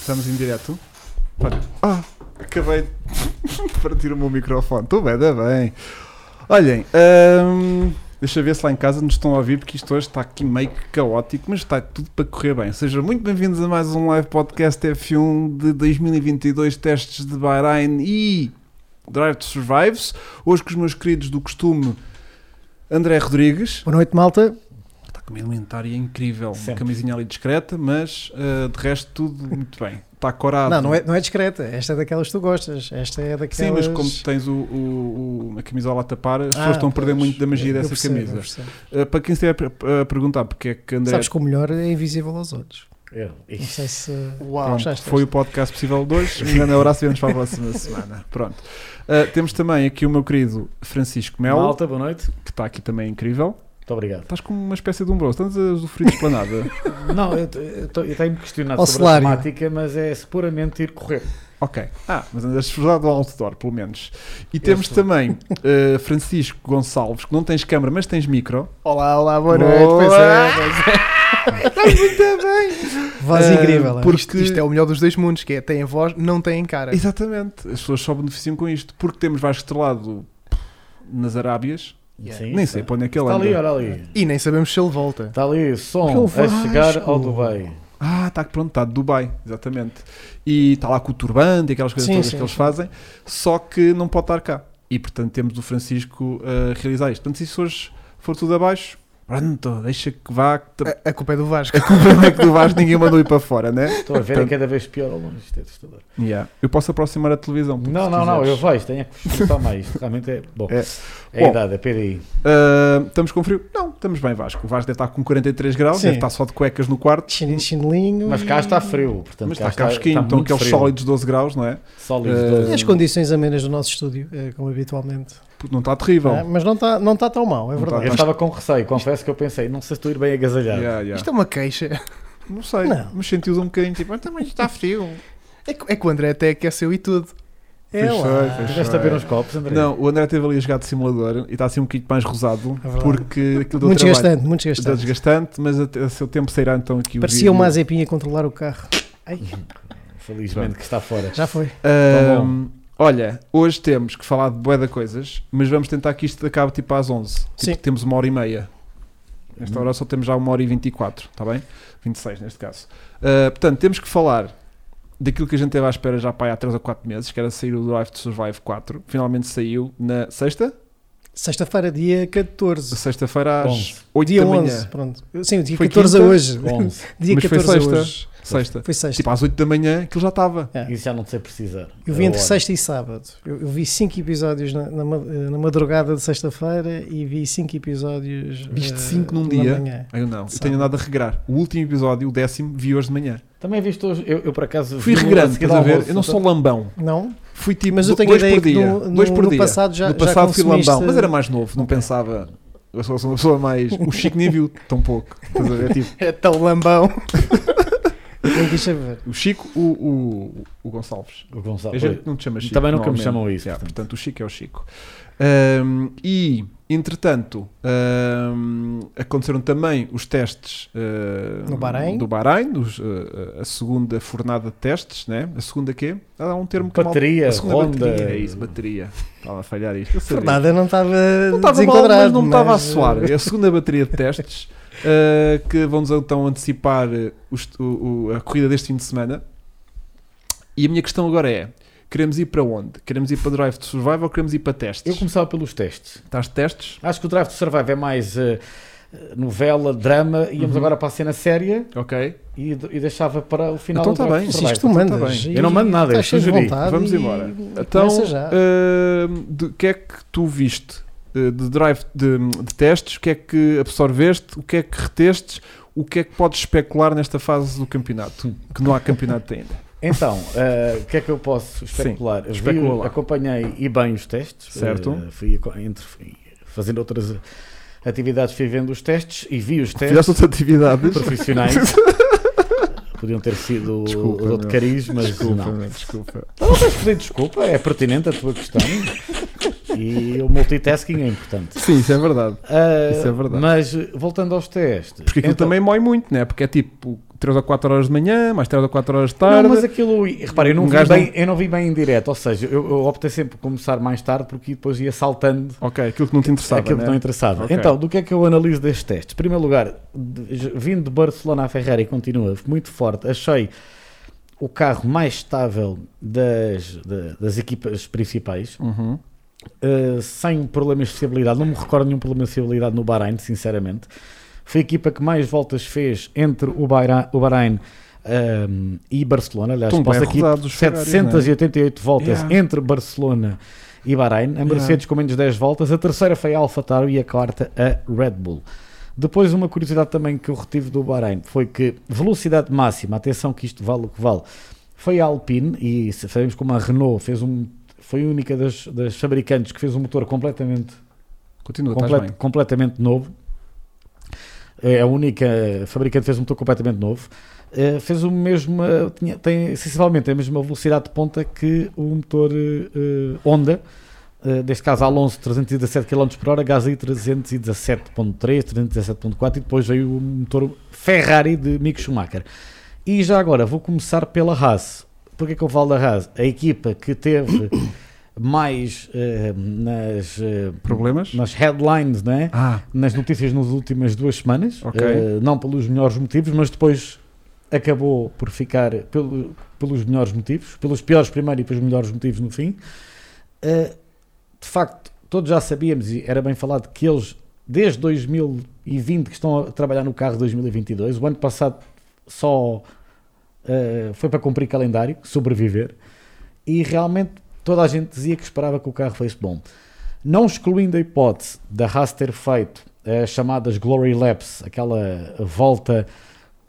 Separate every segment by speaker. Speaker 1: Estamos em direto. Olha. Ah, acabei de partir o meu microfone. Estou bem, dá bem. Olhem, hum, deixa ver se lá em casa nos estão a ouvir, porque isto hoje está aqui meio que caótico, mas está tudo para correr bem. Sejam muito bem-vindos a mais um live podcast F1 de 2022, testes de Bahrein e Drive to Survives. Hoje com os meus queridos do costume, André Rodrigues.
Speaker 2: Boa noite, malta.
Speaker 1: Está com uma indumentária incrível, uma
Speaker 2: Sempre.
Speaker 1: camisinha ali discreta, mas ah, de resto tudo muito bem. Está corado.
Speaker 2: Não, não é, não é discreta. Esta é daquelas que tu gostas. Esta é daquelas.
Speaker 1: Sim, mas como tens o, o- o- a camisola a tapar, as
Speaker 2: Ah,
Speaker 1: pessoas estão a perder muito da magia dessa camisa. Ah, para quem estiver a a perguntar porque é que André
Speaker 2: Sabes que o melhor é invisível aos outros.
Speaker 3: Eu,
Speaker 2: Não sei se.
Speaker 1: Pronto,
Speaker 2: gostaste
Speaker 1: foi o
Speaker 2: desta.
Speaker 1: podcast possível de hoje. Um grande abraço e vemos para a próxima semana. Pronto. Ah, temos também aqui o meu querido Francisco Melo,
Speaker 3: Malta, boa noite.
Speaker 1: que está aqui também incrível.
Speaker 3: Muito obrigado.
Speaker 1: Estás com uma espécie de um bro, estás a usufruir de esplanada.
Speaker 3: Não, eu, eu tô- eu tenho-me questionado
Speaker 2: Ao
Speaker 3: sobre
Speaker 2: salário.
Speaker 3: a temática, mas é puramente ir correr.
Speaker 1: ok. Ah, mas andas esforçado ao outdoor, pelo menos. E temos
Speaker 3: estou.
Speaker 1: também ah, Francisco Gonçalves, que não tens câmara, mas tens micro.
Speaker 2: Olá, olá,
Speaker 1: Boa.
Speaker 2: boa noite. Pois é, pois é. Voz
Speaker 1: Eh,
Speaker 2: incrível. é?
Speaker 1: porque-
Speaker 4: Isto, isto é o melhor dos dois mundos, que é têm voz, não têm cara.
Speaker 1: Exatamente. As pessoas só beneficiam com isto. Porque temos Vasco Estrelado nas Arábias.
Speaker 4: Yeah.
Speaker 3: Sim,
Speaker 1: Nem
Speaker 3: está.
Speaker 1: sei para onde é que ele
Speaker 3: Está ali,
Speaker 1: anda.
Speaker 3: olha ali.
Speaker 4: E nem sabemos se ele volta.
Speaker 3: Está ali, som
Speaker 1: Aquele
Speaker 3: a chegar
Speaker 1: Vasco.
Speaker 3: ao Dubai.
Speaker 1: Ah, está pronto, está de Dubai, exatamente. E está lá com o turbante, aquelas coisas
Speaker 2: Sim,
Speaker 1: todas
Speaker 2: sim,
Speaker 1: que eles
Speaker 2: sim.
Speaker 1: fazem, só que não pode estar cá. E portanto temos o Francisco a realizar isto. Portanto, se isso hoje for tudo abaixo, pronto, deixa que vá. que tam-
Speaker 4: A, a culpa é do Vasco.
Speaker 1: O problema é que do Vasco ninguém mandou ir para fora, né?
Speaker 3: Estou a ver, é cada vez pior ao longe. Isto é assustador.
Speaker 1: Yeah. Eu posso aproximar a televisão. porque
Speaker 3: Não,
Speaker 1: se
Speaker 3: não, não,
Speaker 1: quiseres.
Speaker 3: eu vejo, tenho é que escutar mais. Isto realmente é. Bom,
Speaker 1: É.
Speaker 3: é,
Speaker 1: Bom.
Speaker 3: a idade, é PDI.
Speaker 1: Ah, estamos com frio? Não, estamos bem, Vasco. O Vasco deve estar com 43 graus,
Speaker 2: Sim.
Speaker 1: deve estar só de cuecas no quarto.
Speaker 2: Chinelinho, chinelinho
Speaker 3: Mas
Speaker 2: e-
Speaker 3: cá está frio, portanto
Speaker 1: Mas
Speaker 3: cá
Speaker 1: está cá fresquinho, então,
Speaker 3: está
Speaker 1: estão
Speaker 3: muito
Speaker 1: aqueles
Speaker 3: frio.
Speaker 1: sólidos 12 graus, não é?
Speaker 3: Sólidos
Speaker 1: Eh,
Speaker 3: doze.
Speaker 2: E as condições amenas do nosso estúdio, eh, como habitualmente.
Speaker 1: Porque Não está terrível.
Speaker 3: É.
Speaker 2: Ah, mas não está não tá tão mal, é
Speaker 1: Não tá
Speaker 2: verdade.
Speaker 3: Eu estava com receio, confesso que eu pensei, não sei se estou a ir bem agasalhado.
Speaker 1: Yeah, yeah.
Speaker 4: Isto é uma queixa.
Speaker 1: Não sei,
Speaker 2: é- Não.
Speaker 1: mas sentiu-se um bocadinho tipo, "Ah, também está frio.
Speaker 4: É, que- é que o André até aqueceu e tudo.
Speaker 2: É
Speaker 1: Pois
Speaker 2: lá.
Speaker 1: foi, pois
Speaker 3: Tiveste a ver uns copos, André?
Speaker 1: Não, o André esteve ali a jogar de simulador e está assim um bocadinho mais rosado
Speaker 2: É verdade.
Speaker 1: porque aquilo deu trabalho.
Speaker 2: Muito desgastante, muito
Speaker 1: Deu
Speaker 2: desgastante.
Speaker 1: desgastante, mas a, a seu tempo sairá então aqui o
Speaker 2: Parecia
Speaker 1: vídeo.
Speaker 2: uma azepinha a controlar o carro.
Speaker 3: Felizmente que está fora.
Speaker 2: Já foi.
Speaker 1: Ahm,
Speaker 3: Tá
Speaker 1: Olha, hoje temos que falar de bué de coisas, mas vamos tentar que isto acabe tipo às 11. Tipo,
Speaker 2: Sim.
Speaker 1: temos uma hora e meia. Nesta
Speaker 2: Uhum.
Speaker 1: hora só temos já uma hora e 24, está bem? 26 neste caso. Ah, portanto, temos que falar daquilo que a gente teve à espera já para aí há 3 ou 4 meses, que era sair o Drive to Survive 4. Finalmente saiu na sexta?
Speaker 2: Sexta-feira, dia 14.
Speaker 1: Sexta-feira às
Speaker 3: 11.
Speaker 1: 8
Speaker 2: Dia
Speaker 1: da manhã.
Speaker 2: 11, pronto. Sim, o dia
Speaker 1: Foi
Speaker 2: 14
Speaker 1: quinta?
Speaker 2: a hoje.
Speaker 3: 11.
Speaker 2: Dia
Speaker 1: Mas foi
Speaker 2: 14 a
Speaker 1: sexta.
Speaker 2: hoje.
Speaker 1: Sexta.
Speaker 2: Foi sexta.
Speaker 1: Tipo às 8 da manhã aquilo já estava.
Speaker 3: Isso já não sei precisar.
Speaker 2: eu vi
Speaker 3: É
Speaker 2: entre
Speaker 3: o
Speaker 2: sexta e sábado. Eu, eu vi 5 episódios na, na ma- eh, na madrugada de sexta-feira e vi 5 episódios.
Speaker 1: Viste
Speaker 2: eh,
Speaker 1: cinco num
Speaker 2: na
Speaker 1: dia?
Speaker 2: manhã.
Speaker 1: Eu não, eu
Speaker 2: Sabe.
Speaker 1: tenho andado a regrar. O último episódio, o décimo, vi hoje de manhã.
Speaker 3: ódio. Também viste hoje, eu, eu por acaso.
Speaker 1: Fui
Speaker 3: vi um
Speaker 1: regrando,
Speaker 3: a seguir
Speaker 1: estás a
Speaker 3: ao
Speaker 1: ver?
Speaker 3: almoço,
Speaker 1: Eu não sou lambão.
Speaker 2: Não?
Speaker 1: então. Fui tipo
Speaker 2: Mas eu
Speaker 1: do-
Speaker 2: tenho a
Speaker 1: dois
Speaker 2: ideia
Speaker 1: por
Speaker 2: que
Speaker 1: dia.
Speaker 2: no, no,
Speaker 1: dois por
Speaker 2: no
Speaker 1: dia.
Speaker 2: passado já,
Speaker 1: no passado
Speaker 2: já
Speaker 1: fui lambão,
Speaker 2: consumiste-
Speaker 1: mas era mais novo, não pensava. Eu sou sou uma pessoa mais. O Chico nem viu tão pouco. Estás a ver? Tipo,
Speaker 4: É tão lambão.
Speaker 2: Não quis saber.
Speaker 1: o Chico, o, o, o Gonçalves.
Speaker 3: O Gonçalo.
Speaker 1: A gente não te chama Chico.
Speaker 3: Também nunca me
Speaker 1: normalmente.
Speaker 3: chamam isso,
Speaker 1: Yeah,
Speaker 3: portanto.
Speaker 1: portanto, o Chico é o Chico. Ahm, e, entretanto, ahm, aconteceram também os testes ah,
Speaker 2: No Bahrein.
Speaker 1: do Bahrein, os, ah, a segunda fornada de testes, né? a segunda quê? Há um termo que mal-
Speaker 3: Bateria,
Speaker 1: a segunda
Speaker 3: ronda.
Speaker 1: bateria. É isso, bateria. Estava a falhar isto. eu sabia.
Speaker 2: Verdade, eu não estava
Speaker 1: Não estava mal,
Speaker 2: desenquadrado.
Speaker 1: mas não me estava a
Speaker 2: mas, eh,
Speaker 1: soar. É a segunda bateria de testes uh, que vão-nos então antecipar uh, os- o- o- a corrida deste fim de semana. E a minha questão agora é: queremos ir para onde? Queremos ir para Drive to Survive ou queremos ir para
Speaker 3: Eu
Speaker 1: testes?
Speaker 3: começava pelos testes.
Speaker 1: Estás de testes?
Speaker 3: Acho que o Drive to Survive é mais eh, novela, drama. Íamos
Speaker 1: Uhum.
Speaker 3: agora para a cena séria
Speaker 1: Ok.
Speaker 3: e, de- e deixava para o final
Speaker 1: Então
Speaker 3: do
Speaker 1: tá
Speaker 3: Drive
Speaker 1: bem.
Speaker 3: to
Speaker 2: Sim,
Speaker 3: Survive.
Speaker 2: isto tu
Speaker 1: Então tá
Speaker 2: mandas.
Speaker 1: bem.
Speaker 2: e
Speaker 3: Eu não mando nada,
Speaker 2: estás
Speaker 3: eu
Speaker 2: cheio de
Speaker 3: sugeri.
Speaker 2: vontade
Speaker 1: Vamos
Speaker 2: e
Speaker 1: embora.
Speaker 2: começa
Speaker 1: Então,
Speaker 2: já.
Speaker 1: uh, de- o que é que tu viste uh, de Drive de, de testes? O que é que absorveste? O que é que retestes? O que é que podes especular nesta fase do campeonato? Que não há campeonato ainda.
Speaker 3: Então, eh, o que é que eu posso especular? Vi-
Speaker 1: especula lá.
Speaker 3: acompanhei e bem os testes.
Speaker 1: Certo.
Speaker 3: eh, fui aco- entre- fui fazendo outras atividades, fui vendo os testes e vi os testes.
Speaker 1: Fizeste outras atividades?
Speaker 3: profissionais podiam ter sido
Speaker 1: Desculpa,
Speaker 3: de outro
Speaker 1: meu.
Speaker 3: cariz, mas
Speaker 1: Desculpa,
Speaker 3: não.
Speaker 1: meu, desculpa.
Speaker 3: Não tens de pedir desculpa, é pertinente a tua questão. E o multitasking é importante.
Speaker 1: Sim, isso é verdade.
Speaker 3: Ah,
Speaker 1: Isso é verdade.
Speaker 3: Mas eh, voltando aos testes.
Speaker 1: Porque aquilo
Speaker 3: então-
Speaker 1: também mói muito, né? Porque é tipo 3 ou 4 horas de manhã, mais 3 ou 4 horas de tarde.
Speaker 3: Não, mas é aquilo, repara, eu não,
Speaker 1: Um
Speaker 3: vi
Speaker 1: gajo não-
Speaker 3: bem, eu não vi bem em direto, ou seja, eu, eu optei sempre por começar mais tarde porque depois ia saltando
Speaker 1: Ok, aquilo que não te interessava.
Speaker 3: aquilo
Speaker 1: né?
Speaker 3: é que não interessava.
Speaker 1: Ok.
Speaker 3: Então, do que é que eu analiso destes testes? Em primeiro lugar, de- vindo de Barcelona à Ferrari, continua muito forte, achei o carro mais estável das, da- das equipas principais,
Speaker 1: Uhum.
Speaker 3: eh, sem problemas de fiabilidade, não me recordo nenhum problema de fiabilidade no Bahrein, sinceramente. Foi a equipa que mais voltas fez entre o Bahrein, o Bahrein ehm, e Barcelona. Aliás,
Speaker 1: Estão bem
Speaker 3: posso aqui
Speaker 1: rodados os Ferraris, né?
Speaker 3: 788 voltas
Speaker 1: Yeah.
Speaker 3: entre Barcelona e Bahrein, a Mercedes com menos 10 voltas, a terceira foi a AlphaTauri e a quarta a Red Bull. Depois, uma curiosidade também que eu retive do Bahrein foi que velocidade máxima, atenção que isto vale o que vale, foi a Alpine e se- sabemos como a Renault fez um foi a única das, das fabricantes que fez um motor completamente,
Speaker 1: Continua,
Speaker 3: complet-
Speaker 1: estás bem.
Speaker 3: completamente novo. É a única fabricante que fez um motor completamente novo. Eh, fez o mesmo, eh, tinha- tem sensivelmente a mesma velocidade de ponta que o motor eh, eh, Honda. Eh, neste caso, Alonso 317 km por hora, Gasly 317.3, 317.4 e depois veio o motor Ferrari de Mick Schumacher. E já agora vou começar pela Haas. Porquê que eu falo da Haas? A equipa que teve mais eh, nas, eh,
Speaker 1: Problemas?
Speaker 3: nas headlines, né?
Speaker 1: Ah,
Speaker 3: nas notícias nas últimas duas semanas,
Speaker 1: Ok.
Speaker 3: eh, não pelos melhores motivos, mas depois acabou por ficar pelo- pelos melhores motivos, pelos piores primeiro e pelos melhores motivos no fim. Eh, de facto, todos já sabíamos e era bem falado que eles, desde 2020, que estão a trabalhar no carro 2022, o ano passado só eh, foi para cumprir calendário, sobreviver, e realmente toda a gente dizia que esperava que o carro fosse bom. Não excluindo a hipótese da Haas ter feito as chamadas Glory Laps, aquela volta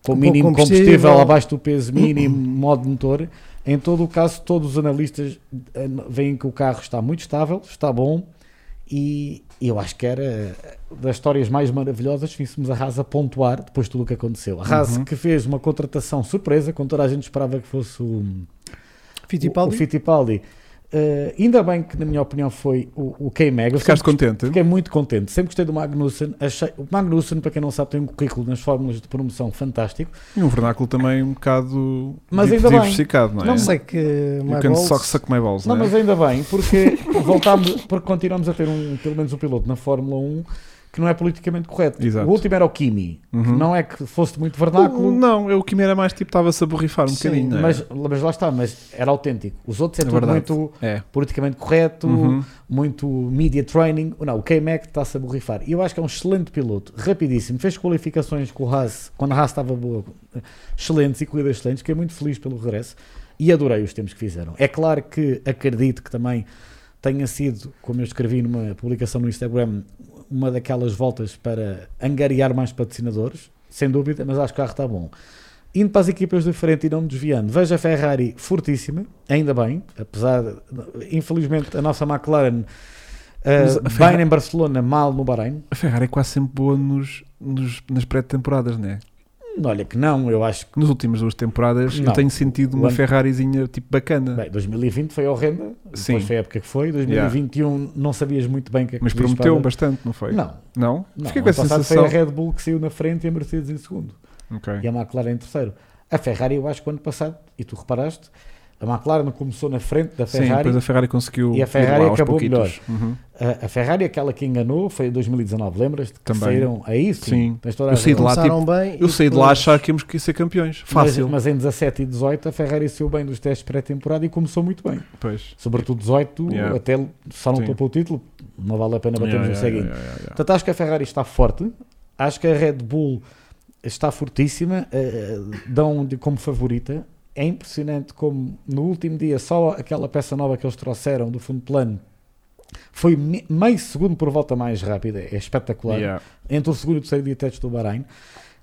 Speaker 3: com o
Speaker 2: Com pouco
Speaker 3: mínimo
Speaker 2: combustível.
Speaker 3: combustível abaixo do peso mínimo, modo motor, em todo o caso, todos os analistas eh, veem que o carro está muito estável, está bom, e eu acho que era das histórias mais maravilhosas víssemos a Haas a pontuar depois de tudo o que aconteceu. A Haas
Speaker 1: Uhum.
Speaker 3: que fez uma contratação surpresa, quando toda a gente esperava que fosse o,
Speaker 2: Fittipaldi?
Speaker 3: o Fittipaldi. Eh, ainda bem que, na minha opinião, foi o, o K-Mag. Eu
Speaker 1: ficaste
Speaker 3: sempre
Speaker 1: contente?
Speaker 3: Fiquei muito contente. Sempre gostei do Magnussen. Achei... O Magnussen, para quem não sabe, tem um currículo nas fórmulas de promoção fantástico.
Speaker 1: E um vernáculo também um bocado
Speaker 3: Mas
Speaker 1: di-
Speaker 3: ainda bem.
Speaker 1: diversificado, não é?
Speaker 3: Não
Speaker 2: Não sei que
Speaker 1: You
Speaker 2: my
Speaker 1: can
Speaker 2: balls,
Speaker 1: suck, suck my balls,
Speaker 3: Não,
Speaker 1: né?
Speaker 3: mas ainda bem, porque, voltámos, porque continuamos a ter um, pelo menos um piloto na Fórmula 1 que não é politicamente correto.
Speaker 1: Exato.
Speaker 3: O último era o Kimi, que
Speaker 1: Uhum.
Speaker 3: não é que fosse muito vernáculo.
Speaker 1: Uh, Não, eu, o Kimi era mais tipo, estava-se a borrifar um
Speaker 3: Sim,
Speaker 1: bocadinho, não é?
Speaker 3: mas, mas lá está, mas era autêntico. Os outros é,
Speaker 1: É
Speaker 3: tudo
Speaker 1: verdade.
Speaker 3: muito
Speaker 1: É.
Speaker 3: politicamente correto,
Speaker 1: Uhum.
Speaker 3: muito media training. Não, o K-Mac está-se a borrifar. E eu acho que é um excelente piloto, rapidíssimo. Fez qualificações com o Haas, quando a Haas estava boa, excelentes e corridas excelentes. Fiquei muito feliz pelo regresso e adorei os tempos que fizeram. É claro que acredito que também tenha sido, como eu escrevi numa publicação no Instagram, uma daquelas voltas para angariar mais patrocinadores, sem dúvida, mas acho que o carro está bom. Indo para as equipas de frente e não me desviando, vejo a Ferrari fortíssima, ainda bem, apesar, de, infelizmente, a nossa McLaren eh,
Speaker 1: Mas a
Speaker 3: bem
Speaker 1: Ferrari-
Speaker 3: em Barcelona, mal no Bahrein.
Speaker 1: A Ferrari é quase sempre boa nos, nos- nas pré-temporadas, não é?
Speaker 3: Olha que não, eu acho que
Speaker 1: Nas últimas duas temporadas
Speaker 3: Não.
Speaker 1: eu tenho sentido
Speaker 3: O
Speaker 1: uma
Speaker 3: ano-
Speaker 1: Ferrarizinha tipo bacana.
Speaker 3: bem, 2020 foi horrenda,
Speaker 1: Sim.
Speaker 3: depois foi a época que foi, 2021 não sabias muito bem o que é que
Speaker 1: mas
Speaker 3: podias
Speaker 1: prometeu
Speaker 3: esperar.
Speaker 1: bastante, não foi?
Speaker 3: Não,
Speaker 1: Não?
Speaker 3: não
Speaker 1: Fiquei com
Speaker 3: ano
Speaker 1: essa
Speaker 3: passado
Speaker 1: sensação.
Speaker 3: foi a Red Bull que saiu na frente e a Mercedes em segundo.
Speaker 1: Ok.
Speaker 3: e a McLaren em terceiro. A Ferrari, eu acho que o ano passado, e tu reparaste, a McLaren começou na frente da
Speaker 1: Sim, é.
Speaker 3: Ferrari.
Speaker 1: depois a Ferrari conseguiu
Speaker 3: e a
Speaker 1: ir
Speaker 3: Ferrari
Speaker 1: lá aos
Speaker 3: acabou
Speaker 1: pouquitos. Uhum.
Speaker 3: a, a Ferrari, aquela que enganou, foi em 2019, lembras-te? Que
Speaker 1: Também.
Speaker 3: saíram aí, sim.
Speaker 1: Sim.
Speaker 3: Tens toda a
Speaker 1: Eu saí de
Speaker 3: razão.
Speaker 1: lá, tipo,
Speaker 2: começaram bem.
Speaker 1: Eu
Speaker 2: e
Speaker 1: saí de lá a
Speaker 2: depois-
Speaker 1: achar que íamos que ser campeões. Fácil.
Speaker 3: Mas, mas em 17 e 18 a Ferrari saiu bem dos testes pré-temporada e começou muito bem.
Speaker 1: Pois.
Speaker 3: Sobretudo 18,
Speaker 1: Yeah.
Speaker 3: até só não
Speaker 1: Sim.
Speaker 3: estou para o título, não vale a pena batermos
Speaker 1: Yeah,
Speaker 3: no
Speaker 1: yeah,
Speaker 3: ceguinho.
Speaker 1: yeah, yeah, yeah.
Speaker 3: Portanto, acho que a Ferrari está forte, acho que a Red Bull está fortíssima, eh, dão de como favorita. É impressionante como no último dia só aquela peça nova que eles trouxeram do fundo plano foi me- meio segundo por volta mais rápida, é espetacular.
Speaker 1: Yeah.
Speaker 3: Entre o segundo e o terceiro dia de testes do Bahrein.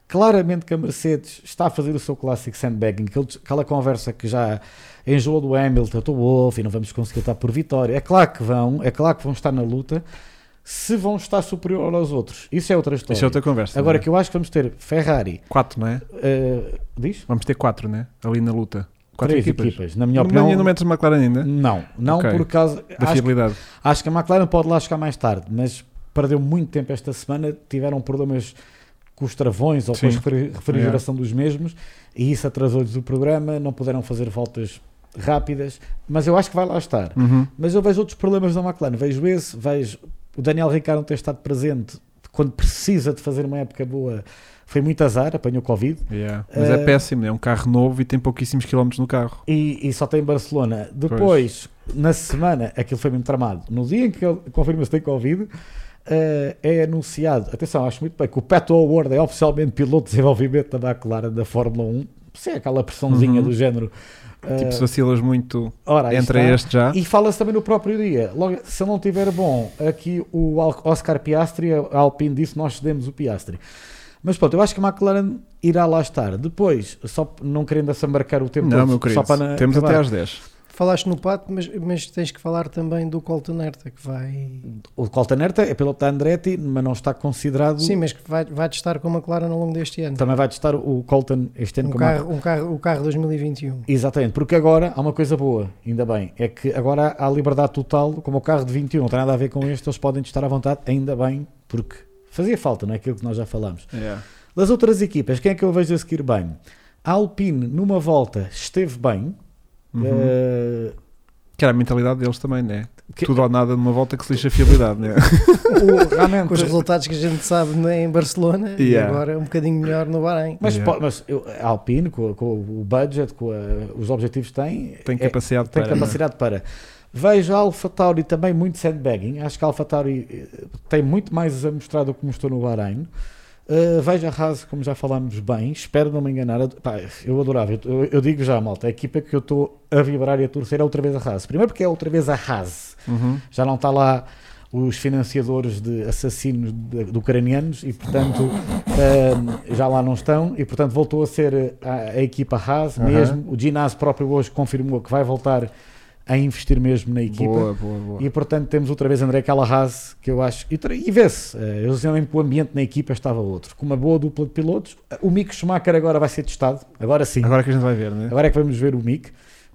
Speaker 3: Claramente que a Mercedes está a fazer o seu clássico sandbagging, aquele- aquela conversa que já enjoou do Hamilton, do Wolff e não vamos conseguir estar por vitória. É claro que vão, é claro que vão estar na luta. Se vão estar superior aos outros, isso é outra história.
Speaker 1: Isso é outra conversa.
Speaker 3: Agora
Speaker 1: não é?
Speaker 3: que eu acho que vamos ter Ferrari,
Speaker 1: Quatro, não é?
Speaker 3: eh, diz?
Speaker 1: Vamos ter quatro, né? Ali na luta. Quatro
Speaker 3: três
Speaker 1: equipas.
Speaker 3: equipas. Na minha
Speaker 1: Não,
Speaker 3: opinião.
Speaker 1: ainda não metes a McLaren ainda?
Speaker 3: Não, não
Speaker 1: Ok.
Speaker 3: por causa.
Speaker 1: Da
Speaker 3: Acho,
Speaker 1: fiabilidade.
Speaker 3: acho que a McLaren pode lá chegar mais tarde, mas perdeu muito tempo esta semana. Tiveram problemas com os travões ou
Speaker 1: Sim.
Speaker 3: com a refri- refrigeração dos mesmos e isso atrasou-lhes o programa. Não puderam fazer voltas rápidas, mas eu acho que vai lá estar.
Speaker 1: Uhum.
Speaker 3: Mas eu vejo outros problemas da McLaren. Vejo esse, vejo o Daniel Ricciardo ter estado presente quando precisa de fazer uma época boa. Foi muito azar, apanhou Covid.
Speaker 1: Yeah. Mas é
Speaker 3: Eh,
Speaker 1: péssimo, é um carro novo e tem pouquíssimos quilómetros no carro.
Speaker 3: e, e só tem Barcelona. Depois, na semana, aquilo foi mesmo tramado. No dia em que ele confirma-se que tem Covid, eh, é anunciado. Atenção, acho muito bem que o Pato Award é oficialmente piloto de desenvolvimento da McLaren da Fórmula 1. Se é aquela pressãozinha
Speaker 1: Uhum.
Speaker 3: do género. eh,
Speaker 1: Tipo, se vacilas muito,
Speaker 3: ora, aí
Speaker 1: entra
Speaker 3: está.
Speaker 1: este tá? já.
Speaker 3: E fala-se também no próprio dia. Logo, se ele não tiver bom, aqui o Al- Oscar Piastri, a Alpine disse, nós cedemos o Piastri. Mas pronto, eu acho que a McLaren irá lá estar. Depois, só p- não querendo assambarcar o tempo
Speaker 1: Não,
Speaker 3: todo,
Speaker 1: meu
Speaker 3: só
Speaker 1: querido,
Speaker 3: para na-
Speaker 1: temos
Speaker 3: acabar.
Speaker 1: até às 10.
Speaker 2: Falaste no Pato, mas, mas tens que falar também do Colton Herta, que vai.
Speaker 3: O Colton Herta é piloto da Andretti, mas não está considerado.
Speaker 2: Sim, mas que vai, vai testar com a McLaren ao longo deste
Speaker 1: Então,
Speaker 2: ano.
Speaker 3: Também vai testar o Colton este ano
Speaker 2: Um
Speaker 3: como a-
Speaker 2: carro, um carro, o carro 2021.
Speaker 3: Exatamente, porque agora há uma coisa boa, ainda bem, é que agora há liberdade total, como o carro de 21 não tem nada a ver com este, eles podem testar à vontade, ainda bem, porque fazia falta, não é aquilo que nós já falámos. Das outras equipas, quem é que eu vejo a seguir bem? A Alpine, numa volta, esteve bem.
Speaker 1: Uhum.
Speaker 3: Eh,
Speaker 1: Que era a mentalidade deles também, né?
Speaker 3: Que-
Speaker 1: Tudo ou nada numa volta que se lixa a fiabilidade, né?
Speaker 3: o- realmente,
Speaker 2: Com os resultados que a gente sabe né, em Barcelona
Speaker 1: Yeah.
Speaker 2: e agora um bocadinho melhor no Bahrein.
Speaker 3: mas,
Speaker 1: Yeah.
Speaker 3: po- mas eu- a Alpine, com, com o budget, com a- os objetivos que tem,
Speaker 1: Tem
Speaker 3: é-
Speaker 1: capacidade
Speaker 3: tem
Speaker 1: para. né?
Speaker 3: capacidade para. Vejo a Alpha Tauri também muito sandbagging. Acho que a Alpha Tauri eh, tem muito mais a mostrar do que mostrou no Bahrein. Eh, vejo a Haas, como já falámos bem, espero não me enganar. Ad- pá, eu adorava, eu, eu- eu digo já, malta, a equipa que eu estou a vibrar e a torcer é outra vez a Haas. Primeiro porque é outra vez a Haas,
Speaker 1: Uhum.
Speaker 3: já não está lá os financiadores de assassinos de, de ucranianos e portanto eh, já lá não estão e portanto voltou a ser eh, a, a equipa Haas
Speaker 1: Aham.
Speaker 3: mesmo, o Ginás próprio hoje confirmou que vai voltar a investir mesmo na equipa
Speaker 1: Boa, boa, boa.
Speaker 3: e portanto temos outra vez André Calahaz que eu acho, e, tra- e vê-se eh, eu sinceramente que o ambiente na equipa estava outro com uma boa dupla de pilotos, o Mick Schumacher agora vai ser testado, agora sim
Speaker 1: Agora que a gente vai ver, né?
Speaker 3: Agora é que vamos ver o Mick.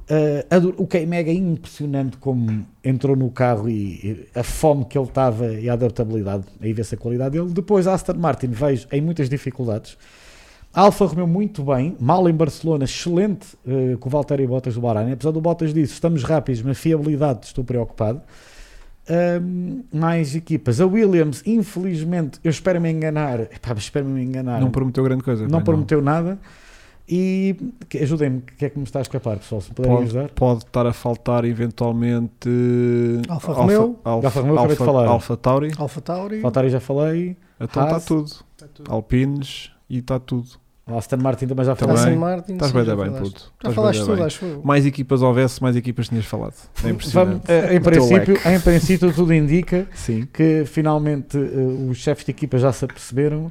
Speaker 3: Ah, adoro- o K-Mega é impressionante como entrou no carro e, e a fome que ele estava e a adaptabilidade, aí vê-se a qualidade dele. Depois a Aston Martin vejo em muitas dificuldades. A Alfa Romeo muito bem, mal em Barcelona, excelente eh, com o Valtteri Bottas do Bahrein. Apesar do Bottas disso, estamos rápidos, mas fiabilidade estou preocupado. Ahm, mais equipas. A Williams, infelizmente, eu espero-me enganar. Epá, mas espero-me enganar.
Speaker 1: Não prometeu grande coisa.
Speaker 3: Não
Speaker 1: pois
Speaker 3: prometeu nada. E que- ajudem-me, o que é que me está a escapar, pessoal? Se me puderem ajudar.
Speaker 1: Pode estar a faltar eventualmente. eh,
Speaker 2: Alfa Romeo.
Speaker 1: Alfa,
Speaker 3: Alfa Romeo, acabei de
Speaker 1: Alfa,
Speaker 3: falar.
Speaker 1: Alfa Tauri.
Speaker 2: Alfa Tauri,
Speaker 3: Valtteri já falei.
Speaker 1: Então está
Speaker 3: Haas.
Speaker 1: tudo. Alpines e está tudo.
Speaker 3: A Aston Martin também já
Speaker 1: Também.
Speaker 3: falei.
Speaker 2: Aston Martin.
Speaker 1: Estás
Speaker 2: sim,
Speaker 1: bem,
Speaker 2: já
Speaker 1: da bem,
Speaker 2: falaste.
Speaker 1: puto.
Speaker 2: Já
Speaker 1: Estás
Speaker 2: falaste
Speaker 1: bué da
Speaker 2: tudo,
Speaker 1: bem.
Speaker 2: acho eu.
Speaker 1: Mais equipas houvesse, mais equipas tinhas falado. É impressionante.
Speaker 3: Vamos- eh, em,
Speaker 1: teu
Speaker 3: princípio,
Speaker 1: leque.
Speaker 3: em princípio, tudo indica
Speaker 1: Sim.
Speaker 3: que finalmente eh, os chefes de equipa já se aperceberam.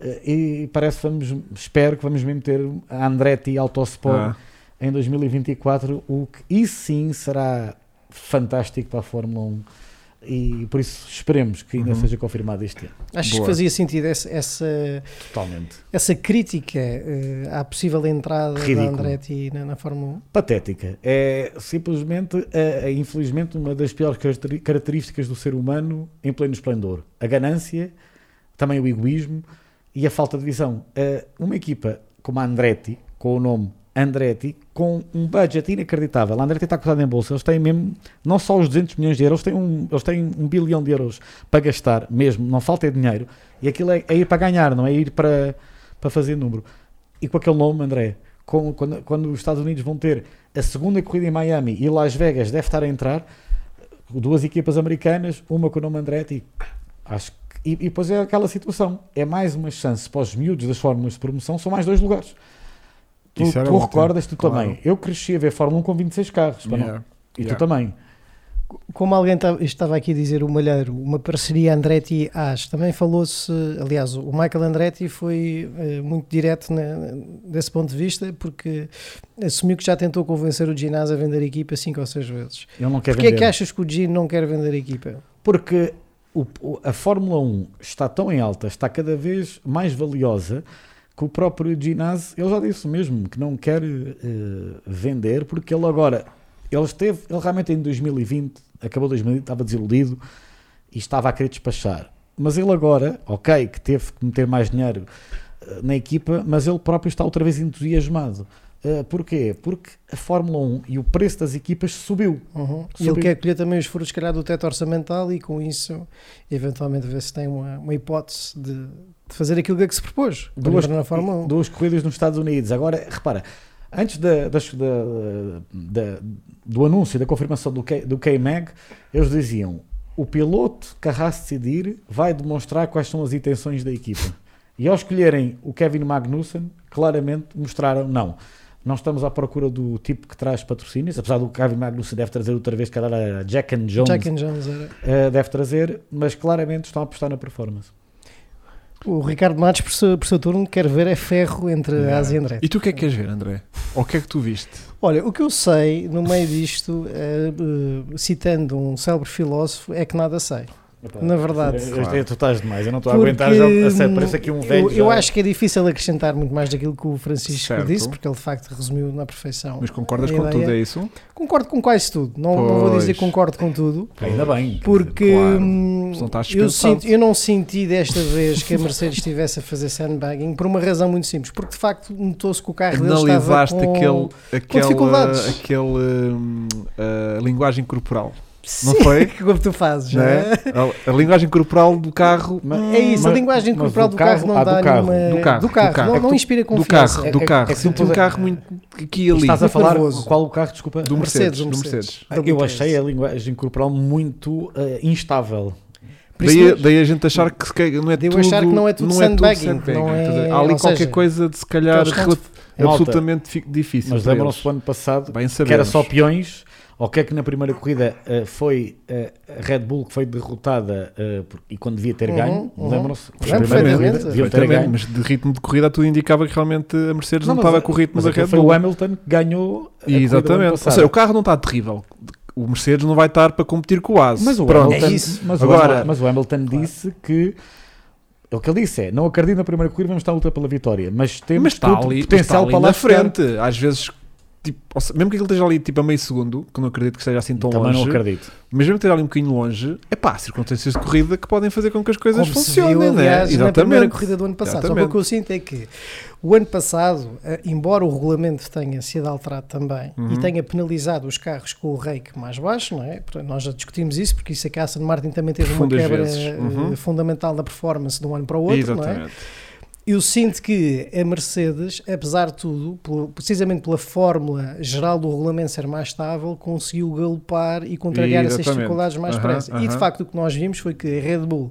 Speaker 3: eh, E parece que vamos, espero que vamos mesmo ter a Andretti Autosport
Speaker 1: Ah,
Speaker 3: em 2024, o que isso sim será fantástico para a Fórmula 1 e por isso esperemos que ainda
Speaker 1: Uhum.
Speaker 3: seja confirmado este ano,
Speaker 2: Acho
Speaker 1: Boa.
Speaker 2: que fazia sentido essa, essa,
Speaker 3: totalmente.
Speaker 2: essa crítica eh, à possível entrada
Speaker 3: Ridículo.
Speaker 2: da Andretti na, na Fórmula um?
Speaker 3: patética. É simplesmente, é, é, infelizmente, uma das piores caracteri- características do ser humano em pleno esplendor. A ganância, também o egoísmo e a falta de visão. É, uma equipa como a Andretti, com o nome Andretti, com um budget inacreditável. A Andretti está cotada em bolsa, eles têm mesmo, não só os 200 milhões de euros, eles têm um, eles têm um bilhão de euros para gastar mesmo, não falta é dinheiro. E aquilo é, é ir para ganhar, não é ir para, para fazer número. E com aquele nome, André, com- quando, quando os Estados Unidos vão ter a segunda corrida em Miami e Las Vegas deve estar a entrar, duas equipas americanas, uma com o nome Andretti, acho que. E, e depois é aquela situação, é mais uma chance para os miúdos das fórmulas de promoção, são mais dois lugares. Tu,
Speaker 1: Isso era
Speaker 3: tu
Speaker 1: ótimo,
Speaker 3: recordas, tu
Speaker 1: claro.
Speaker 3: também. Eu cresci a ver Fórmula 1 com 26 carros, pá, não?
Speaker 1: yeah.
Speaker 3: e
Speaker 1: yeah.
Speaker 3: tu também.
Speaker 2: 1. Como alguém ta- estava aqui a dizer, o Malheiro, uma parceria Andretti-As, também falou-se, aliás, o Michael Andretti foi eh, muito direto na- desse ponto de vista, porque assumiu que já tentou convencer o Ginás a vender a equipa cinco ou seis vezes.
Speaker 3: Ele não quer
Speaker 2: Porquê é
Speaker 3: vender.
Speaker 2: que achas que o Gin não quer vender a equipa?
Speaker 3: Porque um o- o- a Fórmula 1 está tão em alta, está cada vez mais valiosa, que o próprio Ginazzi, ele já disse o mesmo, que não quer eh, vender, porque ele agora, ele esteve, ele realmente em 2020, acabou 2020, estava desiludido e estava a querer despachar. Mas ele agora, ok, que teve que meter mais dinheiro eh, na equipa, mas ele próprio está outra vez entusiasmado. Eh, porquê? Porque a Fórmula 1 e o preço das equipas subiu.
Speaker 2: Uhum. E
Speaker 3: Sobre-
Speaker 2: ele quer colher também os furos, se calhar, do teto orçamental e com isso, eventualmente, ver se tem uma, uma hipótese de, de fazer aquilo que se propôs. para
Speaker 3: Duas-
Speaker 2: entrar na Fórmula 1.
Speaker 3: duas corridas nos Estados Unidos. Agora, repara, antes da, das- da- da- do anúncio, e da confirmação do, K, do K-Mag, eles diziam: o piloto que a Haas decidir vai demonstrar quais são as intenções da equipa. E ao escolherem o Kevin Magnussen, claramente mostraram não. Nós estamos à procura do tipo que traz patrocínios, apesar do Kevin Magnussen deve trazer outra vez, calhar, a Jack and Jones,
Speaker 2: Jack and Jones era.
Speaker 3: eh, deve trazer, mas claramente estão a apostar na performance.
Speaker 2: O Ricardo Matos, por seu, por seu turno, quer ver é ferro entre
Speaker 1: Yeah.
Speaker 2: a Ásia e André.
Speaker 1: E tu o que é que queres ver, André? Ou o que é que tu viste?
Speaker 2: Olha, o que eu sei, no meio disto, eh, eh, citando um célebre filósofo, é que nada sei.
Speaker 3: Epá, é-
Speaker 2: Na verdade.
Speaker 3: eu- eu- eu- Tu estás demais, eu não estou a
Speaker 2: Porque,
Speaker 3: aguentar. Já, a sério,
Speaker 2: hum,
Speaker 3: parece aqui um
Speaker 2: Eu,
Speaker 3: velho.
Speaker 2: eu
Speaker 3: já.
Speaker 2: acho que é difícil acrescentar muito mais daquilo que o Francisco
Speaker 1: Certo.
Speaker 2: disse, porque ele de facto resumiu na perfeição.
Speaker 1: Mas concordas
Speaker 2: A
Speaker 1: com tudo,
Speaker 2: ideia-
Speaker 1: é isso?
Speaker 2: Concordo com quase tudo. Não, não vou dizer
Speaker 1: Pois.
Speaker 2: concordo com tudo,
Speaker 3: Ainda bem.
Speaker 2: porque
Speaker 1: Claro.
Speaker 2: hum,
Speaker 1: Senão estás
Speaker 2: eu,
Speaker 1: dispensado.
Speaker 2: sinto- eu não senti desta vez que a Mercedes estivesse a fazer sandbagging por uma razão muito simples, porque de facto notou-se que o carro dele estava
Speaker 1: Analisaste
Speaker 2: com...
Speaker 1: aquele, aquela,
Speaker 2: dificuldades.
Speaker 1: aquele hum, a linguagem corporal,
Speaker 2: Sim,
Speaker 1: não foi?
Speaker 2: como tu fazes,
Speaker 1: Não é?
Speaker 2: né?
Speaker 1: A, a linguagem corporal do carro,
Speaker 2: É isso, a
Speaker 3: Mas-
Speaker 2: linguagem
Speaker 3: mas
Speaker 2: corporal
Speaker 3: do
Speaker 2: do carro,
Speaker 3: carro-
Speaker 2: não
Speaker 3: ah, do
Speaker 2: dá
Speaker 3: carro,
Speaker 2: nenhuma.
Speaker 1: do carro,
Speaker 2: do
Speaker 1: do
Speaker 2: carro,
Speaker 1: carro.
Speaker 2: Não,
Speaker 1: É que
Speaker 2: não
Speaker 1: tu-
Speaker 2: inspira
Speaker 1: do
Speaker 2: confiança.
Speaker 1: carro,
Speaker 3: É-
Speaker 1: do
Speaker 3: é-
Speaker 1: carro.
Speaker 3: é que tu
Speaker 1: Senti um
Speaker 3: pus-
Speaker 1: carro muito aqui e ali,
Speaker 3: Estás a
Speaker 2: Muito
Speaker 3: falar
Speaker 2: é nervoso.
Speaker 3: qual o carro, desculpa.
Speaker 1: do Mercedes,
Speaker 2: Mercedes,
Speaker 1: do
Speaker 2: um
Speaker 1: Mercedes.
Speaker 3: Eu achei a linguagem corporal muito eh, instável.
Speaker 2: Por isso
Speaker 1: Daí,
Speaker 2: mesmo-
Speaker 1: daí a gente achar que se calhar não é
Speaker 2: Daí eu
Speaker 1: tudo,
Speaker 2: achar que não é tudo sandbagging, não é-
Speaker 1: Quer dizer, Há ali
Speaker 2: ou
Speaker 1: qualquer
Speaker 2: seja,
Speaker 1: coisa de se calhar
Speaker 2: aqueles
Speaker 1: rela-
Speaker 3: Malta,
Speaker 1: absolutamente fi- difícil.
Speaker 3: Mas
Speaker 1: para
Speaker 3: lembram-se
Speaker 1: eles.
Speaker 3: do ano passado
Speaker 1: Bem
Speaker 3: que era
Speaker 1: sabemos.
Speaker 3: só peões. O que é que na primeira corrida eh, foi eh, a Red Bull que foi derrotada eh, por- e quando devia ter
Speaker 2: Uhum,
Speaker 3: ganho?
Speaker 2: uhum.
Speaker 3: Lembram-se?
Speaker 2: Lembro
Speaker 3: Na primeira corrida,
Speaker 2: perfeitamente.
Speaker 3: deviam ter
Speaker 1: Perfeitamente,
Speaker 3: ganho.
Speaker 1: mas de ritmo de corrida tudo indicava que realmente a Mercedes não,
Speaker 3: mas-
Speaker 1: estava com o ritmo
Speaker 3: mas
Speaker 1: da
Speaker 3: aquele
Speaker 1: Red
Speaker 3: foi
Speaker 1: Bull.
Speaker 3: o Hamilton que ganhou. a corrida do ano
Speaker 1: Exatamente. Ou
Speaker 3: passado.
Speaker 1: seja, o carro não está terrível. O Mercedes não vai estar para competir com o Ase.
Speaker 3: Mas o
Speaker 1: Pronto.
Speaker 3: Hamilton,
Speaker 2: É isso.
Speaker 3: Mas,
Speaker 1: Agora-
Speaker 3: o Hamilton, mas o Hamilton disse que o que ele disse é: não acredito na primeira corrida, vamos estar a lutar pela vitória, mas temos
Speaker 1: mas está
Speaker 3: tudo
Speaker 1: ali, está
Speaker 3: potencial
Speaker 1: ali
Speaker 3: para lá
Speaker 1: na
Speaker 3: chegar."
Speaker 1: frente. Às vezes, tipo, ou seja, mesmo que ele esteja ali tipo, a meio segundo, que eu não acredito que esteja assim tão
Speaker 3: Também
Speaker 1: longe,
Speaker 3: não acredito.
Speaker 1: mas mesmo que esteja ali um bocadinho longe, é pá, circunstâncias de corrida que podem fazer com que as coisas
Speaker 2: como se
Speaker 1: funcionem,
Speaker 2: viu, aliás,
Speaker 1: né?
Speaker 2: na primeira
Speaker 1: Exatamente.
Speaker 2: corrida do ano passado. Só que
Speaker 1: Exatamente.
Speaker 2: o que eu sinto é que o ano passado, eh, embora o regulamento tenha sido alterado também
Speaker 1: Uhum.
Speaker 2: e tenha penalizado os carros com o rake mais baixo, não é? Portanto, Nós já discutimos isso, porque isso é que a Aston Martin também teve uma
Speaker 1: Profundas
Speaker 2: quebra
Speaker 1: vezes.
Speaker 2: eh,
Speaker 1: Uhum.
Speaker 2: fundamental na performance de um ano para o outro, não é?
Speaker 1: Exatamente.
Speaker 2: Eu sinto que a Mercedes, apesar de tudo, pelo- precisamente pela fórmula geral do regulamento ser mais estável, conseguiu galopar e contrariar essas
Speaker 1: Exatamente.
Speaker 2: dificuldades mais
Speaker 1: Aham,
Speaker 2: depressa. E de
Speaker 1: aham.
Speaker 2: facto o que nós vimos foi que a Red Bull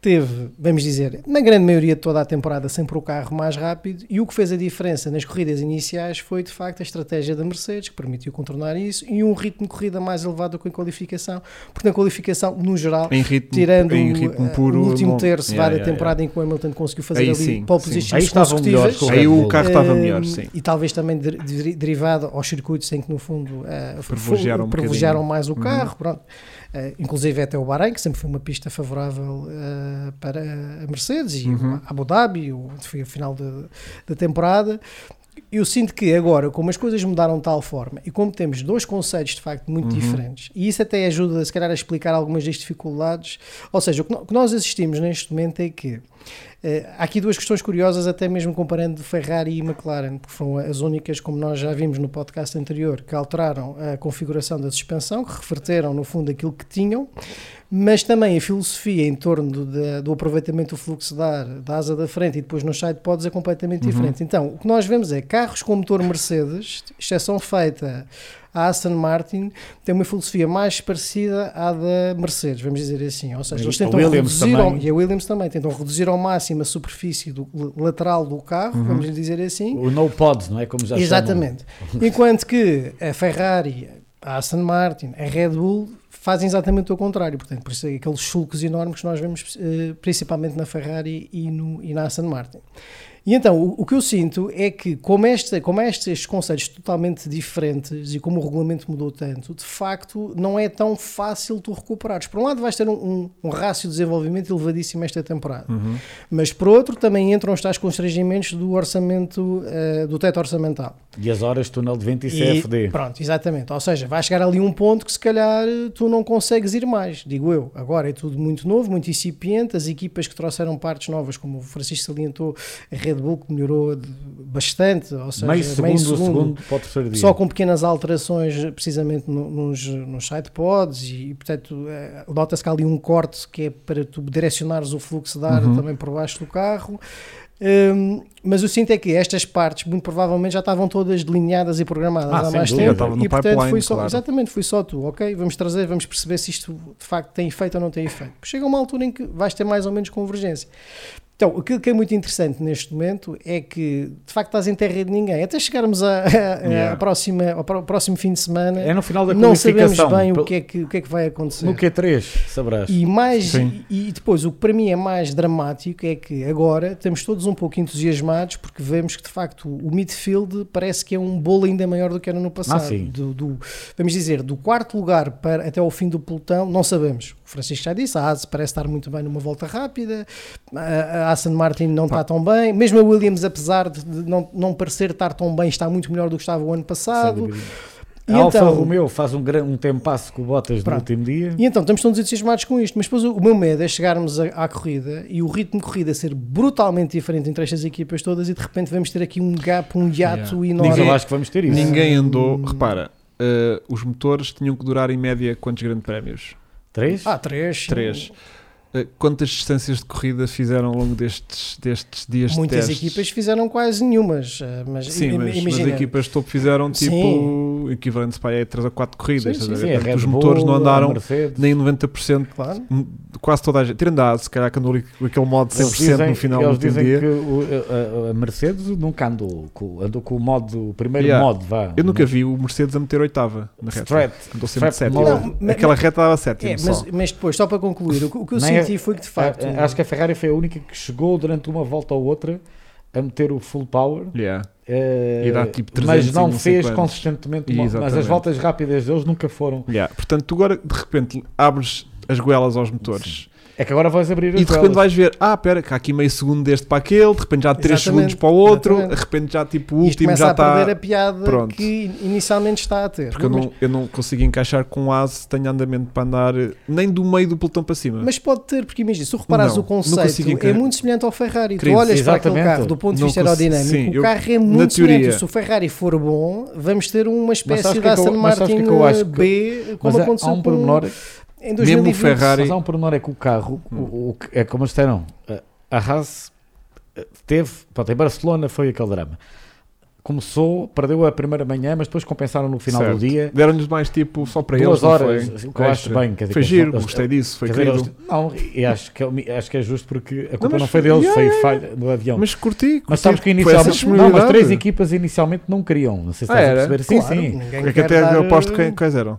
Speaker 2: teve, vamos dizer, na grande maioria de toda a temporada sempre o carro mais rápido e o que fez a diferença nas corridas iniciais foi de facto a estratégia da Mercedes que permitiu contornar isso e um ritmo de corrida mais elevado que em qualificação, porque na qualificação, no geral,
Speaker 1: Em ritmo,
Speaker 2: tirando
Speaker 1: em
Speaker 2: eh,
Speaker 1: ritmo puro.
Speaker 2: o último
Speaker 1: não-
Speaker 2: terço
Speaker 1: Yeah,
Speaker 2: vá da
Speaker 1: yeah,
Speaker 2: temporada em que o Hamilton conseguiu fazer
Speaker 1: Aí
Speaker 2: ali
Speaker 1: sim,
Speaker 2: pole
Speaker 1: sim.
Speaker 2: positions
Speaker 3: Aí estavam melhores
Speaker 2: consecutivas.
Speaker 3: com
Speaker 1: yeah. Aí
Speaker 3: Red
Speaker 1: o
Speaker 3: Bull.
Speaker 1: carro estava
Speaker 2: Ehm,
Speaker 1: melhor, sim.
Speaker 2: E talvez também der- deri- derivado aos circuitos em que, no fundo, eh, fu-
Speaker 1: Privilegiaram um
Speaker 2: privilegiaram
Speaker 1: bocadinho.
Speaker 2: mais o
Speaker 1: Uhum.
Speaker 2: carro. pronto. Eh, inclusive até o Bahrein, que sempre foi uma pista favorável eh, para a Mercedes, e
Speaker 1: Uhum.
Speaker 2: o Abu Dhabi, o, foi o final da- da temporada. Eu sinto que agora, como as coisas mudaram de tal forma e como temos dois conceitos de facto muito
Speaker 1: Uhum.
Speaker 2: diferentes, e isso até ajuda, se calhar, a explicar algumas das dificuldades. Ou seja, o que no- o que nós assistimos neste momento é que eh, há aqui duas questões curiosas, até mesmo comparando Ferrari e McLaren, que foram as únicas, como nós já vimos no podcast anterior, que alteraram a configuração da suspensão, que reverteram, no fundo, aquilo que tinham, mas também a filosofia em torno da- do aproveitamento do fluxo de ar da asa da frente e depois nos sidepods é
Speaker 3: Uhum.
Speaker 2: completamente diferente. Então, o que nós vemos é carros com motor Mercedes, exceção feita à Aston Martin, tem uma filosofia mais parecida à da Mercedes, vamos dizer assim. Ou seja,
Speaker 3: E
Speaker 2: eles
Speaker 3: a
Speaker 2: tentam
Speaker 3: Williams
Speaker 2: reduzir ao,
Speaker 3: também.
Speaker 2: e a Williams também tentam reduzir ao máximo a superfície do- lateral do carro, vamos dizer assim.
Speaker 3: O no pods, não é? Como já chamam.
Speaker 2: Exatamente. Enquanto que a Ferrari, a Aston Martin, a Red Bull fazem exatamente o contrário. Portanto, por isso é aqueles sulcos enormes que nós vemos eh, principalmente na Ferrari e, no, e na Aston Martin. E então, o, o que eu sinto é que, como, esta, como há estes conceitos totalmente diferentes e como o regulamento mudou tanto, de facto, não é tão fácil tu recuperares. Por um lado, vais ter um, um, um rácio de desenvolvimento elevadíssimo esta temporada, mas por outro, também entram os tais constrangimentos do orçamento, eh, do teto orçamental.
Speaker 3: E as horas de túnel de vento e
Speaker 2: E-
Speaker 3: CFD.
Speaker 2: Pronto, exatamente. Ou seja, vai chegar ali um ponto que se calhar eh, tu não consegues ir mais, digo eu. Agora é tudo muito novo, muito incipiente. As equipas que trouxeram partes novas, como o Francisco salientou, a Red Bull que melhorou de- bastante. Ou seja,
Speaker 3: meio segundo, o segundo para o terceiro dia.
Speaker 2: só com pequenas alterações, precisamente no- nos, nos sidepods, e portanto, eh, nota-se que há ali um corte que é para tu direcionares o fluxo de ar
Speaker 1: Uhum.
Speaker 2: também por baixo do carro. Hum, mas o sinto é que estas partes, muito provavelmente, já estavam todas delineadas e programadas
Speaker 3: Ah,
Speaker 2: há
Speaker 3: sem
Speaker 2: mais
Speaker 3: dúvida,
Speaker 2: tempo.
Speaker 1: estava no
Speaker 2: e portanto, foi
Speaker 1: pipeline,
Speaker 2: só,
Speaker 1: claro.
Speaker 2: exatamente, foi só tu, ok? Vamos trazer, vamos perceber se isto de facto tem efeito ou não tem efeito. Chega uma altura em que vais ter mais ou menos convergência. Então, aquilo que é muito interessante neste momento é que, de facto, estás em terra de ninguém. Até chegarmos a, a- a-
Speaker 1: Yeah.
Speaker 2: à próxima, ao pró- próximo fim de semana,
Speaker 3: É no final da
Speaker 2: não sabemos
Speaker 3: qualificação.
Speaker 2: bem o
Speaker 3: Pel-
Speaker 2: que, é que, o que é que vai acontecer.
Speaker 3: No Q3, sabrás.
Speaker 2: E, mais,
Speaker 1: Sim.
Speaker 2: e depois, o que para mim é mais dramático é que agora estamos todos um pouco entusiasmados porque vemos que de facto o midfield parece que é um bolo ainda maior do que era no passado.
Speaker 3: Ah, sim.
Speaker 2: do, do- vamos dizer, do quarto lugar para, até ao fim do pelotão, não sabemos. O Francisco já disse, a Haas parece estar muito bem numa volta rápida, a a Aston Martin não está tão bem, mesmo a Williams, apesar de de não, não parecer estar tão bem, está muito melhor do que estava o ano
Speaker 3: Sem
Speaker 2: passado.
Speaker 3: dúvida.
Speaker 2: E
Speaker 3: a Alfa
Speaker 2: então-
Speaker 3: Romeo faz um, gran, um tempasso com o Bottas no
Speaker 2: Pronto.
Speaker 3: último dia.
Speaker 2: E então estamos todos entusiasmados com isto, mas depois o, o meu medo é chegarmos a- à corrida e o ritmo de corrida ser brutalmente diferente entre estas equipas todas e de repente vamos ter aqui um gap, um hiato enorme.
Speaker 3: Mas eu acho que vamos ter isso.
Speaker 1: Ninguém andou. Repara, eh, os motores tinham que durar em média quantos grandes prémios?
Speaker 3: Três?
Speaker 2: Ah, três.
Speaker 1: Três. Eh, quantas distâncias de corrida fizeram ao longo destes, destes dias de
Speaker 2: Muitas
Speaker 1: testes?
Speaker 2: equipas fizeram quase nenhumas, eh, mas,
Speaker 1: Sim,
Speaker 2: im-
Speaker 1: mas, mas
Speaker 2: imagina.
Speaker 1: as equipas de topo fizeram tipo equivalentes para aí 3 a 4 corridas.
Speaker 2: Sim,
Speaker 1: estás a
Speaker 2: sim, é
Speaker 1: ver? Portanto,
Speaker 3: a Red
Speaker 1: os
Speaker 3: Bull,
Speaker 1: motores não
Speaker 3: a
Speaker 1: andaram
Speaker 3: Mercedes.
Speaker 1: nem 90%,
Speaker 2: Claro.
Speaker 1: quase toda a gente. Tirando a Haas, se calhar que andou ali com aquele modo
Speaker 3: Eles
Speaker 1: 100% no final do
Speaker 3: eles
Speaker 1: último
Speaker 3: dizem
Speaker 1: dia.
Speaker 3: que o- a, a- a Mercedes nunca andou com, andou com o modo, o primeiro
Speaker 1: Yeah.
Speaker 3: modo, vá. um
Speaker 1: Eu nunca vi o Mercedes a meter oitava na reta.
Speaker 3: Strat.
Speaker 1: Andou sempre
Speaker 3: Strat
Speaker 1: sétimo.
Speaker 3: mode.
Speaker 2: Não, mas-
Speaker 1: Aquela reta dava sétimo
Speaker 2: É, mas,
Speaker 1: só. é-
Speaker 2: mas depois, só para concluir, o, que- o que eu
Speaker 3: Nem
Speaker 2: senti foi que de facto.
Speaker 3: A- a- É, Acho que a Ferrari foi a única que chegou durante uma volta ou outra a meter o full power,
Speaker 1: Yeah.
Speaker 3: eh,
Speaker 1: E dá, tipo, 300
Speaker 3: mas
Speaker 1: e
Speaker 3: não
Speaker 1: não sei
Speaker 3: fez
Speaker 1: quantos.
Speaker 3: consistentemente. uma- mas as
Speaker 1: Exatamente.
Speaker 3: voltas rápidas deles nunca foram.
Speaker 1: Yeah. Portanto, tu agora de repente abres as goelas aos motores
Speaker 3: É que agora vais abrir as
Speaker 1: e de repente
Speaker 3: velas.
Speaker 1: vais ver, ah, pera, que há aqui meio segundo deste para aquele, de repente já há 3
Speaker 2: Exatamente,
Speaker 1: segundos para o outro,
Speaker 2: exatamente.
Speaker 1: de repente já tipo o
Speaker 2: isto
Speaker 1: último
Speaker 2: começa
Speaker 1: já
Speaker 2: a perder
Speaker 1: está.
Speaker 2: a piada
Speaker 1: Pronto.
Speaker 2: que inicialmente está a ter.
Speaker 1: Porque eu
Speaker 2: Mas-
Speaker 1: não, eu não consigo encaixar com um o Ase, tenho andamento para andar eh, nem do meio do pelotão para cima.
Speaker 2: Mas pode ter, porque imagina, se tu reparares
Speaker 1: Não,
Speaker 2: o
Speaker 1: não consigo
Speaker 2: conceito, é
Speaker 1: encarar.
Speaker 2: muito semelhante ao Ferrari.
Speaker 1: Querido,
Speaker 2: tu olhas para aquele
Speaker 3: exatamente.
Speaker 2: carro do ponto de
Speaker 1: Não
Speaker 2: vista
Speaker 1: consigo-
Speaker 2: aerodinâmico,
Speaker 1: sim,
Speaker 2: o
Speaker 1: eu-
Speaker 2: carro é
Speaker 1: na
Speaker 2: muito
Speaker 1: teoria.
Speaker 2: semelhante. Se o Ferrari for bom, vamos ter uma
Speaker 3: sabes
Speaker 2: espécie
Speaker 3: o
Speaker 2: de
Speaker 3: que é que eu-
Speaker 2: Aston
Speaker 3: mas sabes
Speaker 2: Martin
Speaker 3: o
Speaker 2: eh,
Speaker 3: que é que eu acho que-
Speaker 2: B, como
Speaker 3: Mas há-
Speaker 2: aconteceu
Speaker 3: há um
Speaker 2: com-
Speaker 3: pormenor
Speaker 2: em
Speaker 1: Mesmo
Speaker 2: 2020.
Speaker 1: o Ferrari, Hum.
Speaker 3: Mas há um pormenor é que o carro, o- o, que- é como eles disseram, a, a Haas eh, teve, pronto, em Barcelona foi aquele drama. Começou, perdeu a primeira manhã, mas depois compensaram no final
Speaker 1: Certo.
Speaker 3: do dia.
Speaker 1: deram-nos mais tipo só para
Speaker 3: Duas
Speaker 1: eles. não
Speaker 3: horas,
Speaker 1: foi?
Speaker 3: o que eu acho
Speaker 1: Extra.
Speaker 3: bem. Quer dizer,
Speaker 1: Foi
Speaker 3: que eles-
Speaker 1: giro,
Speaker 3: eles-
Speaker 1: gostei disso, foi
Speaker 3: quer dizer,
Speaker 1: querido.
Speaker 3: eles- Não, e acho que, é- acho que é justo porque a culpa
Speaker 1: mas
Speaker 3: não foi
Speaker 1: foi-
Speaker 3: deles,
Speaker 1: yeah,
Speaker 3: foi
Speaker 1: yeah,
Speaker 3: falha do avião. Mas,
Speaker 1: Mas curti, curti
Speaker 3: sabes que
Speaker 1: foi
Speaker 3: inicialmente.
Speaker 1: essa
Speaker 3: Não, mas três
Speaker 1: disponibilidade.
Speaker 3: equipas inicialmente não queriam. Não sei se
Speaker 1: Ah,
Speaker 3: estás a
Speaker 1: era?
Speaker 3: perceber. Sim,
Speaker 2: Claro,
Speaker 3: sim.
Speaker 2: ninguém
Speaker 1: É que
Speaker 2: quer
Speaker 1: até
Speaker 2: dar,
Speaker 1: eu aposto
Speaker 2: eh,
Speaker 1: quem- quais eram.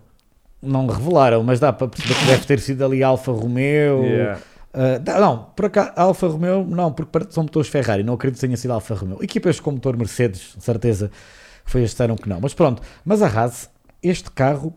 Speaker 3: Não revelaram, mas dá para perceber que deve ter sido ali Alfa Romeo.
Speaker 1: Yeah.
Speaker 3: Uh, dá- não, por acaso, Alfa Romeo, não, porque par- são motores Ferrari, não acredito que tenha sido Alfa Romeo. Equipas com motor Mercedes, de certeza que foi este ano que não. Mas pronto, mas a Haas, este carro,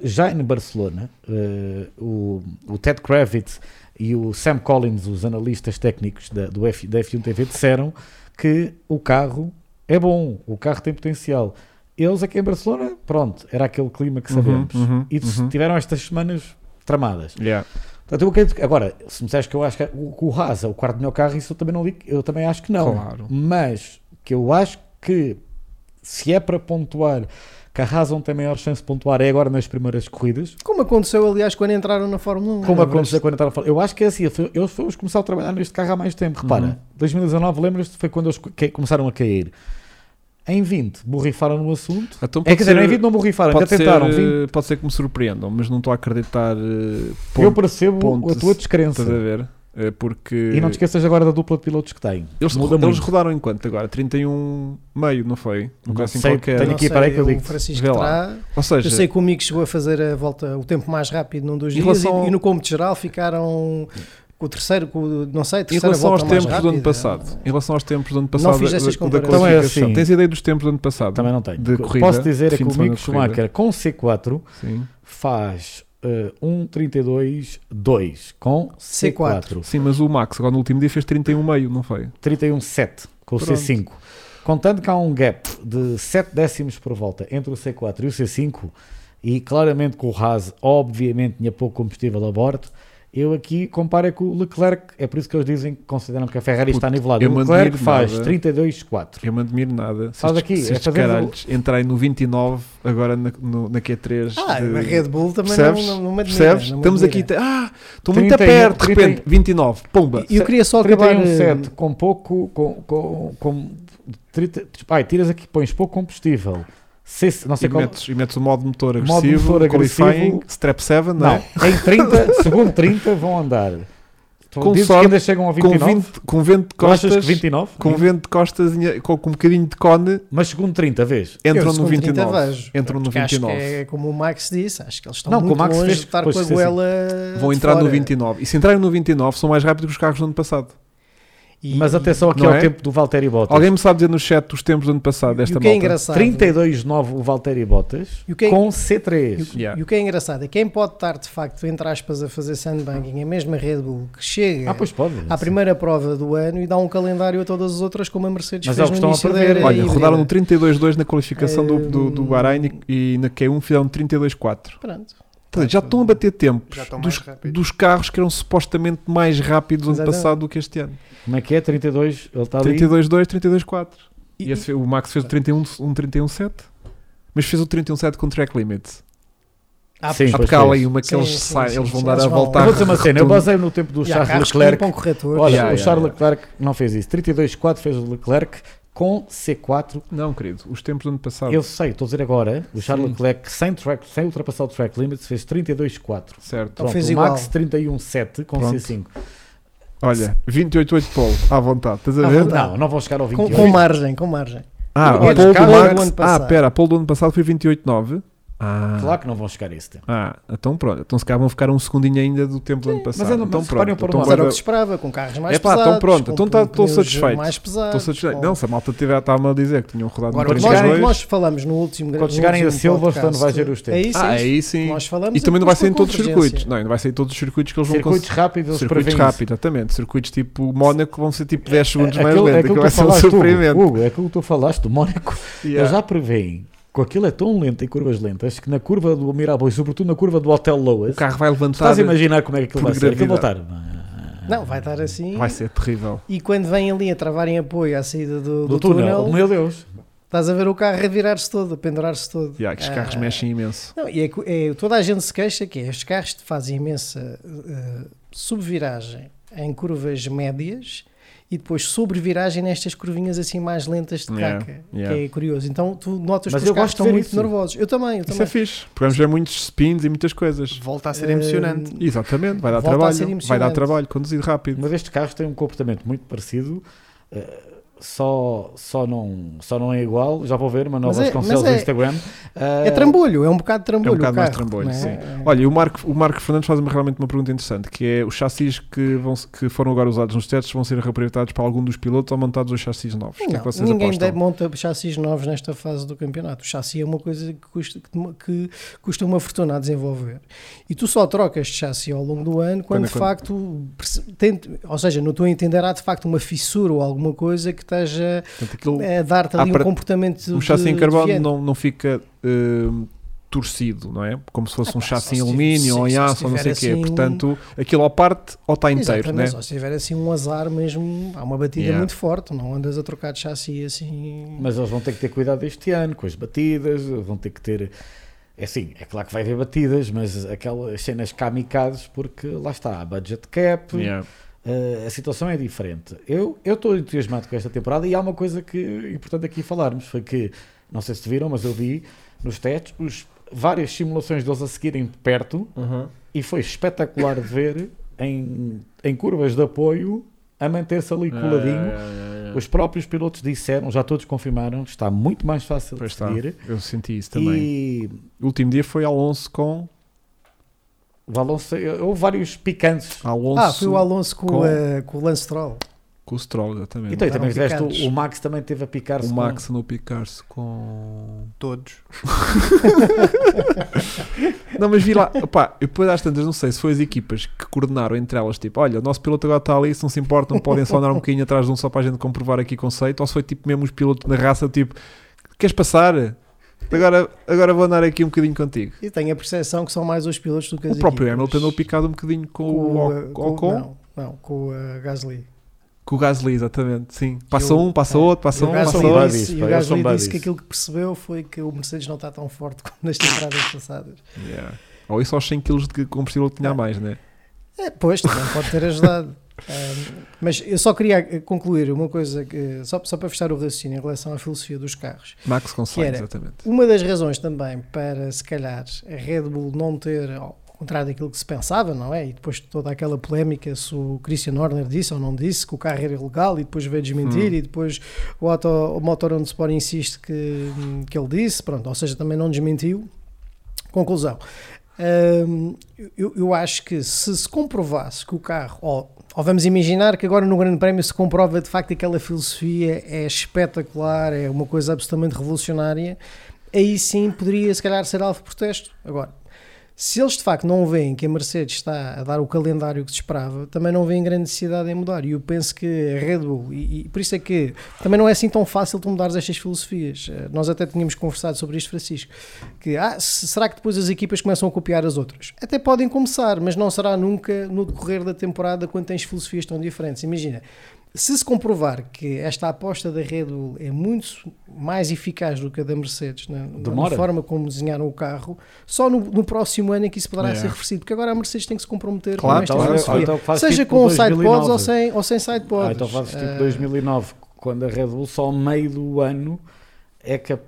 Speaker 3: já em Barcelona, uh, o, o Ted Kravitz e o Sam Collins, os analistas técnicos da, do F, da F1 TV, disseram que o carro é bom, o carro tem potencial. Eles aqui em Barcelona, pronto, era aquele clima que sabemos.
Speaker 1: Uhum, uhum,
Speaker 3: e
Speaker 1: uhum.
Speaker 3: tiveram estas semanas tramadas.
Speaker 1: Yeah.
Speaker 3: Portanto, eu acredito que- agora, se me disseres que eu acho que o, que o Haas é o quarto melhor carro, isso eu também não digo, eu também acho que não.
Speaker 1: Claro.
Speaker 3: Mas que eu acho que se é para pontuar que a Haas não tem maior chance de pontuar é agora nas primeiras corridas,
Speaker 2: Como aconteceu, aliás, quando entraram na Fórmula é? 1.
Speaker 3: como
Speaker 2: lembras?
Speaker 3: aconteceu quando estava a falar. Eu acho que é assim, foi- eles foram começar a trabalhar neste carro há mais tempo. Repara,
Speaker 1: Uhum.
Speaker 3: 2019, lembras-te, foi quando eles que- começaram a cair. Em 20, borrifaram no assunto.
Speaker 1: Então pode
Speaker 3: É que dizer,
Speaker 1: ser-
Speaker 3: em 20 não borrifaram,
Speaker 1: Pode
Speaker 3: até tentaram.
Speaker 1: ser,
Speaker 3: 20.
Speaker 1: eh, pode ser que me surpreendam, mas não estou a acreditar. eh, ponto,
Speaker 3: eu percebo
Speaker 1: ponto,
Speaker 3: a
Speaker 1: Estás
Speaker 3: tua
Speaker 1: a
Speaker 3: descrença.
Speaker 1: ver? Eh, Porque
Speaker 3: E não te esqueças agora da dupla de pilotos que têm.
Speaker 1: eles,
Speaker 3: Muda
Speaker 1: eles
Speaker 3: muito.
Speaker 1: rodaram em quanto agora? 31 meio, não foi? Uma
Speaker 3: Não
Speaker 1: coisa assim
Speaker 3: sei,
Speaker 1: qualquer.
Speaker 3: tenho
Speaker 2: Não
Speaker 3: aqui,
Speaker 2: sei,
Speaker 3: peraí que eu
Speaker 2: o
Speaker 3: digo.
Speaker 2: Francisco
Speaker 1: Vê lá.
Speaker 2: terá.
Speaker 1: Ou seja,
Speaker 2: Eu sei que o Mick chegou a fazer a volta, o tempo mais rápido num dos
Speaker 1: Em
Speaker 2: dias
Speaker 1: relação-
Speaker 2: e, e no cômputo geral ficaram com o terceiro, com o, não sei,
Speaker 1: Em
Speaker 2: terceira
Speaker 1: relação aos
Speaker 2: volta mais é
Speaker 1: tempos do
Speaker 2: rápida.
Speaker 1: ano passado, em relação aos tempos do ano passado eh,
Speaker 2: fiz
Speaker 1: da-
Speaker 2: estas
Speaker 1: da, da
Speaker 2: comparações.
Speaker 1: classificação,
Speaker 3: Também é assim.
Speaker 1: tens ideia dos tempos do ano passado?
Speaker 3: Também não tenho.
Speaker 1: De
Speaker 3: Co-
Speaker 1: corrida,
Speaker 3: Posso dizer é que
Speaker 1: fim de
Speaker 3: o
Speaker 1: semana
Speaker 3: Mick
Speaker 1: de corrida.
Speaker 3: Schumacher com C4
Speaker 1: Sim.
Speaker 3: faz eh, 1.32.2 com C4.
Speaker 1: Sim, mas o Max agora no último dia fez 31,5, não foi?
Speaker 3: 31.7 com o
Speaker 1: Pronto.
Speaker 3: C5. Contando que há um gap de 7 décimos por volta entre o C4 e o C5, e claramente que o Haas obviamente tinha pouco combustível a bordo, eu aqui comparo é com o Leclerc, é por isso que eles dizem que consideram que a Ferrari
Speaker 1: Puto,
Speaker 3: está nivelada.
Speaker 1: eu
Speaker 3: O
Speaker 1: não
Speaker 3: Leclerc
Speaker 1: admiro
Speaker 3: faz
Speaker 1: nada.
Speaker 3: 32.4.
Speaker 1: Eu me admiro nada. Se
Speaker 3: Faz
Speaker 1: estes,
Speaker 3: aqui,
Speaker 1: se
Speaker 3: é
Speaker 1: estes
Speaker 3: fazer
Speaker 1: caralhos entrarem no 29 agora na, no- na Q3.
Speaker 2: Ah,
Speaker 1: de-
Speaker 2: na Red Bull também
Speaker 1: Percebes?
Speaker 2: não, não, não me admira,
Speaker 1: Percebes?
Speaker 2: não me
Speaker 1: Estamos
Speaker 2: admira.
Speaker 1: aqui. te- Ah, estou muito a
Speaker 3: 31,
Speaker 1: perto. De
Speaker 3: 30.
Speaker 1: repente, 29. Pumba.
Speaker 2: E eu queria só acabar. eh,
Speaker 3: 31,7 com pouco, com, com, com 30, ai, tiras aqui, pões pouco combustível. Se, não sei
Speaker 1: E
Speaker 3: qual,
Speaker 1: metes, e metes o modo motor
Speaker 3: Modo
Speaker 1: agressivo,
Speaker 3: motor agressivo.
Speaker 1: qualifying, strap 7, não,
Speaker 3: não,
Speaker 1: é?
Speaker 3: em 30, segundo 30 vão andar. Tu
Speaker 1: Com
Speaker 3: dizes
Speaker 1: sorte,
Speaker 3: que ainda chegam a
Speaker 1: Com,
Speaker 3: 29.
Speaker 1: 20, com vento de
Speaker 3: Tu achas
Speaker 1: costas,
Speaker 3: que 29?
Speaker 1: com vento de costas e- com, com um bocadinho de cone,
Speaker 3: Mas segundo 30, vês?
Speaker 1: entram
Speaker 2: eh, Eu,
Speaker 1: no
Speaker 2: segundo 30
Speaker 1: 29.
Speaker 2: vejo.
Speaker 1: Entram no
Speaker 2: Porque acho
Speaker 1: 29.
Speaker 2: que é como o Max disse, acho que eles estão
Speaker 3: Não,
Speaker 2: muito
Speaker 3: como o Max
Speaker 2: longe
Speaker 3: fez,
Speaker 2: de estar
Speaker 3: depois
Speaker 2: com a
Speaker 3: de ser assim.
Speaker 2: goela.
Speaker 1: Vão
Speaker 2: de
Speaker 1: entrar no
Speaker 2: fora.
Speaker 1: 29. E se entrarem no 29, são mais rápidos que os carros do ano passado.
Speaker 2: E-
Speaker 3: Mas atenção aqui
Speaker 1: Não
Speaker 3: ao
Speaker 1: é?
Speaker 3: tempo do Valtteri Bottas.
Speaker 1: Alguém me sabe dizer no chat os tempos do ano passado
Speaker 2: e
Speaker 1: desta
Speaker 2: o que é
Speaker 1: malta?
Speaker 2: engraçado.
Speaker 3: 32,9 o Valtteri Bottas
Speaker 2: E o que é-
Speaker 3: com
Speaker 2: E,
Speaker 3: C3.
Speaker 2: o-
Speaker 1: Yeah.
Speaker 2: e o que é engraçado é quem pode estar de facto, entre aspas, a fazer sandbanking, é mesmo a Red Bull, que chega
Speaker 3: Ah, pois pode.
Speaker 2: à primeira prova do ano e dá um calendário a todas as outras, como a Mercedes
Speaker 3: Mas é o
Speaker 2: fez
Speaker 3: que
Speaker 2: no início
Speaker 3: estão a
Speaker 2: da
Speaker 3: prever.
Speaker 2: era
Speaker 1: Olha,
Speaker 2: híbrida.
Speaker 1: rodaram no 32-2 na qualificação do, do, do
Speaker 2: Hum.
Speaker 1: Bahrein e, e na Q1 fizeram 32-4.
Speaker 2: Pronto.
Speaker 1: Portanto,
Speaker 2: Tá,
Speaker 1: Já estão a bater tempos
Speaker 4: Já estão mais
Speaker 1: dos,
Speaker 4: rápidos.
Speaker 1: dos carros que eram supostamente mais rápidos ano
Speaker 2: Exatamente.
Speaker 1: passado do que este ano.
Speaker 3: Como é que é? 32, ele está ali.
Speaker 1: 32-2, 32-4.
Speaker 2: E-
Speaker 1: E esse fe- o Max fez o 31, um 31-7, mas fez o 31-7 com track limits.
Speaker 2: Ah,
Speaker 3: Sim,
Speaker 2: pois.
Speaker 1: Há
Speaker 3: pois
Speaker 1: porque há
Speaker 3: fez.
Speaker 1: ali uma que
Speaker 2: Sim,
Speaker 1: eles,
Speaker 2: sim,
Speaker 1: saem,
Speaker 2: sim,
Speaker 1: eles vão
Speaker 2: sim,
Speaker 1: dar
Speaker 2: eles
Speaker 1: a
Speaker 2: vão-
Speaker 1: volta
Speaker 3: Eu
Speaker 1: à
Speaker 3: vou dizer uma cena, eu
Speaker 1: rotunda.
Speaker 3: basei no tempo do
Speaker 2: E há
Speaker 3: Charles
Speaker 2: carros que
Speaker 3: Leclerc.
Speaker 2: limpam corretores.
Speaker 3: Olha,
Speaker 1: Yeah,
Speaker 3: o
Speaker 1: yeah,
Speaker 3: Charles
Speaker 1: yeah.
Speaker 3: Leclerc não fez isso. 32.4 fez o Leclerc com C4.
Speaker 1: Não, querido, os tempos do ano passado.
Speaker 3: Eu sei, estou a dizer agora. O Charles
Speaker 1: Ah. Sim.
Speaker 3: Leclerc, sem, track, sem ultrapassar o track limit, fez 32.4.
Speaker 1: Certo.
Speaker 2: Então
Speaker 3: Pronto,
Speaker 2: fez
Speaker 3: o
Speaker 2: igual.
Speaker 3: Max 31.7 com
Speaker 1: Pronto.
Speaker 3: C5.
Speaker 1: Olha, 28-8 Polo, à vontade, estás a
Speaker 2: À
Speaker 1: ver?
Speaker 2: vontade.
Speaker 3: Não, não vão chegar ao
Speaker 2: Com,
Speaker 3: 28.
Speaker 2: com margem, com margem.
Speaker 1: Ah,
Speaker 3: Olha,
Speaker 1: a pole do
Speaker 3: carro
Speaker 2: do
Speaker 1: Max.
Speaker 2: ano
Speaker 1: Ah,
Speaker 2: passado.
Speaker 1: pera, a pole do ano passado foi 28,9. Ah,
Speaker 3: Claro que não vão chegar a esse tempo.
Speaker 1: ah, então pronto. Então se calhar vão ficar um segundinho ainda do tempo do ano passado.
Speaker 3: ainda-
Speaker 1: então
Speaker 3: mas
Speaker 1: pronto.
Speaker 3: reparem por
Speaker 1: Então
Speaker 3: uma
Speaker 2: Mas
Speaker 1: vai
Speaker 2: era o
Speaker 1: dar-
Speaker 2: que se esperava, com carros mais
Speaker 1: É pá, então
Speaker 2: pesados.
Speaker 1: pronto,
Speaker 2: com
Speaker 1: então tá- tô
Speaker 2: pneus
Speaker 1: satisfeito.
Speaker 2: Mais pesados,
Speaker 1: Estou satisfeito.
Speaker 2: com-
Speaker 1: Não, se a malta tiver- estava a dizer que tinham rodado
Speaker 4: Agora,
Speaker 1: no
Speaker 2: Nós,
Speaker 4: Quando chegarem-
Speaker 1: 32.
Speaker 2: nós falamos no último
Speaker 3: quando chegarem a Silverstone vai ver os tempos.
Speaker 2: É isso,
Speaker 1: Ah,
Speaker 2: é isso.
Speaker 1: aí sim.
Speaker 2: Nós falamos
Speaker 1: E também não vai ser em todos os circuitos.
Speaker 2: Não.
Speaker 1: Não, não vai ser em todos os circuitos que eles vão
Speaker 3: Circuitos
Speaker 1: conseguir.
Speaker 3: rápidos, eles
Speaker 1: Circuitos
Speaker 3: prevêem isso. É
Speaker 1: rápidos, exatamente. Circuitos tipo Mónaco vão ser tipo 10 segundos mais
Speaker 3: Aquilo-
Speaker 1: lento.
Speaker 3: aquilo
Speaker 1: que
Speaker 3: que
Speaker 1: vai
Speaker 3: tu
Speaker 1: ser um
Speaker 3: falaste, Hugo,
Speaker 1: sofrimento.
Speaker 3: Hugo, é aquilo que tu falaste do Mónaco.
Speaker 1: Yeah.
Speaker 3: Eles já preveem que aquilo é tão lento em curvas lentas que na curva do Mirabou e sobretudo na curva do Hotel Loas,
Speaker 1: O carro vai levantar.
Speaker 3: estás a imaginar como é que aquilo
Speaker 1: por
Speaker 3: vai ser. Aquilo
Speaker 1: gravidade.
Speaker 3: voltar.
Speaker 2: vai estar assim.
Speaker 1: Vai ser terrível.
Speaker 2: E quando vêm ali a travarem apoio à saída do,
Speaker 3: Do
Speaker 2: do
Speaker 3: túnel,
Speaker 2: túnel,
Speaker 3: meu Deus.
Speaker 2: estás a ver o carro a virar-se todo, a pendurar-se todo.
Speaker 1: Yeah, que os carros
Speaker 2: Ah,
Speaker 1: mexem imenso.
Speaker 2: Não, e é, co- é- toda a gente se queixa que é, estes carros fazem imensa eh, subviragem em curvas médias e depois sobreviragem nestas curvinhas assim mais lentas de
Speaker 1: Yeah,
Speaker 2: caca,
Speaker 1: yeah.
Speaker 2: que é curioso. Então tu notas
Speaker 3: Mas
Speaker 2: que
Speaker 3: eu
Speaker 2: os carros
Speaker 3: gosto de
Speaker 2: estão
Speaker 3: ver
Speaker 2: muito
Speaker 3: isso.
Speaker 2: nervosos. Eu também, eu
Speaker 1: Isso é
Speaker 2: também.
Speaker 1: fixe. Porque vamos ver muitos spins e muitas coisas.
Speaker 4: Volta a ser
Speaker 2: Eh,
Speaker 4: emocionante.
Speaker 1: Exatamente, vai dar
Speaker 2: Volta a
Speaker 1: trabalho.
Speaker 2: ser
Speaker 1: Vai dar
Speaker 2: emocionante.
Speaker 1: trabalho, conduzir rápido.
Speaker 3: Mas estes carros têm um comportamento muito parecido. eh, só, só, não, só não é igual. Já vou ver, Manuel
Speaker 2: Mas é-
Speaker 3: Vasconcelos
Speaker 2: mas é-
Speaker 3: no Instagram. Eh,
Speaker 2: É trambolho, é um bocado
Speaker 1: É
Speaker 2: de trambolho.
Speaker 1: um bocado
Speaker 2: o
Speaker 1: mais
Speaker 2: carro,
Speaker 1: trambolho,
Speaker 2: não é?
Speaker 1: sim.
Speaker 2: É.
Speaker 1: Olha, e o Marco, o Marco Fernandes faz-me realmente uma pergunta interessante, que é os chassis que, vão, que foram agora usados nos testes vão ser reaproveitados para algum dos pilotos ou montados os chassis novos? o que é que
Speaker 2: Não,
Speaker 1: vocês
Speaker 2: ninguém
Speaker 1: apostam?
Speaker 2: de- monta chassis novos nesta fase do campeonato. O chassi é uma coisa que custa, que- que custa uma fortuna a desenvolver. E tu só trocas de chassi ao longo do ano
Speaker 1: Quando
Speaker 2: quando,
Speaker 1: é
Speaker 2: de
Speaker 1: quando?
Speaker 2: facto. perce- tem- ou seja, no teu entender, há de facto uma fissura ou alguma coisa que esteja
Speaker 1: Portanto, aquilo-
Speaker 2: a dar-te ali
Speaker 1: à par-
Speaker 2: um comportamento.
Speaker 1: o chassi
Speaker 2: de-
Speaker 1: em carbono
Speaker 2: deviante.
Speaker 1: não, não fica eh, torcido, não é? Como se fosse um
Speaker 2: pá,
Speaker 1: chassi
Speaker 2: só
Speaker 1: em
Speaker 2: se-
Speaker 1: alumínio
Speaker 2: se-
Speaker 1: ou em
Speaker 2: se
Speaker 1: aço ou não sei o
Speaker 2: tiver
Speaker 1: quê.
Speaker 2: assim um-
Speaker 1: Portanto, aquilo ao parte ou está inteiro,
Speaker 2: Exatamente,
Speaker 1: não é?
Speaker 2: só se tiver assim um azar mesmo, há uma batida
Speaker 1: Yeah.
Speaker 2: muito forte, não andas a trocar de chassi assim.
Speaker 3: Mas eles vão ter que ter cuidado este ano com as batidas, vão ter que ter. É assim, é claro que vai haver batidas, mas aquelas cenas kamikazes, porque lá está, há budget cap,
Speaker 1: Yeah.
Speaker 3: eh, a situação é diferente. Eu eu estou entusiasmado com esta temporada e há uma coisa que é importante aqui falarmos: foi que, não sei se viram, mas eu vi nos testes os, várias simulações deles a seguirem de perto
Speaker 2: um Uhum.
Speaker 3: e foi espetacular de ver em, em curvas de apoio a manter-se ali coladinho.
Speaker 1: É.
Speaker 2: Ah,
Speaker 3: Os próprios pilotos disseram, já todos confirmaram, está muito mais fácil
Speaker 1: Pois
Speaker 3: de
Speaker 1: está,
Speaker 3: seguir.
Speaker 1: eu senti isso também.
Speaker 3: E
Speaker 1: O último dia foi Alonso com
Speaker 3: O Alonso, um houve vários picantes.
Speaker 1: Alonso
Speaker 2: Ah, foi o Alonso com,
Speaker 1: com-
Speaker 2: eh, com o Lance Troll.
Speaker 1: com o Stroll, exatamente.
Speaker 3: Então, e
Speaker 2: Eram
Speaker 3: também tiveste
Speaker 2: picantes.
Speaker 3: o, o Max também teve a picar-se.
Speaker 1: um o
Speaker 3: com-
Speaker 1: Max não picar-se com.
Speaker 4: Todos.
Speaker 1: Não, mas vi lá, opá, eu depois às tantas não sei se foi as equipas que coordenaram entre elas, tipo, olha, o nosso piloto agora está ali, se não se importam, podem só andar um bocadinho atrás de um só para a gente comprovar aqui conceito, ou se foi tipo mesmo os pilotos na raça, tipo, queres passar? Agora, agora vou andar aqui um bocadinho contigo.
Speaker 2: E tenho a percepção que são mais os pilotos do que as
Speaker 1: O próprio
Speaker 2: equipas.
Speaker 1: Hamilton andou picado um bocadinho com, o
Speaker 2: eh,
Speaker 1: Ocon, com,
Speaker 2: Não, não, com o eh, Gasly.
Speaker 1: o Gasly, exatamente, sim. Passa um, passa
Speaker 2: é,
Speaker 1: outro, passa
Speaker 2: e o
Speaker 1: um,
Speaker 2: Gasly
Speaker 1: passa
Speaker 3: Ah, são
Speaker 1: outro.
Speaker 3: buddies,
Speaker 2: disse, e
Speaker 3: pá,
Speaker 2: o
Speaker 3: eles são
Speaker 2: Gasly
Speaker 3: buddies.
Speaker 2: disse que aquilo que percebeu foi que o Mercedes não está tão forte como nas temporadas passadas.
Speaker 1: Yeah. Ou isso aos 100 kg de combustível que tinha a mais, né?
Speaker 2: É, pois, também pode ter ajudado. Ahm, mas eu só queria eh, concluir uma coisa, que, só, só para fechar o raciocínio em relação à filosofia dos carros.
Speaker 1: Max
Speaker 2: Que
Speaker 1: Consains,
Speaker 2: era-
Speaker 1: exatamente.
Speaker 2: Uma das razões também para, se calhar, a Red Bull não ter, ao contrário daquilo que se pensava, não é? E depois de toda aquela polémica se o Christian Horner disse ou não disse que o carro era ilegal e depois veio desmentir
Speaker 1: Hum.
Speaker 2: e depois o, auto, o motor onde Sport insiste que, que ele disse, pronto, ou seja, também não desmentiu. Conclusão. Hum, eu, eu acho que se se comprovasse que o carro, ou, ou vamos imaginar que agora no Grande Prémio se comprova de facto que aquela filosofia é espetacular, é uma coisa absolutamente revolucionária, aí sim poderia se calhar ser alvo de protesto. Agora, se eles de facto não veem que a Mercedes está a dar o calendário que se esperava, também não veem grande necessidade em mudar. E eu penso que a Red Bull, e, e por isso é que também não é assim tão fácil tu mudares estas filosofias. Eh, Nós até tínhamos conversado sobre isto, Francisco, que ah, se- será que depois as equipas começam a copiar as outras? Até podem começar, mas não será nunca no decorrer da temporada quando tens filosofias tão diferentes. Imagina, se se comprovar que esta aposta da Red Bull é muito mais eficaz do que a da Mercedes né, na, na
Speaker 3: Demora.
Speaker 2: forma como desenharam o carro, só no, no próximo ano é que isso poderá
Speaker 1: Yeah.
Speaker 2: ser referecido, porque agora a Mercedes tem que se comprometer
Speaker 1: Claro,
Speaker 2: com esta
Speaker 1: claro,
Speaker 2: filosofia.
Speaker 3: então faz
Speaker 2: Seja
Speaker 3: tipo
Speaker 2: com
Speaker 3: 2009.
Speaker 2: sidepods ou sem, ou sem sidepods.
Speaker 3: Ah, então fazes tipo
Speaker 2: Eh,
Speaker 3: 2009, quando a Red Bull só ao meio do ano é que a-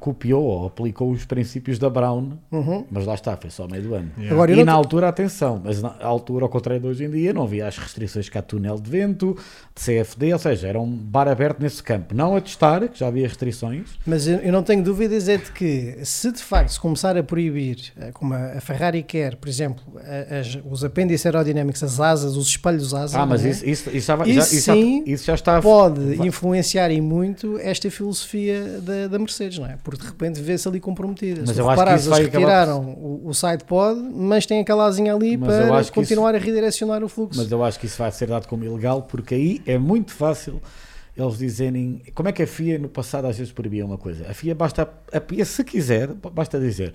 Speaker 3: copiou ou aplicou os princípios da Brown,
Speaker 2: uhum.
Speaker 3: mas lá está, foi só ao meio do ano.
Speaker 1: Yeah.
Speaker 2: Agora, eu
Speaker 3: E
Speaker 2: não
Speaker 3: na
Speaker 2: te-
Speaker 3: altura, atenção, mas na altura, ao contrário de hoje em dia, não havia as restrições cá de túnel de vento, de CFD, ou seja, era um bar aberto nesse campo. Não a testar, que já havia restrições,
Speaker 2: Mas eu, eu não tenho dúvidas é de que se de facto se começar a proibir, eh, como a, a Ferrari quer, por exemplo, a- as- os apêndices aerodinâmicos, as asas, os espelhos asas,
Speaker 3: ah, mas
Speaker 2: não é?
Speaker 3: isso, isso, isso, estava-
Speaker 2: Isso
Speaker 3: já, isso, já-
Speaker 2: sim
Speaker 3: isso já está
Speaker 2: pode
Speaker 3: vai-
Speaker 2: influenciar e muito esta filosofia da, da Mercedes, não é? Porque de repente vê-se ali comprometida.
Speaker 3: Mas
Speaker 2: Se
Speaker 3: eu
Speaker 2: tu
Speaker 3: acho que
Speaker 2: reparares,
Speaker 3: isso vai
Speaker 2: eles
Speaker 3: acabar
Speaker 2: retiraram o, o sidepod, mas tem aquela asinha ali
Speaker 3: Mas eu
Speaker 2: para
Speaker 3: acho que isso-
Speaker 2: continuar a redirecionar o fluxo.
Speaker 3: Mas eu acho que isso vai ser dado como ilegal, porque aí é muito fácil eles dizerem. Como é que a FIA no passado às vezes proibia uma coisa? A FIA basta. A FIA, se quiser, basta dizer: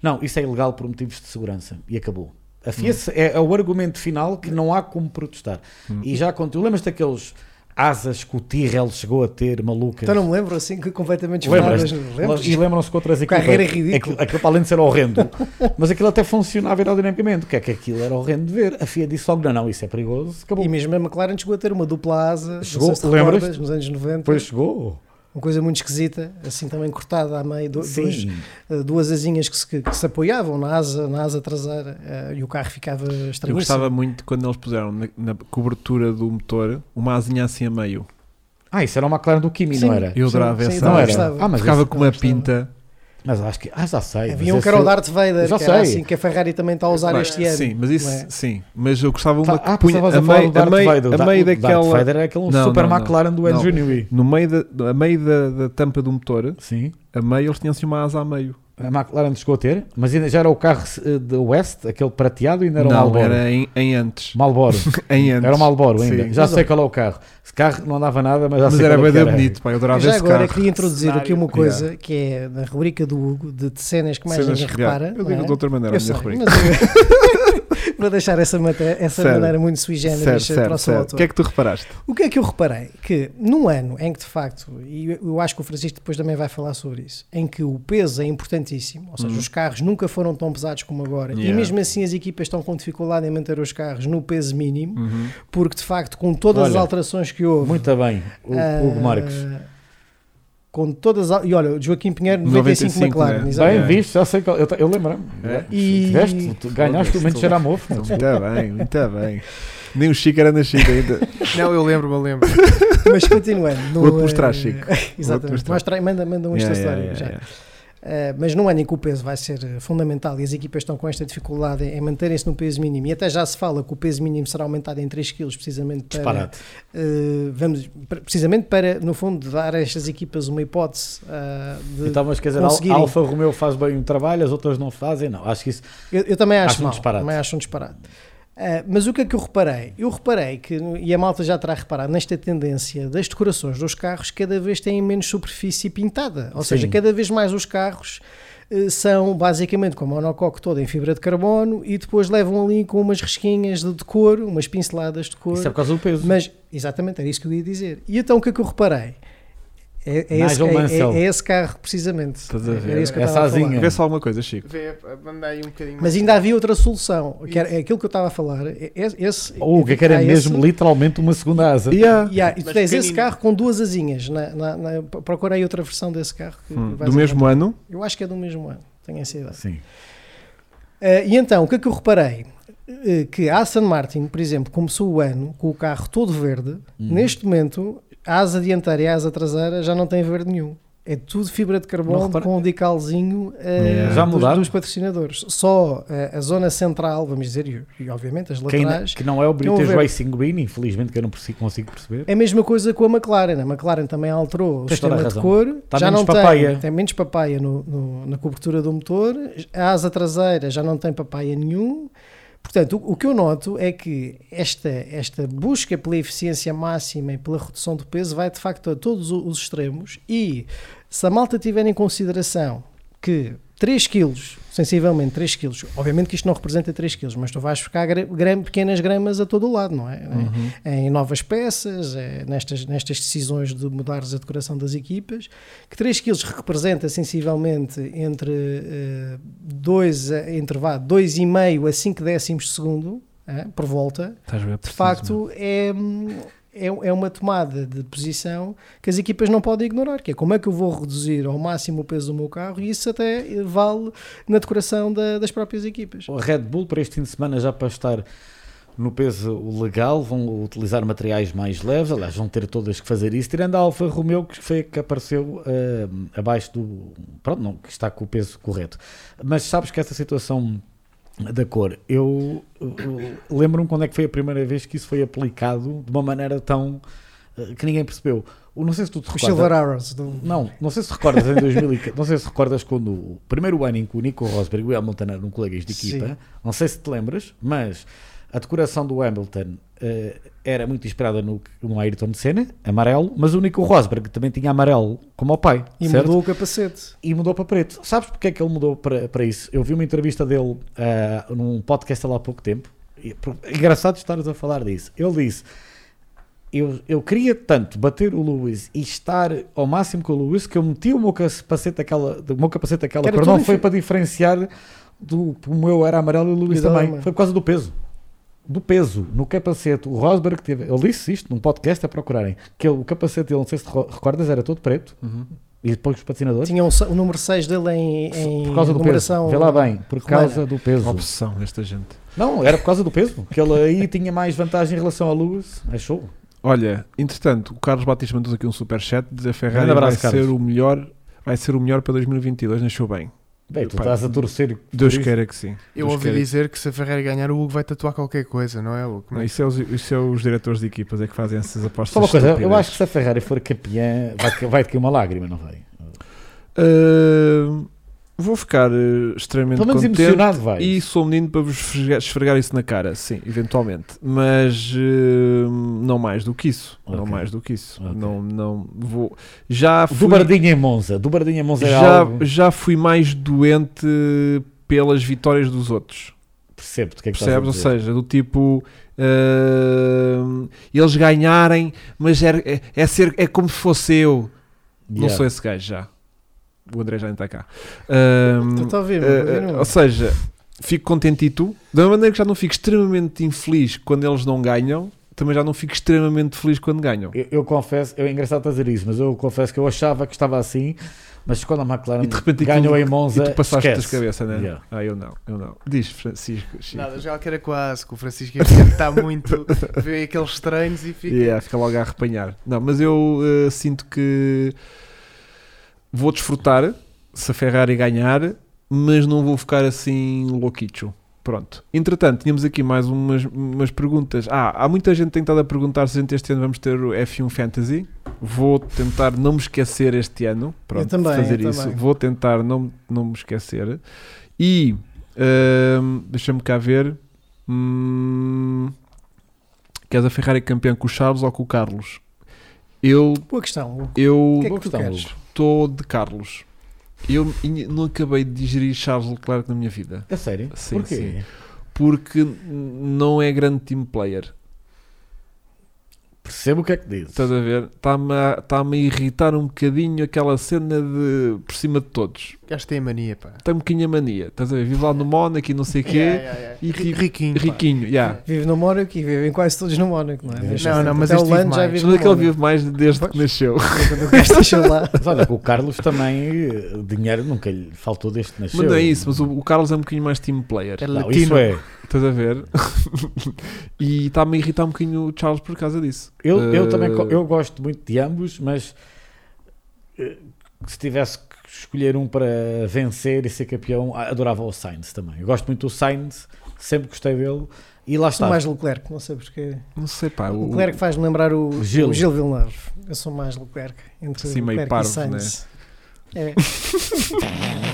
Speaker 3: não, isso é ilegal por motivos de segurança. E acabou. A FIA
Speaker 2: Hum.
Speaker 3: se- é, é o argumento final que não há como protestar.
Speaker 2: Hum.
Speaker 3: E já aconteceu. Lembras-te daqueles asas que o Tyrrell chegou a ter, malucas?
Speaker 2: Então não me lembro assim que completamente
Speaker 3: Lembras?
Speaker 2: desfadadas. Lembras?
Speaker 3: Tipo, E lembram-se que outras equipas.
Speaker 2: Carreira é ridícula.
Speaker 3: Aquilo, aquilo para além de ser horrendo. mas aquilo até funcionava aerodinamicamente. O que é que aquilo era horrendo de ver? A FIA disse logo: não, não, isso é perigoso. Acabou.
Speaker 2: E mesmo a McLaren chegou a ter uma dupla asa, não
Speaker 3: Chegou,
Speaker 2: sei se te
Speaker 3: lembras-te?
Speaker 2: recordas, nos anos 90,
Speaker 3: Depois chegou.
Speaker 2: uma coisa muito esquisita, assim também cortada à meio, do, dois,
Speaker 3: Sim.
Speaker 2: eh, duas asinhas que se, que- que se apoiavam na asa, na asa traseira eh, e o carro ficava estranho.
Speaker 1: Eu gostava muito quando eles puseram na, na cobertura do motor uma asinha assim a meio.
Speaker 3: Ah, isso era uma McLaren do Kimi,
Speaker 2: Sim.
Speaker 3: não era?
Speaker 1: Eu adorava
Speaker 2: sim,
Speaker 1: essa
Speaker 3: Não
Speaker 2: eu
Speaker 1: asa.
Speaker 3: era.
Speaker 2: gostava.
Speaker 3: Ah, mas,
Speaker 1: Ficava
Speaker 3: esse-
Speaker 1: com uma
Speaker 2: gostava.
Speaker 1: pinta.
Speaker 3: mas acho que. Ah, já sei.
Speaker 2: Havia
Speaker 3: mas
Speaker 2: um
Speaker 3: esse-
Speaker 2: que era o Darth Vader,
Speaker 3: Já
Speaker 2: que era
Speaker 3: sei.
Speaker 2: assim, que a Ferrari também está a usar
Speaker 1: Mas-
Speaker 2: este ano.
Speaker 1: Sim, mas isso,
Speaker 2: não é?
Speaker 1: sim. Mas eu gostava uma
Speaker 3: Tá,
Speaker 1: que
Speaker 3: ah,
Speaker 1: punha
Speaker 3: estavas a
Speaker 1: a
Speaker 3: falar
Speaker 1: meio,
Speaker 3: do Darth
Speaker 1: a meio,
Speaker 3: Vader. O
Speaker 1: a
Speaker 3: Dar-
Speaker 1: meio
Speaker 3: o Darth
Speaker 1: daquela.
Speaker 3: Vader era aquele
Speaker 1: Não,
Speaker 3: super
Speaker 1: não, não.
Speaker 3: McLaren do Andrew Newey.
Speaker 1: No meio, da, a meio da, da tampa do motor,
Speaker 3: Sim.
Speaker 1: a meio eles tinham assim uma asa a meio.
Speaker 3: A McLaren chegou a ter, mas ainda já era o carro eh, da West, aquele prateado,
Speaker 2: um
Speaker 3: ainda era o
Speaker 1: não,
Speaker 3: Malboro.
Speaker 1: era em, em antes.
Speaker 3: Malboro.
Speaker 1: Em antes.
Speaker 3: era o Malboro ainda.
Speaker 1: Sim.
Speaker 3: Já
Speaker 2: Mas
Speaker 3: sei qual é o carro. Esse carro não andava nada, mas
Speaker 1: Mas
Speaker 3: já
Speaker 2: assim,
Speaker 3: sei
Speaker 1: era
Speaker 3: qual é
Speaker 1: bem
Speaker 3: que era.
Speaker 1: bonito, pá, eu adorava
Speaker 2: Já
Speaker 1: esse
Speaker 2: agora
Speaker 1: carro.
Speaker 2: queria introduzir aqui uma
Speaker 1: Cenário.
Speaker 2: coisa que é na rubrica do Hugo, de, de cenas que mais
Speaker 1: Cenas
Speaker 2: ninguém
Speaker 1: reais.
Speaker 2: repara.
Speaker 1: Eu
Speaker 2: não
Speaker 1: digo
Speaker 2: é?
Speaker 1: de outra maneira,
Speaker 2: Eu
Speaker 1: a minha
Speaker 2: sei,
Speaker 1: rubrica.
Speaker 2: mas eu- Vou deixar essa, maté- essa
Speaker 1: Sério.
Speaker 2: maneira muito sui
Speaker 1: Sério,
Speaker 2: generis para
Speaker 1: sério,
Speaker 2: o seu
Speaker 1: sério.
Speaker 2: autor.
Speaker 1: O que é que tu reparaste?
Speaker 2: O que é que eu reparei? Que num ano em que de facto, e eu- eu acho que o Francisco depois também vai falar sobre isso, em que o peso é importantíssimo, ou seja,
Speaker 1: Uhum.
Speaker 2: os carros nunca foram tão pesados como agora, e
Speaker 1: Yeah.
Speaker 2: mesmo assim as equipas estão com dificuldade em manter os carros no peso mínimo,
Speaker 1: Uhum.
Speaker 2: porque de facto, com todas as
Speaker 3: Olha,
Speaker 2: alterações que houve.
Speaker 3: Muito bem, o-
Speaker 2: ah,
Speaker 3: Hugo Marques.
Speaker 2: Com todas as. al- E olha, o Joaquim Pinheiro, 95,
Speaker 1: 95,
Speaker 2: McLaren,
Speaker 1: né?
Speaker 2: exato.
Speaker 3: Bem
Speaker 1: É.
Speaker 3: visto, já sei qual. Eu, te- eu lembro-me.
Speaker 1: É.
Speaker 2: E-
Speaker 3: Tiveste, tu ganhaste o momento de cheirar a
Speaker 2: É.
Speaker 3: mofo.
Speaker 1: Muito bem, muito bem. Nem o Chico era nascido ainda.
Speaker 4: Não, eu lembro-me, eu lembro.
Speaker 2: Mas continuando. no,
Speaker 1: Vou-te mostrar,
Speaker 2: eh,
Speaker 1: Chico.
Speaker 2: Exatamente.
Speaker 1: mostrar.
Speaker 2: Mostra aí, manda, manda um
Speaker 1: Yeah, yeah,
Speaker 2: Insta Story,
Speaker 1: yeah,
Speaker 2: já.
Speaker 1: yeah.
Speaker 2: Eh, mas num ano em que o peso vai ser eh, fundamental e as equipas estão com esta dificuldade em em manterem-se no peso mínimo, e até já se fala que o peso mínimo será aumentado em 3 kg, precisamente para,
Speaker 3: Disparate.
Speaker 2: eh, vamos, pre- precisamente para, no fundo, dar a estas equipas uma hipótese ah, de.
Speaker 3: Então, mas quer dizer, a
Speaker 2: conseguirem.
Speaker 3: Alfa Romeo faz bem o trabalho, as outras não fazem, não. Acho que isso.
Speaker 2: eu, eu também acho,
Speaker 3: Acho um
Speaker 2: mal,
Speaker 3: disparate.
Speaker 2: também acho um disparate. Ah, mas o que é que eu reparei? Eu reparei que, e a malta já terá reparado, nesta tendência das decorações dos carros cada vez têm menos superfície pintada. Ou
Speaker 3: Sim.
Speaker 2: seja, cada vez mais os carros eh, são basicamente com a monocoque toda em fibra de carbono e depois levam ali com umas risquinhas de decor, umas pinceladas de cor.
Speaker 3: Isso é por causa do peso.
Speaker 2: Mas, exatamente, era isso que eu ia dizer. E então o que é que eu reparei? É, é, esse,
Speaker 3: Nigel um Mansell.
Speaker 2: é, é- é esse carro, precisamente.
Speaker 1: Estás a ver?
Speaker 2: Era isso que eu
Speaker 3: Essa
Speaker 2: estava a falar.
Speaker 3: asinha.
Speaker 1: Vê só alguma coisa, Chico.
Speaker 4: Vê, manda aí um bocadinho
Speaker 2: Mas
Speaker 4: mais.
Speaker 2: ainda havia outra solução, que era é aquilo que eu estava a falar. É- é- Esse,
Speaker 3: Ou o que é que era
Speaker 2: há esse-
Speaker 3: mesmo, literalmente, uma segunda asa.
Speaker 1: Yeah.
Speaker 2: E é. há- e tu
Speaker 4: Mas
Speaker 2: tens esse
Speaker 4: pequenino.
Speaker 2: carro com duas asinhas. Na, na, na, procura aí outra versão desse carro. que
Speaker 1: Hum,
Speaker 2: vais
Speaker 1: do mesmo ano.
Speaker 2: encontrar. Eu acho que é do mesmo ano, tenho essa ideia.
Speaker 3: Sim.
Speaker 2: Eh, e então, o que é que eu reparei? Eh, que a Aston Martin, por exemplo, começou o ano com o carro todo verde.
Speaker 3: Uhum.
Speaker 2: Neste momento, a asa dianteira e a asa traseira já não tem verde nenhum. É tudo fibra de
Speaker 3: Não
Speaker 2: carbono
Speaker 3: reparei.
Speaker 2: com um decalzinho eh,
Speaker 3: Já
Speaker 2: dos,
Speaker 3: mudaram?
Speaker 2: dos patrocinadores. Só eh, a zona central, vamos dizer, e, e obviamente as
Speaker 3: Quem,
Speaker 2: laterais.
Speaker 3: que não é o British
Speaker 2: ver.
Speaker 3: Racing Green, infelizmente, que eu não perce- consigo perceber.
Speaker 2: É a mesma coisa com a McLaren. A McLaren também alterou o
Speaker 3: Tens
Speaker 2: sistema
Speaker 3: toda a
Speaker 2: de
Speaker 3: razão.
Speaker 2: cor.
Speaker 3: Está
Speaker 2: já
Speaker 3: Tá menos
Speaker 2: não tem-
Speaker 3: papaya.
Speaker 2: Tem, menos papaya no- no- na cobertura do motor. A asa traseira já não tem papaya nenhum. Portanto, o, o que eu noto é que esta, esta busca pela eficiência máxima e pela redução do peso vai de facto a todos o- os extremos. E se a malta tiver em consideração que 3 quilos, sensivelmente 3 quilos, obviamente que isto não representa 3 quilos, mas tu vais buscar gra- gram- pequenas gramas a todo o lado, não é?
Speaker 3: Uhum.
Speaker 2: Em novas peças, eh, nestas, nestas decisões de mudares a decoração das equipas, que 3 quilos representa sensivelmente entre 2, entre vá, 2,5 a 5 décimos de segundo, eh, por volta,
Speaker 1: Estás a ver?
Speaker 2: de facto é, hum, é, é uma tomada de posição que as equipas não podem ignorar, que é como é que eu vou reduzir ao máximo o peso do meu carro e isso até eh, vale na decoração da- das próprias equipas.
Speaker 3: A Red Bull, para este fim de semana, já para estar no peso legal, vão utilizar materiais mais leves. Aliás, vão ter todas que fazer isso, tirando a Alfa Romeo, que foi a que apareceu ah, abaixo do. Pronto, não, que está com o peso correto. Mas sabes que essa situação da cor, eu, eu lembro-me quando é que foi a primeira vez que isso foi aplicado de uma maneira tão. ah, que ninguém percebeu. O- Não sei se tu te
Speaker 2: Os
Speaker 3: recordas.
Speaker 2: Silver Arrows. do-
Speaker 3: Não, não sei se recordas em 2014, não sei se recordas quando o primeiro ano em que o Nico Rosberg e o Hamilton eram colegas de equipa,
Speaker 2: Sim.
Speaker 3: não sei se te lembras, mas a decoração do Hamilton eh, era muito inspirada no, no Ayrton Senna, amarelo, mas o Nico Rosberg também tinha amarelo como o pai,
Speaker 2: E
Speaker 3: certo?
Speaker 2: mudou o capacete.
Speaker 3: e mudou para preto. Sabes porque é que ele mudou para, para isso? Eu vi uma entrevista dele ah, num podcast lá há pouco tempo. E, por- engraçado estares a falar disso. Ele disse: eu, eu queria tanto bater o Lewis e estar ao máximo com o Lewis que eu meti o meu capacete daquela, do meu capacete daquela
Speaker 2: Era
Speaker 3: cor.
Speaker 2: tudo
Speaker 3: Não foi
Speaker 2: difer-
Speaker 3: para diferenciar do como eu era amarelo e o Lewis
Speaker 2: Exato,
Speaker 3: também.
Speaker 2: mano.
Speaker 3: Foi por causa do peso. Do peso no capacete, o Rosberg teve. Ele disse isto num podcast a procurarem. Que ele- o capacete dele, não sei se te ro- recordas, era todo preto.
Speaker 1: Uhum.
Speaker 3: E depois os patrocinadores.
Speaker 2: Tinha um se- o número 6 dele em, em
Speaker 3: Por causa do peso.
Speaker 2: numeração
Speaker 3: Vê lá bem, por
Speaker 2: romana.
Speaker 3: causa do peso.
Speaker 1: Opção, esta gente.
Speaker 3: Não, era por causa do peso. Que ele aí tinha mais vantagem em relação ao Lewis. Achou?
Speaker 1: Olha, entretanto, o Carlos Batista mandou aqui um superchat diz a Ferrari
Speaker 3: Grande abraço,
Speaker 1: vai
Speaker 3: Carlos.
Speaker 1: ser o melhor, vai ser o melhor para 2022, nasceu bem.
Speaker 3: Bem, tu
Speaker 1: Pá,
Speaker 3: estás a torcer. por
Speaker 1: Deus
Speaker 3: isso.
Speaker 1: queira que sim.
Speaker 4: Eu
Speaker 1: Deus
Speaker 4: ouvi
Speaker 1: queira.
Speaker 4: dizer que se a Ferrari ganhar, o Hugo vai tatuar qualquer coisa, não é, Hugo?
Speaker 1: Não, Isso é, os, isso é os diretores de equipas é que fazem essas apostas.
Speaker 3: Só uma coisa, eu
Speaker 1: estúpidas.
Speaker 3: acho que se a Ferrari for campeã, vai, te- vai te cair uma lágrima, não vai?
Speaker 1: Ah, vou ficar eh, extremamente
Speaker 3: Pelo menos
Speaker 1: contente.
Speaker 3: emocionado vai.
Speaker 1: E sou um menino para vos esfregar, esfregar isso na cara, sim, eventualmente. Mas eh, não mais do que isso. Não
Speaker 3: Ok.
Speaker 1: mais do que isso.
Speaker 3: Ok.
Speaker 1: Não, não vou. Já
Speaker 3: Do
Speaker 1: fui,
Speaker 3: Bardinha em Monza. Do Bardinha em Monza é
Speaker 1: já,
Speaker 3: algo...
Speaker 1: já fui mais doente pelas vitórias dos outros.
Speaker 3: Percebo-te o que é que estás a
Speaker 1: Percebes? Ou
Speaker 3: dizer.
Speaker 1: seja, do tipo. eh, eles ganharem, mas é, é, é ser, é como se fosse eu. Não
Speaker 3: Yeah.
Speaker 1: sou esse gajo já. O André já não está cá. Ahm,
Speaker 2: Estou a ouvir,
Speaker 4: um
Speaker 1: eh, eh,
Speaker 2: continua.
Speaker 1: ou seja, fico contentito. Da mesma maneira que já não fico extremamente infeliz quando eles não ganham, também já não fico extremamente feliz quando ganham.
Speaker 3: Eu, eu confesso, eu, é engraçado estás a dizer isso, mas eu confesso que eu achava que estava assim, mas quando a McLaren
Speaker 1: E de repente
Speaker 3: ganhou
Speaker 1: aquilo-
Speaker 3: em Monza,
Speaker 1: e tu passaste das
Speaker 3: esquece.
Speaker 1: cabeça, né?
Speaker 3: Yeah.
Speaker 1: Ah, eu não, eu não. Diz Francisco. Chico.
Speaker 4: Nada, já que era quase, que o Francisco ia tentar muito, vê aqueles treinos e fica.
Speaker 1: Yeah, fica logo a arrepanhar. Não, mas eu eh, sinto que vou desfrutar se a Ferrari ganhar, mas não vou ficar assim louquicho. Pronto. Entretanto, tínhamos aqui mais umas, umas perguntas. Ah, há muita gente que tem estado a perguntar se a gente este ano vamos ter o F1 Fantasy. Vou tentar não me esquecer este ano. Pronto,
Speaker 2: Eu também,
Speaker 1: fazer
Speaker 2: eu
Speaker 1: isso.
Speaker 2: também.
Speaker 1: Vou tentar não, não me esquecer. E ahm, deixa-me cá ver. Hum, queres a Ferrari campeã com o Charles ou com o Carlos? Eu
Speaker 2: Boa questão. Hugo.
Speaker 1: eu
Speaker 2: O que é que
Speaker 3: Boa
Speaker 2: tu
Speaker 3: questão,
Speaker 2: queres?
Speaker 1: estou de Carlos. Eu in- não acabei de digerir Charles Leclerc na minha vida.
Speaker 3: É sério?
Speaker 1: Sim,
Speaker 3: Porquê?
Speaker 1: sim. Porque n- não é grande team player.
Speaker 3: Percebo o que é que dizes.
Speaker 1: Estás a ver? Está-me a, tá-me a irritar um bocadinho aquela cena de por cima de todos.
Speaker 4: Gajo tem a mania, pá.
Speaker 1: Tem um bocadinho a mania. Estás a ver? Vive lá no Mónaco e não sei o quê.
Speaker 4: Yeah, yeah, yeah.
Speaker 1: E
Speaker 4: Ri-
Speaker 1: tipo,
Speaker 4: riquinho. pá.
Speaker 1: Riquinho, yeah.
Speaker 2: Vive no Mónaco e vivem quase todos no Mónaco, não é?
Speaker 4: Não, não, mas
Speaker 2: até
Speaker 4: este
Speaker 2: o Lando
Speaker 4: vive
Speaker 1: Mas
Speaker 2: já vive
Speaker 4: mais.
Speaker 2: no
Speaker 1: é que ele
Speaker 2: Mónaco.
Speaker 1: vive mais desde que
Speaker 2: Pois.
Speaker 1: nasceu.
Speaker 2: Quando o gajo deixou lá.
Speaker 3: Mas olha, com o Carlos também eh, dinheiro nunca lhe faltou desde que nasceu.
Speaker 1: Mas não é isso, mas o, o Carlos é um bocadinho mais team player.
Speaker 4: É
Speaker 3: Não,
Speaker 4: latino.
Speaker 3: isso é.
Speaker 1: Estás a ver? e está-me a irritar um bocadinho o Charles por causa disso.
Speaker 3: Eu, eu
Speaker 1: Eh,
Speaker 3: também co- eu gosto muito de ambos, mas eh, se tivesse que escolher um para vencer e ser campeão, ah, adorava o Sainz também. Eu gosto muito do Sainz, sempre gostei dele. E lá
Speaker 2: Sou
Speaker 3: está.
Speaker 2: mais Leclerc, não sei porquê.
Speaker 1: Não sei, pá.
Speaker 2: O
Speaker 1: O,
Speaker 2: Leclerc faz-me lembrar o,
Speaker 3: o
Speaker 2: o
Speaker 3: Gil.
Speaker 2: Gil. Villeneuve. Eu sou mais Leclerc. Entre
Speaker 1: Assim, meio
Speaker 2: Leclerc
Speaker 1: parvo, né?
Speaker 2: e Sainz. É.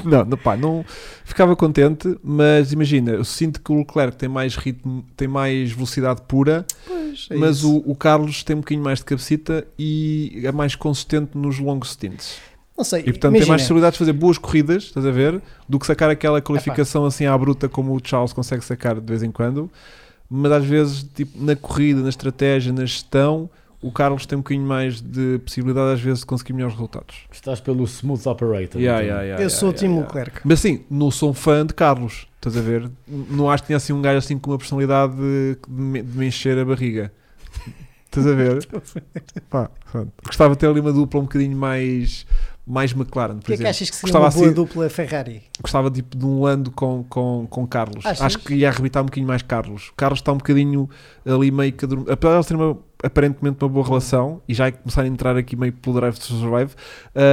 Speaker 1: Não, não, pá, não. Ficava contente, mas imagina, eu sinto que o Leclerc tem mais ritmo, tem mais velocidade pura,
Speaker 2: Pois, é
Speaker 1: mas
Speaker 2: isso.
Speaker 1: o, o Carlos tem um bocadinho mais de cabecita e é mais consistente nos longos stints.
Speaker 2: Não sei,
Speaker 1: E portanto tem
Speaker 2: imagina,
Speaker 1: mais possibilidade de fazer boas corridas, estás a ver? Do que sacar aquela qualificação assim à bruta como o Charles consegue sacar de vez em quando. Mas às vezes, tipo, na corrida, na estratégia, na gestão, o Carlos tem um bocadinho mais de possibilidade às vezes de conseguir melhores resultados.
Speaker 3: Estás pelo Smooth Operator.
Speaker 1: Yeah,
Speaker 3: então.
Speaker 1: yeah, yeah,
Speaker 2: eu sou o
Speaker 1: yeah,
Speaker 2: time
Speaker 1: yeah.
Speaker 2: Leclerc.
Speaker 1: Mas assim, não sou um fã de Carlos, estás a ver? Não acho que tinha assim um gajo assim com uma personalidade de, de me- de me encher a barriga. Estás a ver? Pá, pronto. Gostava de ter ali uma dupla um bocadinho mais, mais McLaren,
Speaker 2: O
Speaker 1: por
Speaker 2: que é que
Speaker 1: exemplo.
Speaker 2: achas que seria
Speaker 1: Gostava
Speaker 2: uma boa
Speaker 1: assim-
Speaker 2: dupla Ferrari?
Speaker 1: Gostava tipo, de um Lando com, com, com Carlos.
Speaker 2: Achas?
Speaker 1: Acho que ia arrebitar um bocadinho mais Carlos. Carlos está um bocadinho ali meio que a dormir. Apesar de eles terem uma- aparentemente uma boa relação e já começar a entrar aqui meio pelo Drive to Survive,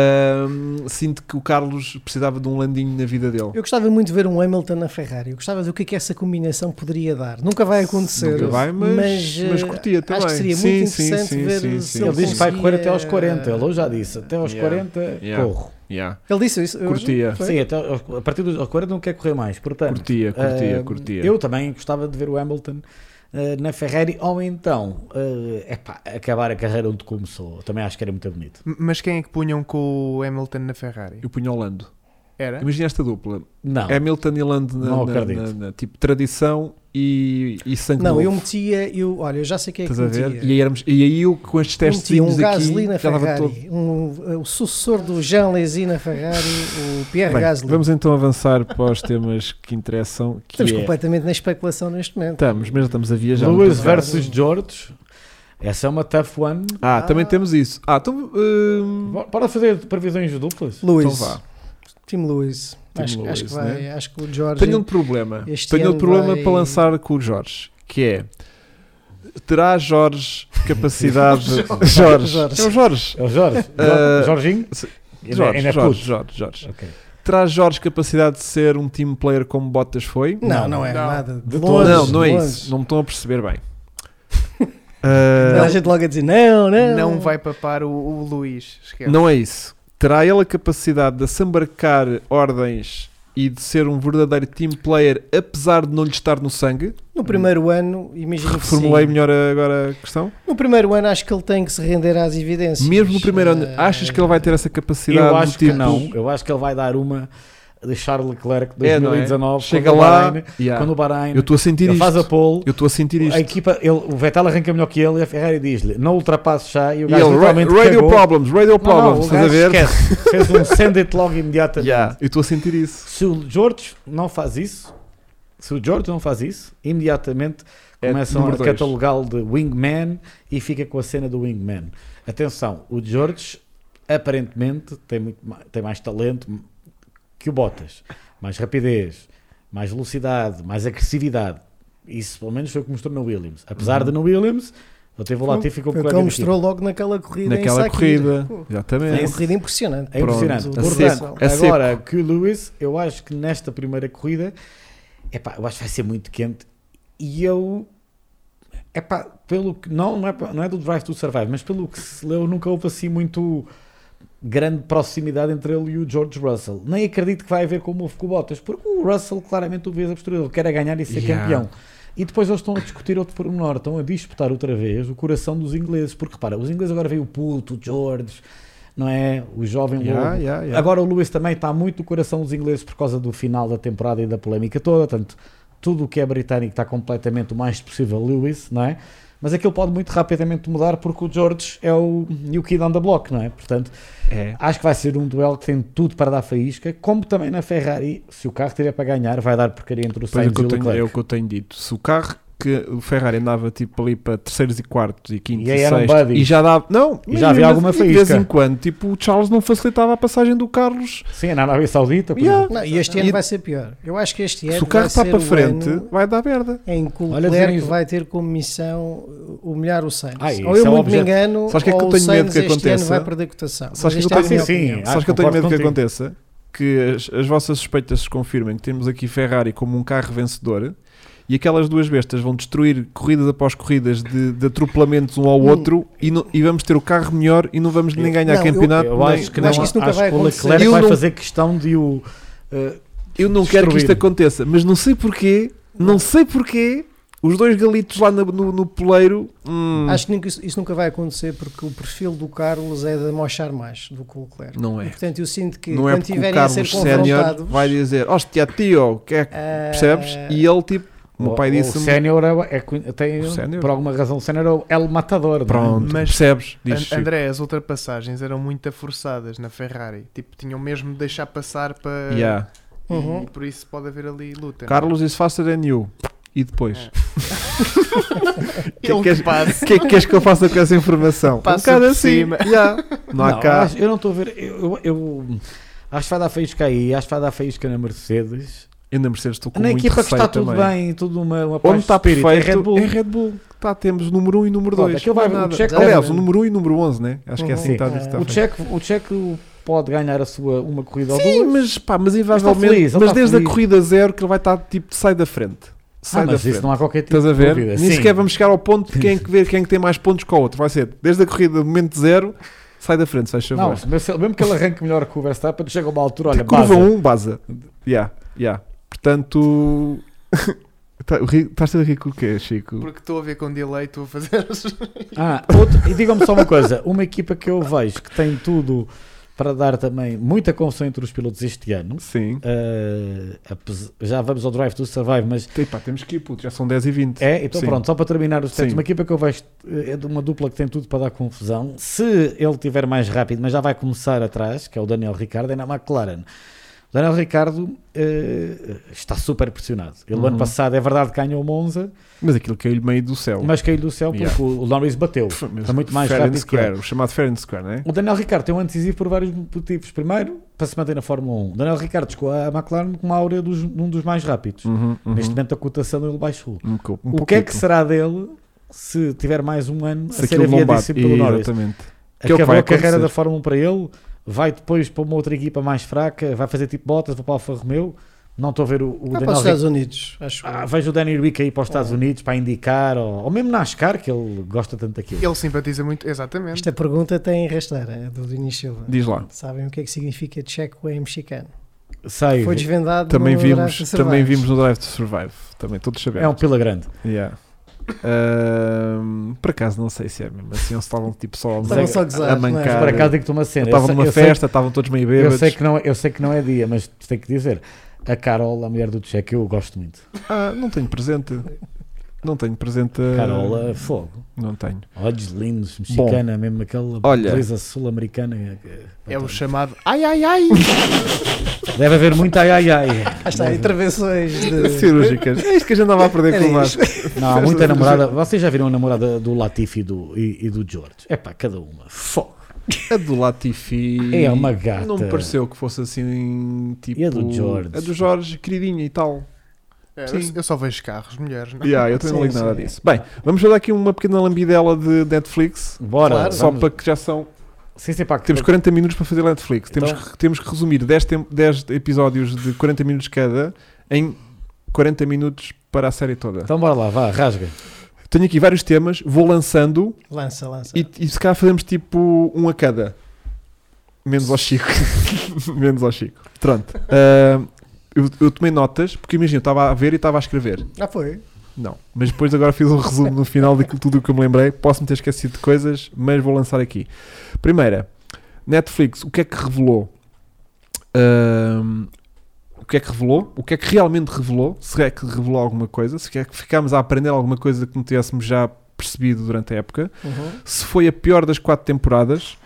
Speaker 1: ahm, sinto que o Carlos precisava de um Landinho na vida dele.
Speaker 2: Eu gostava muito de ver um Hamilton na Ferrari. Eu gostava de ver o que é que essa combinação poderia dar. Nunca vai acontecer.
Speaker 1: Nunca vai, mas, mas,
Speaker 2: eh,
Speaker 1: curtia também.
Speaker 2: Acho que seria
Speaker 1: Sim,
Speaker 2: muito
Speaker 1: sim,
Speaker 2: interessante
Speaker 1: sim,
Speaker 2: ver
Speaker 1: sim,
Speaker 2: se
Speaker 1: sim.
Speaker 2: ele
Speaker 3: Ele diz que vai correr
Speaker 2: conseguia-
Speaker 3: até aos 40. Ele já disse, até aos
Speaker 1: Yeah.
Speaker 3: 40
Speaker 1: Yeah.
Speaker 3: corro.
Speaker 1: Yeah.
Speaker 2: Ele disse isso. eu-
Speaker 1: Curtia.
Speaker 2: Foi?
Speaker 3: Sim, até aos- a partir dos aos 40 não quer correr mais. Portanto,
Speaker 1: Curtia, curtia,
Speaker 3: Ah,
Speaker 1: curtia.
Speaker 3: Eu também gostava de ver o Hamilton ah, na Ferrari, ou então ah, epá, acabar a carreira onde começou. Também acho que era muito bonito.
Speaker 4: M- Mas quem é que punham com o Hamilton na Ferrari?
Speaker 1: Eu punho o Lando.
Speaker 2: É?
Speaker 4: Era?
Speaker 1: Imagina esta dupla:
Speaker 3: Não,
Speaker 1: Hamilton e Lando na,
Speaker 3: Não
Speaker 1: na-
Speaker 3: Ah. acredito.
Speaker 1: na- na- tipo tradição e, e sangue
Speaker 2: Não,
Speaker 1: novo.
Speaker 2: eu metia. Eu, olha, eu já sei o que é que
Speaker 1: Estás a ver?
Speaker 2: metia.
Speaker 1: E aí, éramos, e aí eu com estes
Speaker 2: Eu metia
Speaker 1: testezinhos
Speaker 2: um
Speaker 1: aqui
Speaker 2: Gasly na
Speaker 1: já estava
Speaker 2: Ferrari,
Speaker 1: todo-
Speaker 2: um- eh, o sucessor do Jean Lézy na Ferrari, o Pierre
Speaker 1: Bem,
Speaker 2: É Gasly.
Speaker 1: vamos então avançar para os temas que interessam. Que
Speaker 2: Estamos
Speaker 1: é-
Speaker 2: completamente na especulação neste momento.
Speaker 1: Estamos, mas estamos a viajar.
Speaker 3: Lewis
Speaker 1: muito
Speaker 3: versus George. Essa é uma tough one.
Speaker 1: rápido. Ah, também temos isso. Ah, então. hum,
Speaker 3: Bo- Bora fazer previsões duplas?
Speaker 1: então
Speaker 2: Lewis,
Speaker 1: vá.
Speaker 2: Tim Lewis.
Speaker 1: Team
Speaker 2: acho, acho
Speaker 1: Lewis, né?
Speaker 2: que vai, acho que o George.
Speaker 1: Tenho um problema.
Speaker 2: Este
Speaker 1: Tenho um
Speaker 2: ano
Speaker 1: problema
Speaker 2: vai-
Speaker 1: para lançar com o Jorge, que é terá Jorge capacidade Jorge.
Speaker 2: Jorge.
Speaker 1: É o Jorge.
Speaker 3: É o Jorge?
Speaker 1: Ah,
Speaker 3: Jor- Jorginho? Ainda-
Speaker 1: Jorge,
Speaker 3: ainda é
Speaker 1: Jorge,
Speaker 3: puto.
Speaker 1: Jorge, Jorge.
Speaker 3: Ok.
Speaker 1: Terá Jorge capacidade de ser um team player como Bottas foi?
Speaker 2: Não, não, é
Speaker 4: Não.
Speaker 2: nada. De
Speaker 3: De
Speaker 2: longe,
Speaker 3: Longe,
Speaker 1: não, não é
Speaker 2: longe.
Speaker 1: isso. Não me estão a perceber bem. Ah,
Speaker 2: Toda a gente logo a dizer não, não.
Speaker 4: Não vai papar o, o Luís. Esquece.
Speaker 1: Não é isso. Terá ele a capacidade de assambarcar ordens e de ser um verdadeiro team player, apesar de não lhe estar no sangue?
Speaker 2: No primeiro ano, imagino que
Speaker 1: Reformulei
Speaker 2: sim.
Speaker 1: melhor agora a questão?
Speaker 2: No primeiro ano, acho que ele tem que se render às evidências.
Speaker 1: Mesmo no primeiro ano,
Speaker 2: Eh,
Speaker 1: achas que ele vai ter essa capacidade?
Speaker 3: Eu
Speaker 1: do
Speaker 3: acho que
Speaker 1: tipo-
Speaker 3: não. Eu acho que ele vai dar uma de Charles Leclerc de
Speaker 1: É, não é?
Speaker 3: 2019.
Speaker 1: Chega
Speaker 3: quando o
Speaker 1: lá,
Speaker 3: Bahrein-
Speaker 1: yeah.
Speaker 3: quando o Bahrein
Speaker 1: eu estou a sentir
Speaker 3: ele
Speaker 1: isto.
Speaker 3: faz a pole.
Speaker 1: Eu estou a sentir isto.
Speaker 3: A equipa, ele, o Vettel arranca melhor que ele e a Ferrari diz-lhe: não ultrapasse já. E o
Speaker 1: E
Speaker 3: gajo
Speaker 1: ele, "Ra-
Speaker 3: literalmente
Speaker 1: radio
Speaker 3: cagou.
Speaker 1: problems, radio
Speaker 3: Não, não,
Speaker 1: problems,
Speaker 3: o
Speaker 1: estás a
Speaker 3: gajo
Speaker 1: ver?
Speaker 3: esquece. Fez um send it logo imediatamente.
Speaker 1: Yeah, Eu estou a sentir isso.
Speaker 3: Se o George não faz isso, se o George não faz isso, imediatamente
Speaker 1: É
Speaker 3: começam
Speaker 1: número
Speaker 3: a
Speaker 1: dois.
Speaker 3: catalogá-lo de wingman e fica com a cena do wingman. Atenção, o George aparentemente tem, muito, ma- tem mais talento que o Bottas. Mais rapidez, mais
Speaker 1: Uhum.
Speaker 3: velocidade, mais agressividade. Isso pelo menos foi o que mostrou na Williams. Apesar de no Williams Ele teve lá e ficou com
Speaker 2: Foi
Speaker 3: o
Speaker 2: o que ele
Speaker 3: colega do time.
Speaker 2: Então mostrou logo naquela corrida em
Speaker 1: Naquela
Speaker 2: Sakir.
Speaker 1: corrida.
Speaker 3: tipo,
Speaker 2: Pô, Foi uma
Speaker 1: Exatamente.
Speaker 2: corrida impressionante.
Speaker 3: É impressionante.
Speaker 1: Pronto, a
Speaker 3: Portanto,
Speaker 1: seco, a seco.
Speaker 3: agora que o Lewis, eu acho que nesta primeira corrida, epá, eu acho que vai ser muito quente e eu, epá, pelo que, não, não, é, pa- não é do Drive to Survive, mas pelo que se leu, nunca houve assim muito grande proximidade entre ele e o George Russell. Nem acredito que vai haver como houve com o Bottas, porque o Russell claramente tu vês a postura, ele quer é ganhar e ser
Speaker 1: Yeah.
Speaker 3: campeão. E depois eles estão a discutir outro pormenor, estão a disputar outra vez o coração dos ingleses, porque repara, os ingleses agora veem o puto, o George, não é? O jovem
Speaker 1: Yeah,
Speaker 3: lobo.
Speaker 1: yeah, yeah.
Speaker 3: Agora o Lewis também está muito no coração dos ingleses por causa do final da temporada e da polémica toda, portanto, tudo o que é britânico está completamente o mais possível Lewis, não é? Mas aquilo pode muito rapidamente mudar porque o George é o new kid on the block, não é? Portanto,
Speaker 1: É.
Speaker 3: acho que vai ser um duelo que tem tudo para dar faísca, como também na Ferrari, se o carro tiver para ganhar, vai dar porcaria entre o
Speaker 1: Pois é, o
Speaker 3: Sainz
Speaker 1: que
Speaker 3: e o
Speaker 1: eu tenho, é o
Speaker 3: Leclerc.
Speaker 1: que eu tenho dito. Se o carro que o Ferrari andava tipo ali para terceiros e quartos e quintos
Speaker 3: E
Speaker 1: e,
Speaker 3: aí eram
Speaker 1: sextos
Speaker 3: buddies.
Speaker 1: e já dava. Não,
Speaker 3: E
Speaker 1: mas-
Speaker 3: já havia
Speaker 1: mas-
Speaker 3: alguma
Speaker 1: e De vez
Speaker 3: faísca.
Speaker 1: em quando, tipo, o Charles não facilitava a passagem do Carlos.
Speaker 3: Sim, é na Arábia Saudita, por
Speaker 1: Yeah.
Speaker 3: exemplo.
Speaker 2: Não, e este ano
Speaker 1: E-
Speaker 2: vai ser pior. Eu acho que
Speaker 3: é
Speaker 2: este ano
Speaker 1: Se o carro
Speaker 2: vai
Speaker 1: está
Speaker 2: ser
Speaker 1: para
Speaker 2: o
Speaker 1: frente,
Speaker 2: ano
Speaker 1: vai dar merda.
Speaker 2: em que o
Speaker 3: Olha,
Speaker 2: Leclerc
Speaker 3: dizem isso.
Speaker 2: vai ter como missão uh, humilhar o Sainz.
Speaker 3: Ah,
Speaker 2: ou
Speaker 3: isso é
Speaker 2: eu
Speaker 3: um
Speaker 2: muito me
Speaker 3: objeto.
Speaker 1: Sabes
Speaker 2: engano,
Speaker 1: o que é que
Speaker 2: ou
Speaker 1: eu
Speaker 2: o
Speaker 1: tenho medo
Speaker 2: Sainz
Speaker 1: que
Speaker 2: este ano
Speaker 1: aconteça?
Speaker 2: vai perder cotação.
Speaker 1: Sabes
Speaker 2: Mas
Speaker 1: que eu
Speaker 2: esta
Speaker 1: tenho
Speaker 2: é a
Speaker 3: medo-
Speaker 2: minha
Speaker 3: Sim, sim,
Speaker 2: opinião.
Speaker 3: Ah,
Speaker 1: Sabes que eu tenho
Speaker 3: concordo
Speaker 1: medo que
Speaker 3: contigo.
Speaker 1: aconteça? Que as, as vossas suspeitas se confirmem que temos aqui Ferrari como um carro vencedor e aquelas duas bestas vão destruir corridas após corridas de, de atropelamentos um ao outro e, não- e vamos ter o carro melhor e não vamos nem ganhar
Speaker 2: Hum. não, eu-
Speaker 1: campeonato.
Speaker 3: Eu
Speaker 1: nem-
Speaker 3: acho que
Speaker 2: eu
Speaker 3: não.
Speaker 2: acho que isso nunca vai
Speaker 3: o
Speaker 2: acontecer.
Speaker 3: Leclerc
Speaker 1: Eu
Speaker 3: vai
Speaker 1: não-
Speaker 3: fazer questão de o. eh,
Speaker 1: Eu não quero que isto
Speaker 3: Destruir.
Speaker 1: aconteça, mas não sei porquê, não sei porquê, os dois galitos lá na- no, no poleiro. hum,
Speaker 2: Acho que nunca- isso, isso nunca vai acontecer porque o perfil do Carlos é de mostrar mais do que o Leclerc.
Speaker 1: não
Speaker 2: E,
Speaker 1: é.
Speaker 2: portanto, eu sinto que
Speaker 1: Não é
Speaker 2: quando
Speaker 1: porque o
Speaker 2: tiverem a ser
Speaker 1: Carlos Sénior
Speaker 2: confrontados,
Speaker 1: vai dizer, hostia, tio, o que é que-"
Speaker 2: ah,
Speaker 1: percebes? E ele tipo, o meu pai
Speaker 3: o- O
Speaker 1: disse-me,
Speaker 3: sénior é, é co- tem,
Speaker 1: O sénior?
Speaker 3: por alguma razão, o sénior é o El Matador. não é?
Speaker 1: pronto,
Speaker 4: Mas-
Speaker 1: percebes?
Speaker 4: An-
Speaker 1: Diz Chico.
Speaker 4: André, as ultrapassagens eram muito forçadas na Ferrari. Tipo, tinham mesmo de deixar passar para.
Speaker 1: Yeah.
Speaker 4: E,
Speaker 2: Uhum.
Speaker 4: por isso pode haver ali luta. não é?
Speaker 1: Carlos, isso faça than you. E depois? que é
Speaker 4: ele
Speaker 1: que és-
Speaker 4: que
Speaker 1: O
Speaker 4: passa.
Speaker 1: que é que queres que eu faça com essa informação?
Speaker 4: Passa
Speaker 1: um bocado
Speaker 4: por
Speaker 1: assim.
Speaker 4: cima.
Speaker 1: yeah. Não há
Speaker 3: Não,
Speaker 1: cá.
Speaker 3: acho- eu não estou a ver. Eu, eu- eu acho que vai dar faísca aí. Acho que vai dar faísca na Mercedes.
Speaker 1: Eu na Mercedes estou com
Speaker 3: na
Speaker 1: muito
Speaker 3: equipa que
Speaker 1: receio
Speaker 3: está tudo
Speaker 1: também.
Speaker 3: bem, tudo uma, uma paz
Speaker 1: Onde está
Speaker 3: de espírito.
Speaker 1: perfeito
Speaker 3: É Red Bull.
Speaker 1: Tá, temos número 1 um e número
Speaker 3: Pronto,
Speaker 1: 2.
Speaker 3: aquilo vai- o Checo-
Speaker 1: Aliás,
Speaker 3: deve-
Speaker 1: o número 1 um e número 11, né? Acho que é assim
Speaker 3: Uhum. Sim.
Speaker 1: que está a dizer.
Speaker 2: Ah.
Speaker 3: O Checo, o Checo pode ganhar a sua uma corrida ou
Speaker 1: Sim,
Speaker 3: duas. Ah,
Speaker 1: mas pá, mas
Speaker 3: Ele
Speaker 1: invariavelmente.
Speaker 3: está feliz, ele
Speaker 1: mas
Speaker 3: está
Speaker 1: desde
Speaker 3: feliz.
Speaker 1: a corrida zero que ele vai estar tipo, sai da frente. Sai
Speaker 3: Ah,
Speaker 1: da
Speaker 3: mas
Speaker 1: frente.
Speaker 3: isso não há qualquer tipo
Speaker 1: Estás a
Speaker 3: de
Speaker 1: ver?
Speaker 3: dúvida.
Speaker 1: Nem
Speaker 3: Sim.
Speaker 1: sequer vamos chegar ao ponto de quem é que vê quem é que tem mais pontos com o outro. Vai ser desde a corrida, momento zero, sai da frente, sai
Speaker 3: Não,
Speaker 1: favor.
Speaker 3: mas se- mesmo que ele arranque melhor que o Verstappen, chega a uma altura, olha,
Speaker 1: curva
Speaker 3: baza.
Speaker 1: 1, um, baza. Yeah, yeah. Portanto. tá- ri- Estás-te a rir com o quê, Chico?
Speaker 4: Porque estou a ver com delay, estou a fazer.
Speaker 3: Ah, outro- e digam-me só uma coisa: uma equipa que eu vejo que tem tudo para dar também muita confusão entre os pilotos este ano.
Speaker 1: Sim.
Speaker 3: eh, apes- já vamos ao Drive to Survive, mas
Speaker 1: E, pá, temos que ir, puto, já são 10 e 20.
Speaker 3: é, então
Speaker 1: Sim.
Speaker 3: pronto, só para terminar os testes,
Speaker 1: Sim.
Speaker 3: uma equipa que eu vejo eh, é de uma dupla que tem tudo para dar confusão. Se ele tiver mais rápido, mas já vai começar atrás, que é o Daniel Ricardo, é na McLaren. O Daniel Ricardo eh, está super pressionado. Ele,
Speaker 1: Uhum.
Speaker 3: ano passado, é verdade, que ganhou o Monza,
Speaker 1: Mas aquilo caiu-lhe meio do céu.
Speaker 3: mas caiu do céu porque
Speaker 1: Yeah.
Speaker 3: o Norris bateu.
Speaker 1: Pff, mas
Speaker 3: Foi muito mais
Speaker 1: fair and
Speaker 3: rápido que
Speaker 1: square, o chamado Fair and Square, né?
Speaker 3: O Daniel Ricciardo tem um ano decisivo por vários motivos. Primeiro, para se manter na Fórmula 1. O Daniel Ricciardo chegou à McLaren com uma áurea dos, um dos mais rápidos.
Speaker 1: Uhum, uhum.
Speaker 3: Neste momento a cotação ele baixou.
Speaker 1: Um co- um
Speaker 3: o que é que
Speaker 1: pouquito.
Speaker 3: será dele se tiver mais um ano
Speaker 1: Se
Speaker 3: a ser
Speaker 1: aquilo não bate,
Speaker 3: aviadíssimo pelo Norris?
Speaker 1: é Exatamente. que é o que
Speaker 3: Acabou
Speaker 1: vai
Speaker 3: a carreira
Speaker 1: acontecer.
Speaker 3: da Fórmula 1 para ele, vai depois para uma outra equipa mais fraca, vai fazer tipo botas, vai para o Alfa Romeo. Não estou a ver o,
Speaker 2: Vai para
Speaker 3: o
Speaker 2: os
Speaker 3: Daniel Ricciardo.
Speaker 2: Estados Unidos, acho
Speaker 3: Ah,
Speaker 2: eu.
Speaker 3: vejo o Daniel Rick aí para os Estados Unidos para indicar, ou, ou mesmo na NASCAR, que ele gosta tanto daquilo.
Speaker 4: Ele simpatiza muito. Exatamente.
Speaker 2: Esta pergunta tem rasteira, é do Dinis Silva.
Speaker 1: Diz lá.
Speaker 2: Sabem o que é que significa checo em mexicano?
Speaker 3: Sei, é
Speaker 2: Foi desvendado
Speaker 1: Também
Speaker 2: no Drive to
Speaker 1: vimos,
Speaker 2: Survive.
Speaker 1: também vimos o Drive to Survive. Também todos
Speaker 3: é um
Speaker 1: sabemos.
Speaker 3: pila grande.
Speaker 1: Yeah. Ahm, por acaso não sei se é mesmo assim, eles estavam tipo só a
Speaker 2: Estavam
Speaker 1: mancar.
Speaker 2: só a gozar,
Speaker 1: a
Speaker 2: não é?
Speaker 1: mancar.
Speaker 3: Mas por acaso digo-te uma
Speaker 1: Eu
Speaker 3: cena.
Speaker 1: estava
Speaker 3: sei-
Speaker 1: numa
Speaker 3: sei-
Speaker 1: festa, estavam todos meio
Speaker 3: eu
Speaker 1: bêbados.
Speaker 3: sei, que não, eu sei que não é dia, mas tenho que dizer. A Carol, a mulher do Tcheco, eu gosto muito.
Speaker 1: Ah, não tenho presente. Não tenho presente. ah,
Speaker 3: Carol, é fogo.
Speaker 1: Não tenho.
Speaker 3: Olhos lindos, mexicana, mesmo aquela
Speaker 1: olha.
Speaker 3: beleza sul-americana. eh,
Speaker 4: É o chamado. Ai, ai, ai!
Speaker 3: Deve haver muito ai ai ai.
Speaker 2: Ah, está, intervenções de...
Speaker 1: Cirúrgicas. É isto que a gente andava a perder
Speaker 2: Era
Speaker 1: com o
Speaker 2: isto.
Speaker 1: Vasco.
Speaker 3: Não, há muita namorada. Vocês já viram a namorada do Latifi e do, e, e do George? É pá, cada uma. Fogo.
Speaker 1: A do Latifi.
Speaker 3: É uma gata.
Speaker 1: Não me pareceu que fosse assim tipo.
Speaker 3: E a do Jorge?
Speaker 1: A do Jorge, queridinha e tal.
Speaker 4: É, eu-
Speaker 1: Sim.
Speaker 4: eu só vejo carros, mulheres, não? é?
Speaker 1: Yeah, eu também não
Speaker 2: Sim,
Speaker 1: ligo nada
Speaker 2: sim.
Speaker 1: disso. Bem, vamos só dar aqui uma pequena lambidela de Netflix.
Speaker 3: Bora,
Speaker 4: Claro.
Speaker 1: Só
Speaker 3: vamos.
Speaker 1: para que já são.
Speaker 3: Sim, sim, pá, que
Speaker 1: Temos 40 minutos para fazer Netflix. Temos,
Speaker 3: Então-
Speaker 1: que, temos que resumir 10, tem- 10 episódios de 40 minutos cada em 40 minutos para a série toda.
Speaker 3: Então bora lá, vá, rasga. Então-
Speaker 1: Tenho aqui vários temas, vou lançando
Speaker 2: Lança, lança.
Speaker 3: É.
Speaker 1: e, e se calhar fazemos tipo um a cada. Menos ao Chico. Menos ao Chico. Pronto. Ah, eu, eu tomei notas, porque imagina, eu estava a ver e estava a escrever.
Speaker 2: Ah, foi.
Speaker 1: Não, mas depois agora fiz um resumo no final de tudo o que eu me lembrei. Posso-me ter esquecido de coisas, mas vou lançar aqui. Primeira, Netflix, o que é que revelou? Ahm, o que é que revelou? O que é que realmente revelou? Se é que revelou alguma coisa? Se é que ficámos a aprender alguma coisa que não tivéssemos já percebido durante a época?
Speaker 2: Uhum.
Speaker 1: se foi a pior das quatro temporadas.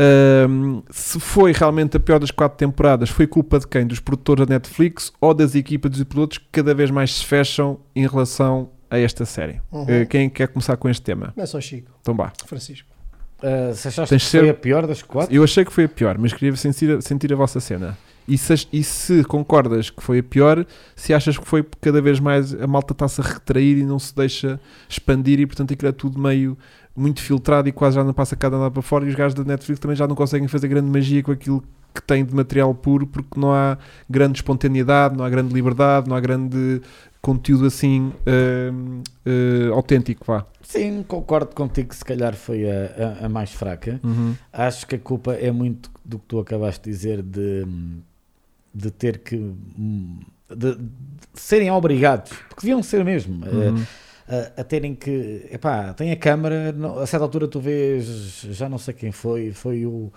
Speaker 1: Ahm, se foi realmente a pior das quatro temporadas, foi culpa de quem? Dos produtores da Netflix ou das equipas dos produtos que cada vez mais se fecham em relação a esta série?
Speaker 2: Uhum.
Speaker 1: Eh, quem quer começar com este tema?
Speaker 2: Não é só Chico,
Speaker 1: Então vá.
Speaker 2: Francisco.
Speaker 3: Ah, se achaste
Speaker 1: Tens
Speaker 3: que
Speaker 1: de ser-
Speaker 3: foi a pior das quatro?
Speaker 1: Eu achei que foi a pior, mas queria sentir, a- sentir a vossa cena. E se, ach- e se concordas que foi a pior, se achas que foi porque cada vez mais a malta está-se a retrair e não se deixa expandir e portanto aquilo é tudo meio muito filtrado e quase já não passa cada nada para fora e os gajos da Netflix também já não conseguem fazer grande magia com aquilo que têm de material puro porque não há grande espontaneidade, não há grande liberdade, não há grande conteúdo assim hum, hum, autêntico, vá.
Speaker 3: Sim, concordo contigo que se calhar foi a, a- a mais fraca.
Speaker 1: Uhum.
Speaker 3: Acho que a culpa é muito do que tu acabaste de dizer de, de ter que. hum, De, de serem obrigados, porque deviam ser mesmo. eh,
Speaker 1: Uhum.
Speaker 3: a, a terem que. Epá, tem a câmara, não- a certa altura tu vês, já não sei quem foi, foi o,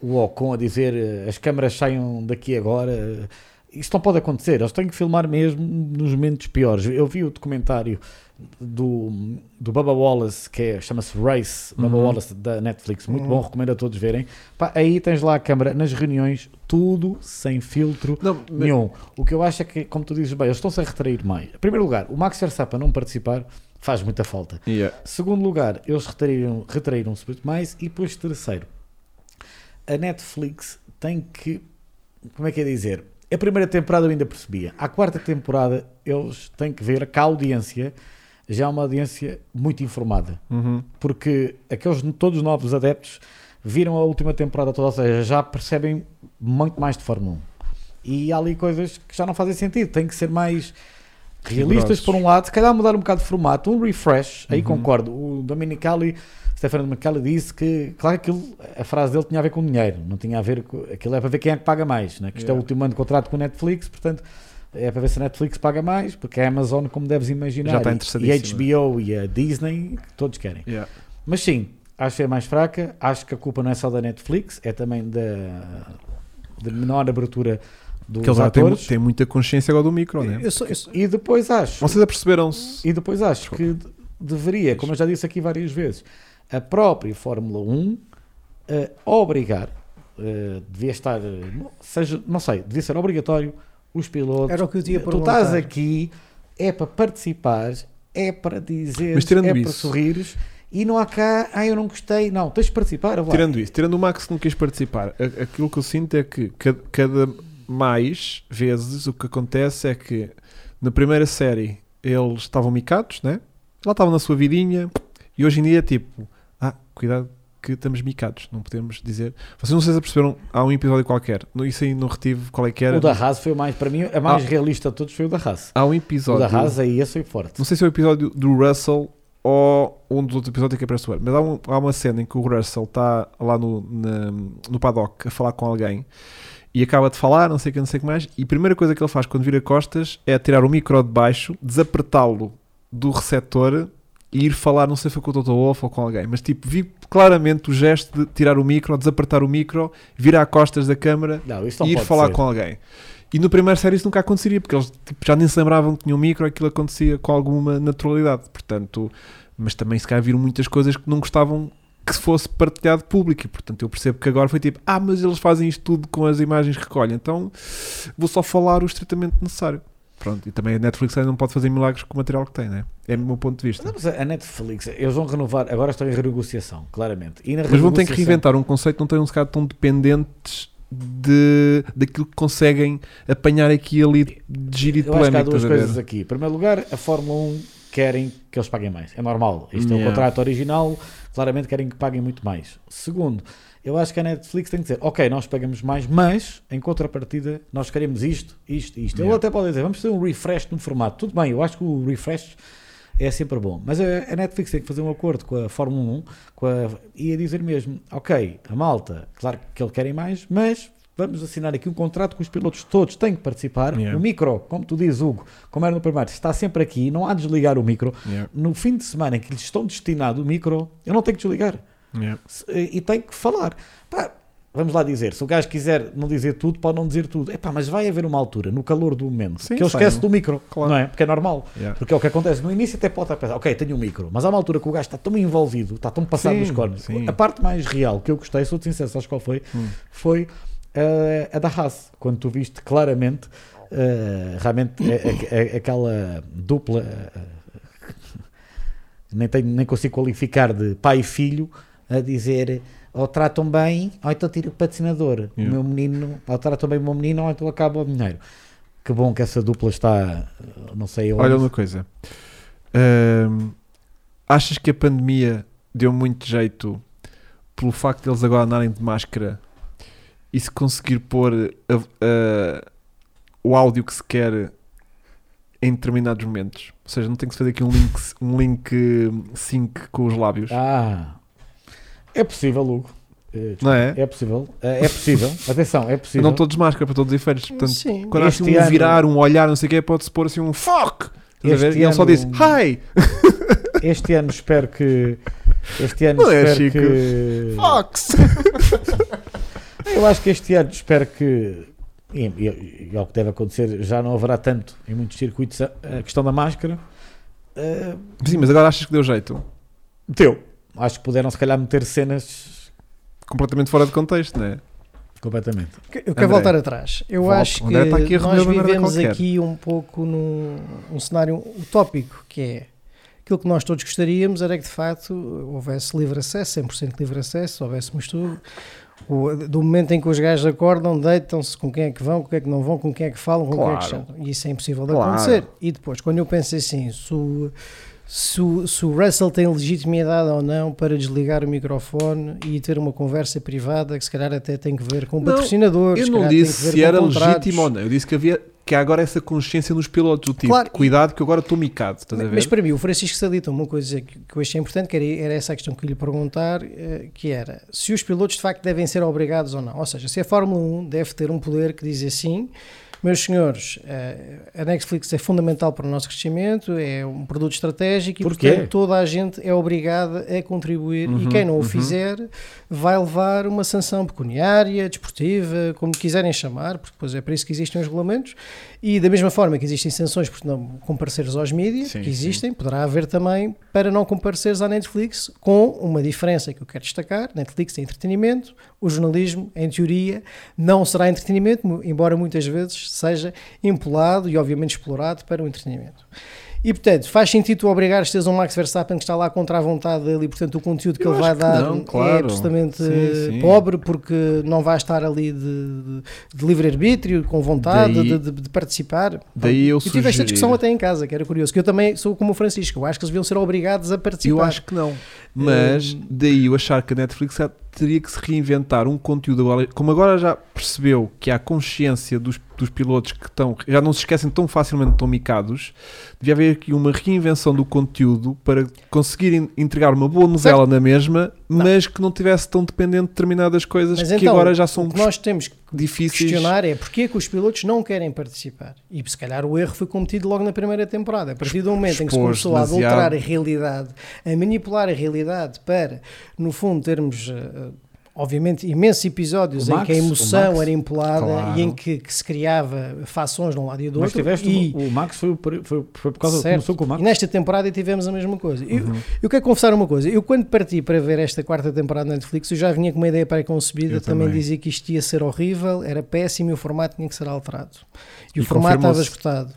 Speaker 3: o Ocon a dizer eh, as câmaras saiam daqui agora. Isto não pode acontecer, eles têm que filmar mesmo nos momentos piores. Eu vi o documentário do, do Bubba Wallace, que é- chama-se Race, Bubba
Speaker 1: Uhum.
Speaker 3: Wallace da Netflix, muito
Speaker 2: Uhum.
Speaker 3: bom, recomendo a todos verem. Pá, aí tens lá a câmara, nas reuniões, tudo sem filtro,
Speaker 1: Não, mas-
Speaker 3: nenhum. O que eu acho é que, como tu dizes bem, eles estão-se a retrair mais. Em primeiro lugar, o Max Verstappen não participar faz muita falta.
Speaker 1: Yeah.
Speaker 3: Segundo lugar, eles retraíram- retraíram-se muito mais. E depois, terceiro, a Netflix tem que. Como é que é dizer? A primeira temporada eu ainda percebia. A quarta temporada eles têm que ver que a audiência já é uma audiência muito informada.
Speaker 1: Uhum.
Speaker 3: Porque aqueles todos novos adeptos viram a última temporada toda, ou seja, já percebem muito mais de Fórmula 1. E há ali coisas que já não fazem sentido. Tem que ser mais realistas,
Speaker 1: Rigorosos.
Speaker 3: por um lado. Se calhar mudar um bocado de formato, um refresh. Aí
Speaker 1: Uhum.
Speaker 3: concordo. O Dominicali, Stefano Dominicali disse que, claro, que ele- a frase dele tinha a ver com dinheiro. Não tinha a ver com. Aquilo é para ver quem é que paga mais. Né? Que isto é o
Speaker 1: Yeah.
Speaker 3: último ano de contrato com a Netflix, portanto. É para ver se a Netflix paga mais, porque a Amazon, como deves imaginar,
Speaker 1: Já está
Speaker 3: e-
Speaker 1: interessadíssima.
Speaker 3: e a HBO e a Disney, todos querem.
Speaker 1: Yeah.
Speaker 3: Mas sim, acho que é mais fraca. Acho que a culpa não é só da Netflix, é também da, da menor abertura dos
Speaker 1: Que eles já têm,
Speaker 3: atores.
Speaker 1: têm muita consciência agora do micro, né?
Speaker 2: Eu sou, eu sou-
Speaker 3: E depois acho,
Speaker 1: Vocês aperceberam-se.
Speaker 3: e depois acho que de- deveria, como eu já disse aqui várias vezes, a própria Fórmula 1 eh, obrigar, eh, devia estar, eh, não- seja, não sei, devia ser obrigatório os pilotos.
Speaker 2: Era o que eu tinha
Speaker 3: Tu estás
Speaker 2: perguntar.
Speaker 3: aqui, é para participares, é para dizer,
Speaker 1: Mas tirando
Speaker 3: é para
Speaker 1: isso-
Speaker 3: sorrires. E não há cá, ah, eu não gostei. Não, tens de participar. vá lá.
Speaker 1: Tirando isso, tirando o Max que não quis participar, a- aquilo que eu sinto é que ca- cada, mais vezes o que acontece é que na primeira série eles estavam micados, né? Lá estavam na sua vidinha e hoje em dia é tipo, ah, cuidado que estamos micados, não podemos dizer. Vocês não sei se perceberam, há um episódio qualquer, no- isso aí não retive qual é que era. Ah.
Speaker 3: O da Haas foi o mais, para mim, a mais realista de todos foi o da Haas.
Speaker 1: Há um
Speaker 3: O
Speaker 1: episódio.
Speaker 3: da Haas aí esse foi forte.
Speaker 1: Não sei se é o episódio do Russell ou um dos outros episódios em que aparece o Russell, mas há, um- há uma cena em que o Russell está lá no, na- no paddock a falar com alguém e acaba de falar, não sei o que, não sei o que mais, e a primeira coisa que ele faz quando vira costas é tirar o micro de baixo, desapertá-lo do receptor e ir falar, não sei se foi com o Toto Wolff ou com alguém, mas tipo, vi claramente o gesto de tirar o micro, desapertar o micro, virar costas da câmara
Speaker 3: Não, isso não
Speaker 1: e ir
Speaker 3: pode
Speaker 1: falar
Speaker 3: ser.
Speaker 1: com alguém. E no primeiro série isso nunca aconteceria, porque eles tipo, já nem se lembravam que tinham micro, aquilo acontecia com alguma naturalidade. Portanto, mas também se calhar viram muitas coisas que não gostavam que fosse partilhado público. E, portanto, eu percebo que agora foi tipo, ah, mas eles fazem isto tudo com as imagens que recolhem, então vou só falar o estritamente necessário. Pronto, e também a Netflix ainda não pode fazer milagres com o material que tem, né? É o meu ponto de vista.
Speaker 3: Não, mas a Netflix, eles vão renovar, agora estão em renegociação, claramente. E na
Speaker 1: Mas vão ter que
Speaker 3: renegociação-
Speaker 1: reinventar um conceito, não tenham um bocado tão dependentes de, daquilo que conseguem apanhar aqui e ali de giro e de
Speaker 3: Eu acho que há
Speaker 1: polémica.
Speaker 3: duas
Speaker 1: estás a ver?
Speaker 3: coisas aqui. Em primeiro lugar, a Fórmula 1 querem que eles paguem mais. É normal. Isto é o
Speaker 1: Yeah.
Speaker 3: contrato original. Claramente querem que paguem muito mais. Segundo, eu acho que a Netflix tem que dizer: ok, nós pagamos mais, mas em contrapartida nós queremos isto, isto, isto. Ele
Speaker 1: Yeah.
Speaker 3: até pode dizer: vamos fazer um refresh no formato. Tudo bem, eu acho que o refresh é sempre bom. Mas a a Netflix tem que fazer um acordo com a Fórmula 1 com a, e a dizer mesmo: ok, a malta, claro que eles querem mais, mas vamos assinar aqui um contrato com os pilotos todos, têm que participar.
Speaker 1: Yeah.
Speaker 3: O micro, como tu dizes, Hugo, como era no primeiro, está sempre aqui, não há de desligar o micro.
Speaker 1: Yeah,
Speaker 3: No fim de semana em que lhes estão destinado o micro, eu não tenho que desligar
Speaker 1: yeah.
Speaker 3: Se- eh, e tenho que falar. Pá, vamos lá dizer, se o gajo quiser não dizer tudo, pode não dizer tudo. Epá, mas vai haver uma altura, no calor do momento,
Speaker 1: Sim,
Speaker 3: que ele
Speaker 1: sai,
Speaker 3: esquece
Speaker 1: não?
Speaker 3: do micro,
Speaker 1: Claro.
Speaker 3: não é? Porque é normal.
Speaker 1: Yeah.
Speaker 3: Porque é o que acontece. No início até pode estar a pensar, ok, tenho um micro, mas há uma altura que o gajo está tão envolvido, está tão passado
Speaker 1: Sim,
Speaker 3: nos cornos.
Speaker 1: sim.
Speaker 3: A parte mais real que eu gostei, sou-te sincero, sabes qual foi?
Speaker 1: Hum.
Speaker 3: Foi eh, a da Haas, quando tu viste claramente, eh, realmente, a- a- a- é aquela dupla. eh, nem, tenho, nem consigo qualificar de pai e filho a dizer ou tratam bem ou então tiro o patrocinador. O
Speaker 1: Yeah.
Speaker 3: meu menino, ou tratam bem o meu menino ou então acaba o dinheiro. Que bom que essa dupla está, eh, não sei onde.
Speaker 1: Olha uma coisa. Ahm, achas que a pandemia deu muito jeito pelo facto de eles agora andarem de máscara e se conseguir pôr a- a- o áudio que se quer em determinados momentos? Ou seja, não tem que se fazer aqui um link, um link hum, sync com os lábios.
Speaker 3: Ah, é possível, Hugo. Eh,
Speaker 1: não é?
Speaker 3: É possível, Eh, é possível. Atenção, é
Speaker 1: Eu
Speaker 3: possível.
Speaker 1: não estou de máscara para todos os efeitos. Portanto,
Speaker 2: Sim.
Speaker 1: quando há assim
Speaker 3: Este
Speaker 1: um
Speaker 3: ano-
Speaker 1: virar, um olhar, não sei o que, pode-se pôr assim um fuck! Estás a ver?
Speaker 3: Este
Speaker 1: E ele só
Speaker 3: ano-
Speaker 1: diz hi!
Speaker 3: Este ano espero que. Este ano
Speaker 1: Não é,
Speaker 3: espero
Speaker 1: Chico?
Speaker 3: que.
Speaker 1: Fox!
Speaker 3: Eu acho que este ano espero que. E, e- e ao que deve acontecer, já não haverá tanto em muitos circuitos a, a questão da máscara. Eh,
Speaker 1: Sim, mas agora achas que deu jeito?
Speaker 3: Meteu. Acho que puderam, se calhar, meter cenas
Speaker 1: completamente fora de contexto, né?
Speaker 3: completamente.
Speaker 2: Eu quero
Speaker 1: André.
Speaker 2: voltar atrás. Eu
Speaker 1: Volta.
Speaker 2: acho
Speaker 1: O
Speaker 2: que
Speaker 1: André está aqui a remer
Speaker 2: nós
Speaker 1: uma merda
Speaker 2: vivemos
Speaker 1: qualquer.
Speaker 2: aqui um pouco num um cenário utópico, que é aquilo que nós todos gostaríamos era que de facto houvesse livre acesso, 100% livre acesso, houvéssemos tudo. O- do momento em que os gajos acordam, deitam-se com quem é que vão, com quem é que não vão, com quem é que falam, com quem é que
Speaker 1: Claro.
Speaker 2: chantam. E isso é impossível de
Speaker 1: Claro.
Speaker 2: acontecer. E depois, quando eu penso assim, se o, se, o- se o Russell tem legitimidade ou não para desligar o microfone e ter uma conversa privada que se calhar até tem que ver com o
Speaker 1: Não,
Speaker 2: patrocinador.
Speaker 1: Eu
Speaker 2: se
Speaker 1: não
Speaker 2: calhar tem que
Speaker 1: disse
Speaker 2: ver
Speaker 1: se
Speaker 2: com
Speaker 1: era
Speaker 2: contratos.
Speaker 1: legítimo ou não. Eu disse que havia que há agora essa consciência nos pilotos do tipo,
Speaker 2: Claro.
Speaker 1: cuidado que eu agora estou micado, estás a ver?
Speaker 2: Mas para mim, o Francisco Salito, uma coisa que, que eu achei importante, que era, era essa a questão que eu lhe ia perguntar, eh, que era se os pilotos de facto devem ser obrigados ou não. Ou seja, se a Fórmula 1 deve ter um poder que diz assim, meus senhores, eh, a Netflix é fundamental para o nosso crescimento, é um produto estratégico e,
Speaker 3: Porquê?
Speaker 2: portanto, toda a gente é obrigada a contribuir e quem não o fizer vai levar uma sanção pecuniária, desportiva, como quiserem chamar, porque depois é para isso que existem os regulamentos. E da mesma forma que existem sanções por não compareceres aos mídias,
Speaker 1: Sim,
Speaker 2: que
Speaker 1: sim.
Speaker 2: existem, poderá haver também para não compareceres à Netflix, com uma diferença que eu quero destacar: Netflix é entretenimento, o jornalismo, em teoria, não será entretenimento, mu- embora muitas vezes seja empolado e obviamente explorado para o entretenimento. E portanto, faz sentido tu obrigares teres um Max Verstappen que está lá contra a vontade dele e portanto o conteúdo que
Speaker 1: Eu
Speaker 2: ele
Speaker 1: acho
Speaker 2: vai
Speaker 1: que
Speaker 2: dar
Speaker 1: não,
Speaker 2: é
Speaker 1: claro.
Speaker 2: absolutamente
Speaker 1: Sim,
Speaker 2: eh,
Speaker 1: sim.
Speaker 2: pobre porque não vai estar ali de, de- de livre-arbítrio, com vontade
Speaker 1: Daí-
Speaker 2: de, de- de participar.
Speaker 1: Daí eu
Speaker 2: E tive esta
Speaker 1: sugerir-
Speaker 2: discussão até em casa, que era curioso, que eu também sou como o Francisco, eu acho que eles deviam ser obrigados a participar.
Speaker 1: Eu acho que não. Mas
Speaker 2: Hum.
Speaker 1: daí eu achar que a Netflix já teria que se reinventar um conteúdo agora, como agora já percebeu que há consciência dos, dos pilotos que estão, já não se esquecem tão facilmente, tão micados, devia haver aqui uma reinvenção do conteúdo para conseguirem entregar uma boa
Speaker 2: é
Speaker 1: novela na mesma, mas que não tivesse tão dependente de determinadas coisas
Speaker 2: Mas
Speaker 1: que
Speaker 2: então,
Speaker 1: agora já são
Speaker 2: o que nós temos que
Speaker 1: difíceis.
Speaker 2: questionar é porque é que os pilotos não querem participar. E se calhar o erro foi cometido logo na primeira temporada. A partir do momento em que se
Speaker 1: Expôs
Speaker 2: começou a
Speaker 1: demasiado.
Speaker 2: adulterar a realidade, a manipular a realidade para, no fundo, termos. eh, Obviamente, imensos episódios
Speaker 3: O
Speaker 2: em
Speaker 3: Max,
Speaker 2: que a
Speaker 3: o
Speaker 2: emoção
Speaker 3: Max.
Speaker 2: era empolada
Speaker 1: Claro.
Speaker 2: e em que, que se criava fações de um lado e do
Speaker 3: Mas
Speaker 2: outro.
Speaker 3: tiveste
Speaker 2: e,
Speaker 3: o, o Max, foi, o pri- foi, foi por causa
Speaker 2: Certo.
Speaker 3: começou com o Max.
Speaker 2: E nesta temporada tivemos a mesma coisa. Eu,
Speaker 1: Uhum.
Speaker 2: eu quero confessar uma coisa. Eu, quando parti para ver esta quarta temporada na Netflix, eu já vinha com uma ideia pré-concebida.
Speaker 1: Eu
Speaker 2: Também,
Speaker 1: também.
Speaker 2: dizia que isto ia ser horrível, era péssimo e o formato tinha que ser alterado. E,
Speaker 1: E
Speaker 2: o formato estava
Speaker 1: confirmou-se.
Speaker 2: esgotado.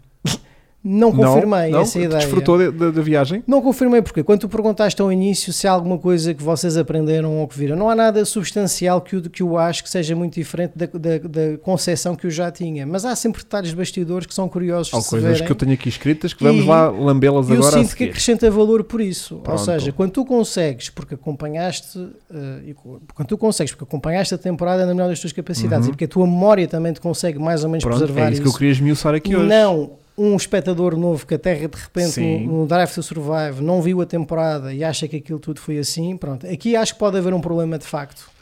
Speaker 2: Não confirmei
Speaker 1: não,
Speaker 2: essa ideia.
Speaker 1: Desfrutou de- de- da viagem?
Speaker 2: Não confirmei porque quando tu perguntaste ao início se há alguma coisa que vocês aprenderam ou que viram, não há nada substancial que eu, que eu acho que seja muito diferente da, da, da concepção que eu já tinha, mas há sempre detalhes de bastidores que são curiosos
Speaker 1: Há
Speaker 2: de se
Speaker 1: coisas
Speaker 2: verem.
Speaker 1: que eu tenho aqui escritas que
Speaker 2: E-
Speaker 1: vamos lá lambê-las
Speaker 2: E eu
Speaker 1: agora a
Speaker 2: sinto que
Speaker 1: seguir.
Speaker 2: acrescenta valor por isso. Ou
Speaker 1: Pronto.
Speaker 2: seja, quando tu consegues, porque acompanhaste, eh, e co- quando tu consegues, porque acompanhaste a temporada na melhor das tuas capacidades
Speaker 1: Uhum.
Speaker 2: e porque a tua memória também te consegue mais ou menos
Speaker 1: Pronto,
Speaker 2: preservar
Speaker 1: é isso que eu queria esmiuçar aqui hoje.
Speaker 2: não um espectador novo que aterra de repente
Speaker 1: Sim.
Speaker 2: no, no Drive to Survive, não viu a temporada e acha que aquilo tudo foi assim, pronto. Aqui acho que pode haver um problema de facto.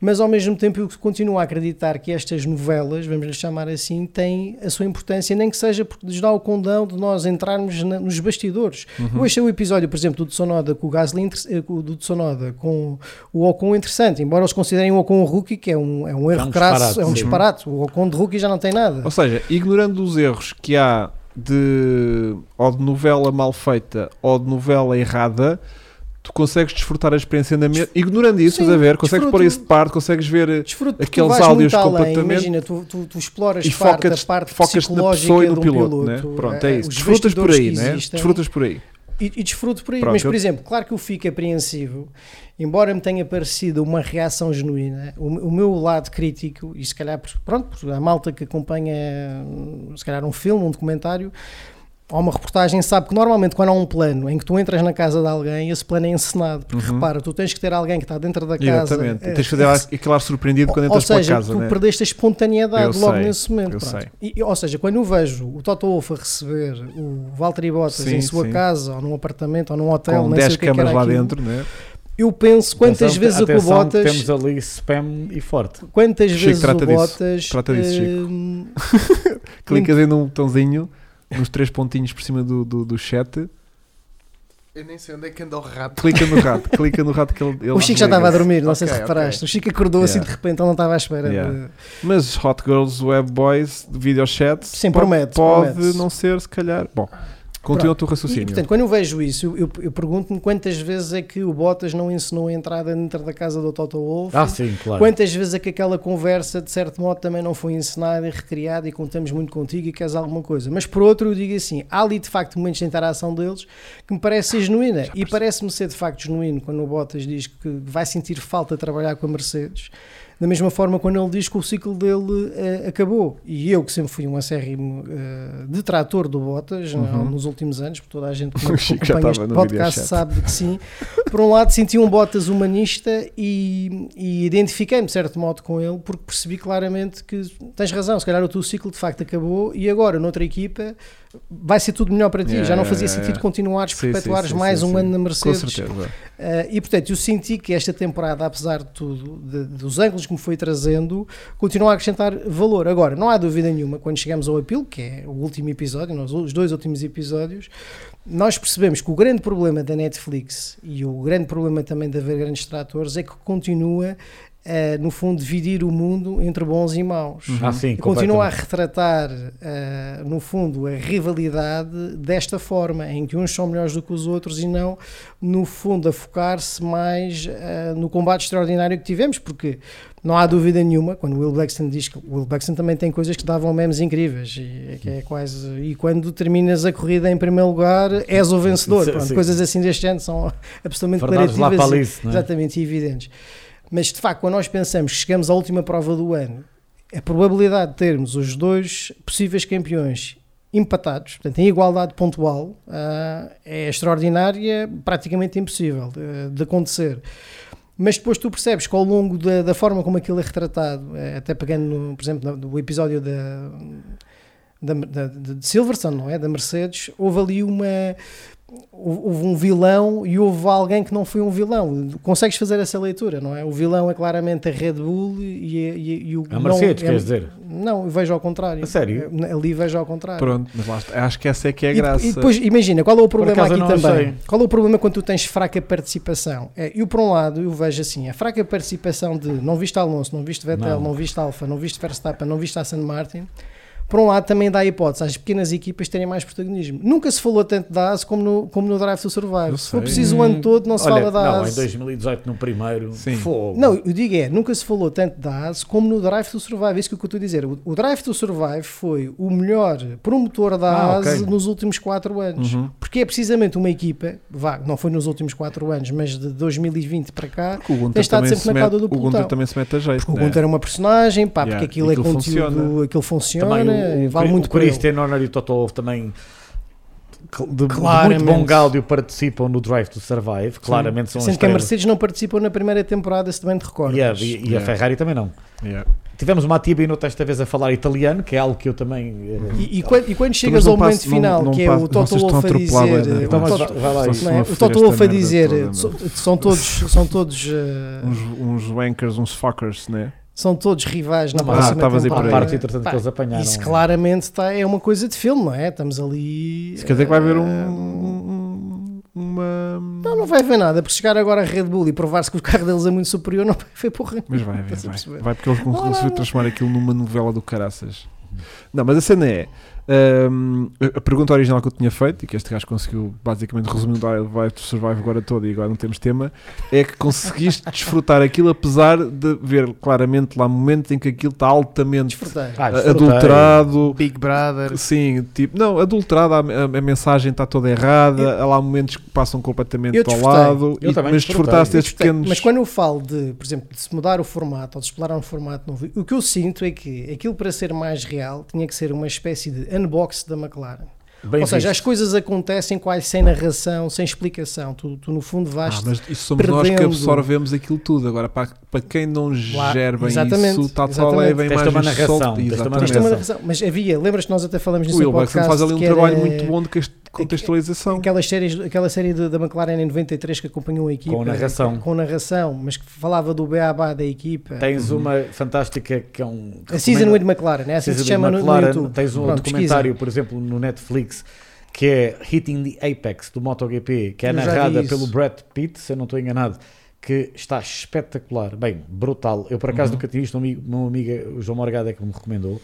Speaker 2: Mas ao mesmo tempo eu continuo a acreditar que estas novelas, vamos lhe chamar assim, têm a sua importância, nem que seja porque nos dá o condão de nós entrarmos na- nos bastidores. Eu achei o episódio, por exemplo, do de Sonoda com o Gasly, inter- eh, com o do de Sonoda com o Ocon interessante, embora eles considerem o Ocon um rookie, que é um, é um erro crasso,
Speaker 3: disparate,
Speaker 2: é um
Speaker 3: sim.
Speaker 2: disparate. O Ocon de rookie já não tem nada.
Speaker 1: Ou seja, ignorando os erros que há de ou de novela mal feita ou de novela errada, tu consegues desfrutar a experiência na mesma. Ignorando isso,
Speaker 2: Sim,
Speaker 1: estás a ver? Consegues
Speaker 2: desfruto.
Speaker 1: pôr isso de parte, consegues ver. eh,
Speaker 2: Desfruto porque
Speaker 1: Aqueles
Speaker 2: tu vais
Speaker 1: áudios
Speaker 2: muito além.
Speaker 1: completamente-
Speaker 2: Imagina, tu, tu, tu exploras
Speaker 1: E
Speaker 2: parte,
Speaker 1: focas,
Speaker 2: a parte
Speaker 1: focas na
Speaker 2: psicológica
Speaker 1: pessoa e no
Speaker 2: do
Speaker 1: piloto,
Speaker 2: piloto.
Speaker 1: né? Pronto, é
Speaker 2: eh,
Speaker 1: isso.
Speaker 2: os
Speaker 1: Desfrutas por aí,
Speaker 2: bastidores que
Speaker 1: né?
Speaker 2: existem.
Speaker 1: Desfrutas por aí.
Speaker 2: E, e desfruto por aí.
Speaker 1: Pronto,
Speaker 2: Mas,
Speaker 1: eu-
Speaker 2: por exemplo, claro que eu fico apreensivo, embora me tenha parecido uma reação genuína, o, me- o meu lado crítico, e se calhar, por- pronto, por a malta que acompanha, hum, se calhar, um filme, um documentário. Ou uma reportagem sabe que normalmente quando há um plano em que tu entras na casa de alguém, esse plano é encenado. Porque repara, tu tens que ter alguém que está dentro da casa.
Speaker 1: Uhum. Exatamente.
Speaker 2: eh,
Speaker 1: Tens que fazer
Speaker 2: a
Speaker 1: aquele ar surpreendido quando
Speaker 2: ou-
Speaker 1: entras
Speaker 2: ou
Speaker 1: pela
Speaker 2: seja,
Speaker 1: casa,
Speaker 2: tu
Speaker 1: né?
Speaker 2: perdeste a espontaneidade
Speaker 1: Eu
Speaker 2: logo
Speaker 1: sei,
Speaker 2: nesse momento.
Speaker 1: eu
Speaker 2: pronto.
Speaker 1: sei.
Speaker 2: E- e- ou seja, quando eu vejo o Toto Wolff a receber o Valtteri Bottas
Speaker 1: Sim,
Speaker 2: em sua
Speaker 1: sim.
Speaker 2: casa, ou num apartamento, ou num hotel,
Speaker 1: Com
Speaker 2: nem sei
Speaker 1: 10
Speaker 2: o que é que
Speaker 1: câmaras
Speaker 2: era
Speaker 1: lá
Speaker 2: aquilo,
Speaker 1: dentro, né?
Speaker 2: eu penso quantas
Speaker 3: Atenção,
Speaker 2: vezes
Speaker 3: atenção,
Speaker 2: o
Speaker 3: que
Speaker 2: Bottas...
Speaker 3: Temos ali spam e forte.
Speaker 2: Quantas
Speaker 1: Chico,
Speaker 2: vezes
Speaker 1: trata
Speaker 2: o
Speaker 1: disso.
Speaker 2: Bottas...
Speaker 1: Trata disso, Chico.
Speaker 2: hum,
Speaker 1: Clicas aí num botãozinho, nos três pontinhos por cima do, do, do chat,
Speaker 4: Eu nem sei onde é que anda o rato.
Speaker 1: clica no rato, clica no rato que ele. ele
Speaker 2: o Chico já estava a
Speaker 1: desliga-se.
Speaker 2: dormir, não sei se
Speaker 4: Ok, ok.
Speaker 2: reparaste. O Chico acordou assim de
Speaker 1: Yeah.
Speaker 2: repente, ele não estava à espera.
Speaker 1: Yeah.
Speaker 2: De...
Speaker 1: Mas Hot Girls, Web Boys, Videochat
Speaker 2: Sim,
Speaker 1: po-
Speaker 2: promete,
Speaker 1: pode
Speaker 2: promete.
Speaker 1: não ser, se calhar. Bom, continua o teu
Speaker 2: E,
Speaker 1: raciocínio.
Speaker 2: portanto, quando eu vejo isso, eu, eu- eu pergunto-me quantas vezes é que o Bottas não ensinou a entrada dentro da casa do Toto Wolff.
Speaker 3: Ah, sim, claro.
Speaker 2: Quantas vezes é que aquela conversa, de certo modo, também não foi encenada e recriada e contamos muito contigo e queres alguma coisa. Mas por outro, eu digo assim: há ali de facto momentos de interação deles que me parece ser genuína. E parece-me ser de facto genuíno quando o Bottas diz que vai sentir falta de trabalhar com a Mercedes. Da mesma forma, quando ele diz que o ciclo dele eh, acabou. E eu, que sempre fui um acérrimo eh, detrator do Bottas não, é?
Speaker 1: Uhum.
Speaker 2: nos últimos anos, porque toda a gente que
Speaker 1: O Chico já estava
Speaker 2: acompanha este
Speaker 1: no
Speaker 2: podcast
Speaker 1: videochat.
Speaker 2: sabe que sim. Por um lado, senti um Bottas humanista e, e identifiquei-me, de certo modo, com ele, porque percebi claramente que tens razão. Se calhar o teu ciclo de facto acabou e agora, noutra equipa, vai ser tudo melhor para ti.
Speaker 1: Yeah,
Speaker 2: Já não
Speaker 1: yeah,
Speaker 2: fazia
Speaker 1: yeah,
Speaker 2: sentido
Speaker 1: yeah.
Speaker 2: continuares,
Speaker 1: Sim, sim,
Speaker 2: perpetuares
Speaker 1: sim,
Speaker 2: mais
Speaker 1: sim,
Speaker 2: um
Speaker 1: sim.
Speaker 2: ano na
Speaker 1: Com
Speaker 2: Mercedes.
Speaker 1: certeza.
Speaker 2: Ah, e portanto, eu senti que esta temporada, apesar de tudo, de- dos ângulos que me foi trazendo, continua a acrescentar valor. Agora, não há dúvida nenhuma, quando chegamos ao apelo, que é o último episódio, nós, os dois últimos episódios, nós percebemos que o grande problema da Netflix e o grande problema também de haver grandes tratores é que continua. a, no fundo, dividir o mundo entre bons e maus.
Speaker 3: Ah, sim,
Speaker 2: E continua a
Speaker 3: completamente.
Speaker 2: retratar, eh, no fundo, a rivalidade desta forma, em que uns são melhores do que os outros e não, no fundo, a focar-se mais eh, no combate extraordinário que tivemos, porque não há dúvida nenhuma, quando o Will Blackson diz que o Will Blackson também tem coisas que davam memes incríveis, e, é que é quase, e quando terminas a corrida em primeiro lugar, és o vencedor.
Speaker 3: Sim,
Speaker 2: Pronto,
Speaker 3: sim.
Speaker 2: Coisas assim deste ano são absolutamente
Speaker 3: Verdades lá
Speaker 2: declarativas
Speaker 3: para
Speaker 2: e-
Speaker 3: Alice, não é?
Speaker 2: Exatamente, e evidentes. Mas de facto, quando nós pensamos que chegamos à última prova do ano, a probabilidade de termos os dois possíveis campeões empatados, portanto, em igualdade pontual, ah, é extraordinária, praticamente impossível de, de acontecer. Mas depois tu percebes que ao longo da, da forma como aquilo é retratado, eh, até pegando, no- por exemplo, no, no episódio da, da, da- de de Silverstone, não é? Da Mercedes, houve ali uma. Houve houve um vilão e houve alguém que não foi um vilão. Consegues fazer essa leitura, não é? O vilão é claramente a Red Bull e, e- e o.
Speaker 3: A um Mercedes,
Speaker 2: não, é-
Speaker 3: queres dizer?
Speaker 2: Não, eu vejo ao contrário.
Speaker 3: A sério?
Speaker 2: Eh, Ali vejo ao contrário.
Speaker 1: Pronto, mas lá está. acho que essa é que é a
Speaker 2: E de-
Speaker 1: graça.
Speaker 2: E depois, imagina, qual é o problema
Speaker 3: acaso
Speaker 2: aqui
Speaker 3: não
Speaker 2: também?
Speaker 3: achei.
Speaker 2: Qual é o problema quando tu tens fraca participação? É, eu, por um lado, eu vejo assim, a fraca participação de não viste Alonso, não viste Vettel,
Speaker 3: Não.
Speaker 2: não, viste Alfa, não viste Verstappen, não viste Aston Martin, por um lado também dá a hipótese às pequenas equipas terem mais protagonismo. Nunca se falou tanto da ASE como no, como no Drive to Survive.
Speaker 1: Eu
Speaker 2: Se for
Speaker 1: sei.
Speaker 2: preciso o ano todo, não se
Speaker 3: Hum. Olha,
Speaker 2: fala da
Speaker 3: não, em
Speaker 2: ASE.
Speaker 3: 2018, no primeiro.
Speaker 1: Sim.
Speaker 3: Fogo.
Speaker 2: Não, eu digo é, nunca se falou tanto da ASE como no Drive to Survive. É Isso que eu estou a dizer. O, o Drive to Survive foi o melhor promotor da
Speaker 1: Ah,
Speaker 2: ASE
Speaker 1: ok.
Speaker 2: nos últimos 4 anos.
Speaker 1: Uhum.
Speaker 2: Porque é precisamente uma equipa, vá, não foi nos últimos 4 anos, mas de 2020 para cá,
Speaker 1: Porque o Gunter
Speaker 2: Tem estado
Speaker 1: também,
Speaker 2: sempre
Speaker 1: se
Speaker 2: na
Speaker 1: mete-
Speaker 2: cauda do
Speaker 1: o Gunter
Speaker 2: pelotão.
Speaker 1: também se mete a jeito.
Speaker 2: porque o
Speaker 1: né?
Speaker 2: Gunter é uma personagem, pá,
Speaker 1: Yeah,
Speaker 2: porque aquilo é
Speaker 1: aquilo
Speaker 2: conteúdo,
Speaker 1: funciona.
Speaker 2: aquilo funciona,
Speaker 3: também o,
Speaker 2: vale
Speaker 3: o,
Speaker 2: muito
Speaker 3: o
Speaker 2: por ele.
Speaker 3: Christian Honor e o Toto Wolff também cl- de, de
Speaker 2: Claramente.
Speaker 3: muito bom gáudio participam no Drive to Survive. Claramente são as
Speaker 2: Sendo que a
Speaker 3: estrelas.
Speaker 2: Mercedes não participou na primeira temporada, se também te recordas.
Speaker 3: E a, e- e a
Speaker 1: é um Yeah.
Speaker 3: Ferrari também não.
Speaker 1: Yeah.
Speaker 3: Tivemos uma Atiba e noutra esta vez a falar italiano, que é algo que eu também. eh,
Speaker 2: E, e quando, e quando
Speaker 1: Mas
Speaker 2: chegas
Speaker 1: não
Speaker 2: ao
Speaker 1: passo-
Speaker 2: momento
Speaker 1: não-
Speaker 2: final,
Speaker 1: não
Speaker 2: que é
Speaker 1: passo-
Speaker 2: o Toto
Speaker 1: vocês estão
Speaker 2: Wolf a
Speaker 1: atropeladas,
Speaker 2: dizer,
Speaker 1: né?
Speaker 2: eh,
Speaker 3: Então,
Speaker 2: o
Speaker 3: mas
Speaker 2: Toto-
Speaker 3: vai- vai lá
Speaker 1: Vocês
Speaker 3: isso.
Speaker 2: não é?
Speaker 1: estão a
Speaker 2: o
Speaker 1: foder
Speaker 2: Toto
Speaker 1: esta
Speaker 2: Wolff a
Speaker 1: merda
Speaker 2: dizer,
Speaker 1: toda, né? meu.
Speaker 2: eh, so- são todos, são todos, eh,
Speaker 1: uns, uns wankers, uns fuckers, né?
Speaker 2: são todos rivais na
Speaker 3: Ah,
Speaker 2: próxima
Speaker 1: estavas a ir por
Speaker 3: à
Speaker 1: aí.
Speaker 3: parte,
Speaker 2: temporada.
Speaker 3: entretanto,
Speaker 2: Pá,
Speaker 3: que eles apanharam.
Speaker 1: um-
Speaker 2: Isso claramente está- é uma coisa de filme, não é? Estamos ali.
Speaker 1: Isso quer dizer que vai haver um.
Speaker 2: eh,
Speaker 1: um- uma.
Speaker 2: Não, não vai haver nada, porque chegar agora a Red Bull e provar-se que o carro deles é muito superior, não vai haver porra. nenhuma.
Speaker 1: Mas vai haver,
Speaker 2: Estás a
Speaker 1: vai.
Speaker 2: perceber?
Speaker 1: Vai porque eles vão
Speaker 2: Não, não,
Speaker 1: conseguir
Speaker 2: não.
Speaker 1: transformar aquilo numa novela do caraças.
Speaker 3: Uhum.
Speaker 1: Não, mas a cena é. hum, a- a pergunta original que eu tinha feito e que este gajo conseguiu basicamente resumir o Drive to Survive agora todo e agora não temos tema é que conseguiste desfrutar aquilo apesar de ver claramente lá momentos em que aquilo está altamente
Speaker 2: Desfrutei.
Speaker 3: Ah,
Speaker 1: a-
Speaker 3: desfrutei.
Speaker 1: adulterado
Speaker 4: Big Brother.
Speaker 1: Sim, tipo, não, adulterada, a, a- a mensagem está toda errada, há lá momentos que passam completamente
Speaker 2: Eu
Speaker 1: ao
Speaker 2: desfrutei.
Speaker 1: lado,
Speaker 3: Eu
Speaker 1: e-
Speaker 3: também
Speaker 1: mas
Speaker 3: desfrutei.
Speaker 1: desfrutaste esses
Speaker 2: Tem,
Speaker 1: pequenos.
Speaker 2: Mas quando eu falo de, por exemplo, de se mudar o formato ou de explorar um formato novo, o que eu sinto é que aquilo para ser mais real tinha que ser uma espécie de unbox da McLaren.
Speaker 3: Bem
Speaker 2: Ou seja,
Speaker 3: visto.
Speaker 2: as coisas acontecem quase sem narração, sem explicação. Tu, tu no fundo
Speaker 1: Ah,
Speaker 2: vais.
Speaker 1: mas isso somos nós que
Speaker 2: perdendo.
Speaker 1: absorvemos aquilo tudo. Agora, para, para quem não gera bem
Speaker 2: exatamente,
Speaker 1: isso, está só
Speaker 2: exatamente.
Speaker 1: leva a
Speaker 3: Tens de ter
Speaker 1: imagem
Speaker 3: uma narração,
Speaker 1: solta.
Speaker 3: tens de ter uma
Speaker 2: Tens de ter
Speaker 1: Exatamente.
Speaker 2: uma
Speaker 3: narração.
Speaker 2: narração. Mas havia, lembras que nós até falamos
Speaker 1: é O
Speaker 2: nisso
Speaker 1: Will
Speaker 2: no
Speaker 1: Buxton
Speaker 2: podcast?
Speaker 1: faz ali um
Speaker 2: que é era-
Speaker 1: trabalho muito bom de cast- contextualização.
Speaker 2: Aquelas séries, aquela série de- da McLaren em 93 que acompanhou a equipa. é
Speaker 3: Com narração.
Speaker 2: Com narração, mas que falava do beabá da equipa.
Speaker 3: Tens uma fantástica que é um.
Speaker 2: é um- a Season
Speaker 3: recomendo-
Speaker 2: with McLaren, é assim que
Speaker 3: Season
Speaker 2: se chama
Speaker 3: with
Speaker 2: no, no
Speaker 3: McLaren.
Speaker 2: YouTube.
Speaker 3: Tens um
Speaker 2: Pronto, pesquisa.
Speaker 3: documentário, por exemplo, no Netflix que é Hitting the Apex do MotoGP, que é
Speaker 2: Eu já vi
Speaker 3: narrada
Speaker 2: isso.
Speaker 3: pelo Brad Pitt, se eu não estou enganado, que está espetacular, bem, brutal. Eu, por acaso,
Speaker 1: Uhum.
Speaker 3: nunca tinha visto, um amigo- meu amigo o João Morgado é que me recomendou.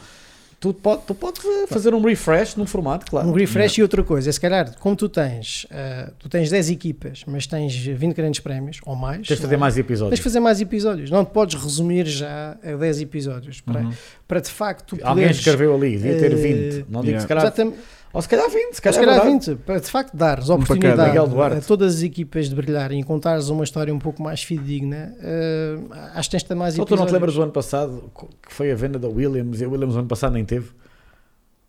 Speaker 3: Tu, pode, tu podes eh, fazer um refresh num formato, claro.
Speaker 2: Um refresh e outra coisa, é se calhar, como tu tens, eh, tu tens 10 equipas, mas tens 20 grandes prémios ou mais,
Speaker 3: Tens de
Speaker 2: não
Speaker 3: fazer
Speaker 2: é?
Speaker 3: mais
Speaker 2: Tens
Speaker 3: episódios.
Speaker 2: de fazer mais episódios, não te podes resumir já a 10 episódios para,
Speaker 1: Uhum.
Speaker 2: para de facto tu
Speaker 3: Alguém
Speaker 2: poderes.
Speaker 3: escreveu ali, devia ter
Speaker 2: eh,
Speaker 3: 20. Não digo
Speaker 1: yeah.
Speaker 3: se calhar.
Speaker 2: Exatamente,
Speaker 3: Ou se calhar 20, se
Speaker 2: se
Speaker 3: calhar,
Speaker 2: calhar
Speaker 3: é verdade.
Speaker 2: 20, para de facto dares
Speaker 1: Um para cada.
Speaker 2: oportunidade
Speaker 3: Miguel Duarte.
Speaker 2: a todas as equipas de brilharem e contares uma história um pouco mais fidedigna, eh, acho que tens de ter mais
Speaker 3: Só tu
Speaker 2: episódios.
Speaker 3: não te lembras do ano passado co- que foi a venda da Williams e a Williams o ano passado nem teve?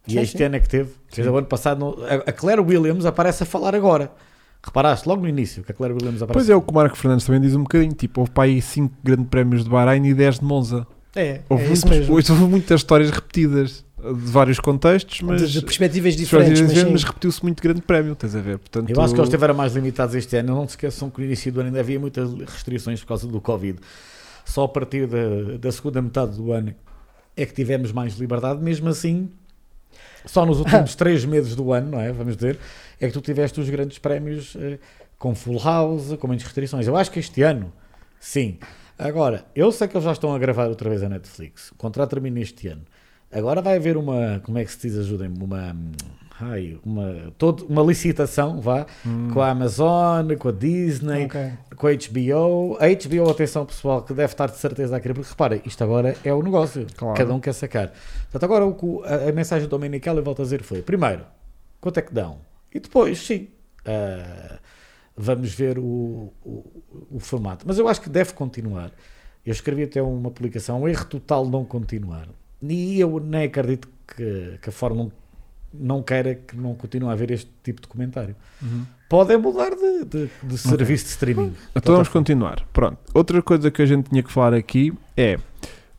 Speaker 3: E
Speaker 2: Sim,
Speaker 3: este
Speaker 2: sim.
Speaker 3: ano é que teve. Quer dizer, o ano passado não- a- a Claire Williams aparece a falar agora. Reparaste logo no início que a Claire Williams aparece.
Speaker 1: Pois é, o que o Marco Fernandes também diz um bocadinho. Tipo, houve para aí 5 grandes prémios de Bahrein e 10 de Monza.
Speaker 2: É,
Speaker 1: Houve,
Speaker 2: é isso
Speaker 1: muitos-
Speaker 2: mesmo.
Speaker 1: houve muitas histórias repetidas de vários contextos, mas.
Speaker 2: de, de perspectivas diferentes,
Speaker 1: diferentes,
Speaker 2: mas, sim.
Speaker 1: mas repetiu-se muito grande prémio, estás a ver? Portanto,
Speaker 3: Eu acho que eles estiveram mais limitados este ano. Não se esqueçam que no início do ano ainda havia muitas restrições por causa do Covid. Só a partir da, da segunda metade do ano é que tivemos mais liberdade. Mesmo assim, só nos últimos três meses do ano, não é? Vamos dizer, é que tu tiveste os grandes prémios eh, com full house, com menos restrições. Eu acho que este ano, sim. Agora, eu sei que eles já estão a gravar outra vez a Netflix. O contrato termina este ano. Agora vai haver uma, como é que se diz, ajudem-me, uma, hum, ai, uma, todo, uma licitação, vá,
Speaker 1: Hum.
Speaker 3: com a Amazon, com a Disney,
Speaker 2: Ok.
Speaker 3: com a HBO. A HBO, atenção pessoal, que deve estar de certeza a querer, porque repara, isto agora é o negócio.
Speaker 1: Claro.
Speaker 3: Cada um quer sacar. Portanto, agora o que o- a, a mensagem dominical, eu volto a dizer, foi: primeiro, quanto é que dão? E depois, sim, ah, vamos ver o, o, o formato. Mas eu acho que deve continuar. Eu escrevi até uma publicação, um erro total não continuar. E eu nem acredito que, que a Fórmula 1 não queira que não continue a haver este tipo de comentário.
Speaker 1: Uhum.
Speaker 3: Podem mudar de, de- de serviço de streaming.
Speaker 1: Então vamos continuar. Pronto. Outra coisa que a gente tinha que falar aqui é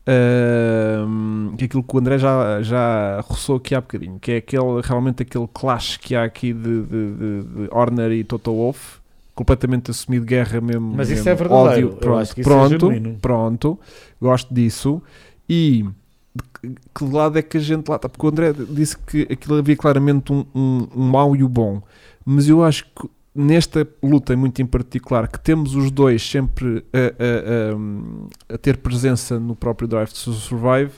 Speaker 1: ahm, que aquilo que o André já, já roçou aqui há bocadinho, que é aquele, realmente aquele clash que há aqui de, de, de, de Horner e Toto Wolff, completamente assumido guerra mesmo.
Speaker 3: Mas isso
Speaker 1: mesmo,
Speaker 3: é verdadeiro.
Speaker 1: Ódio.
Speaker 3: Eu
Speaker 1: Pronto,
Speaker 3: acho que isso é
Speaker 1: pronto,
Speaker 3: genuíno.
Speaker 1: pronto. Gosto disso. E de que- que lado é que a gente lá está? Porque o André disse que aquilo havia claramente um, um, um mau e o bom. Mas eu acho que nesta luta muito em particular, que temos os dois sempre a, a- a- a ter presença no próprio Drive to Survive,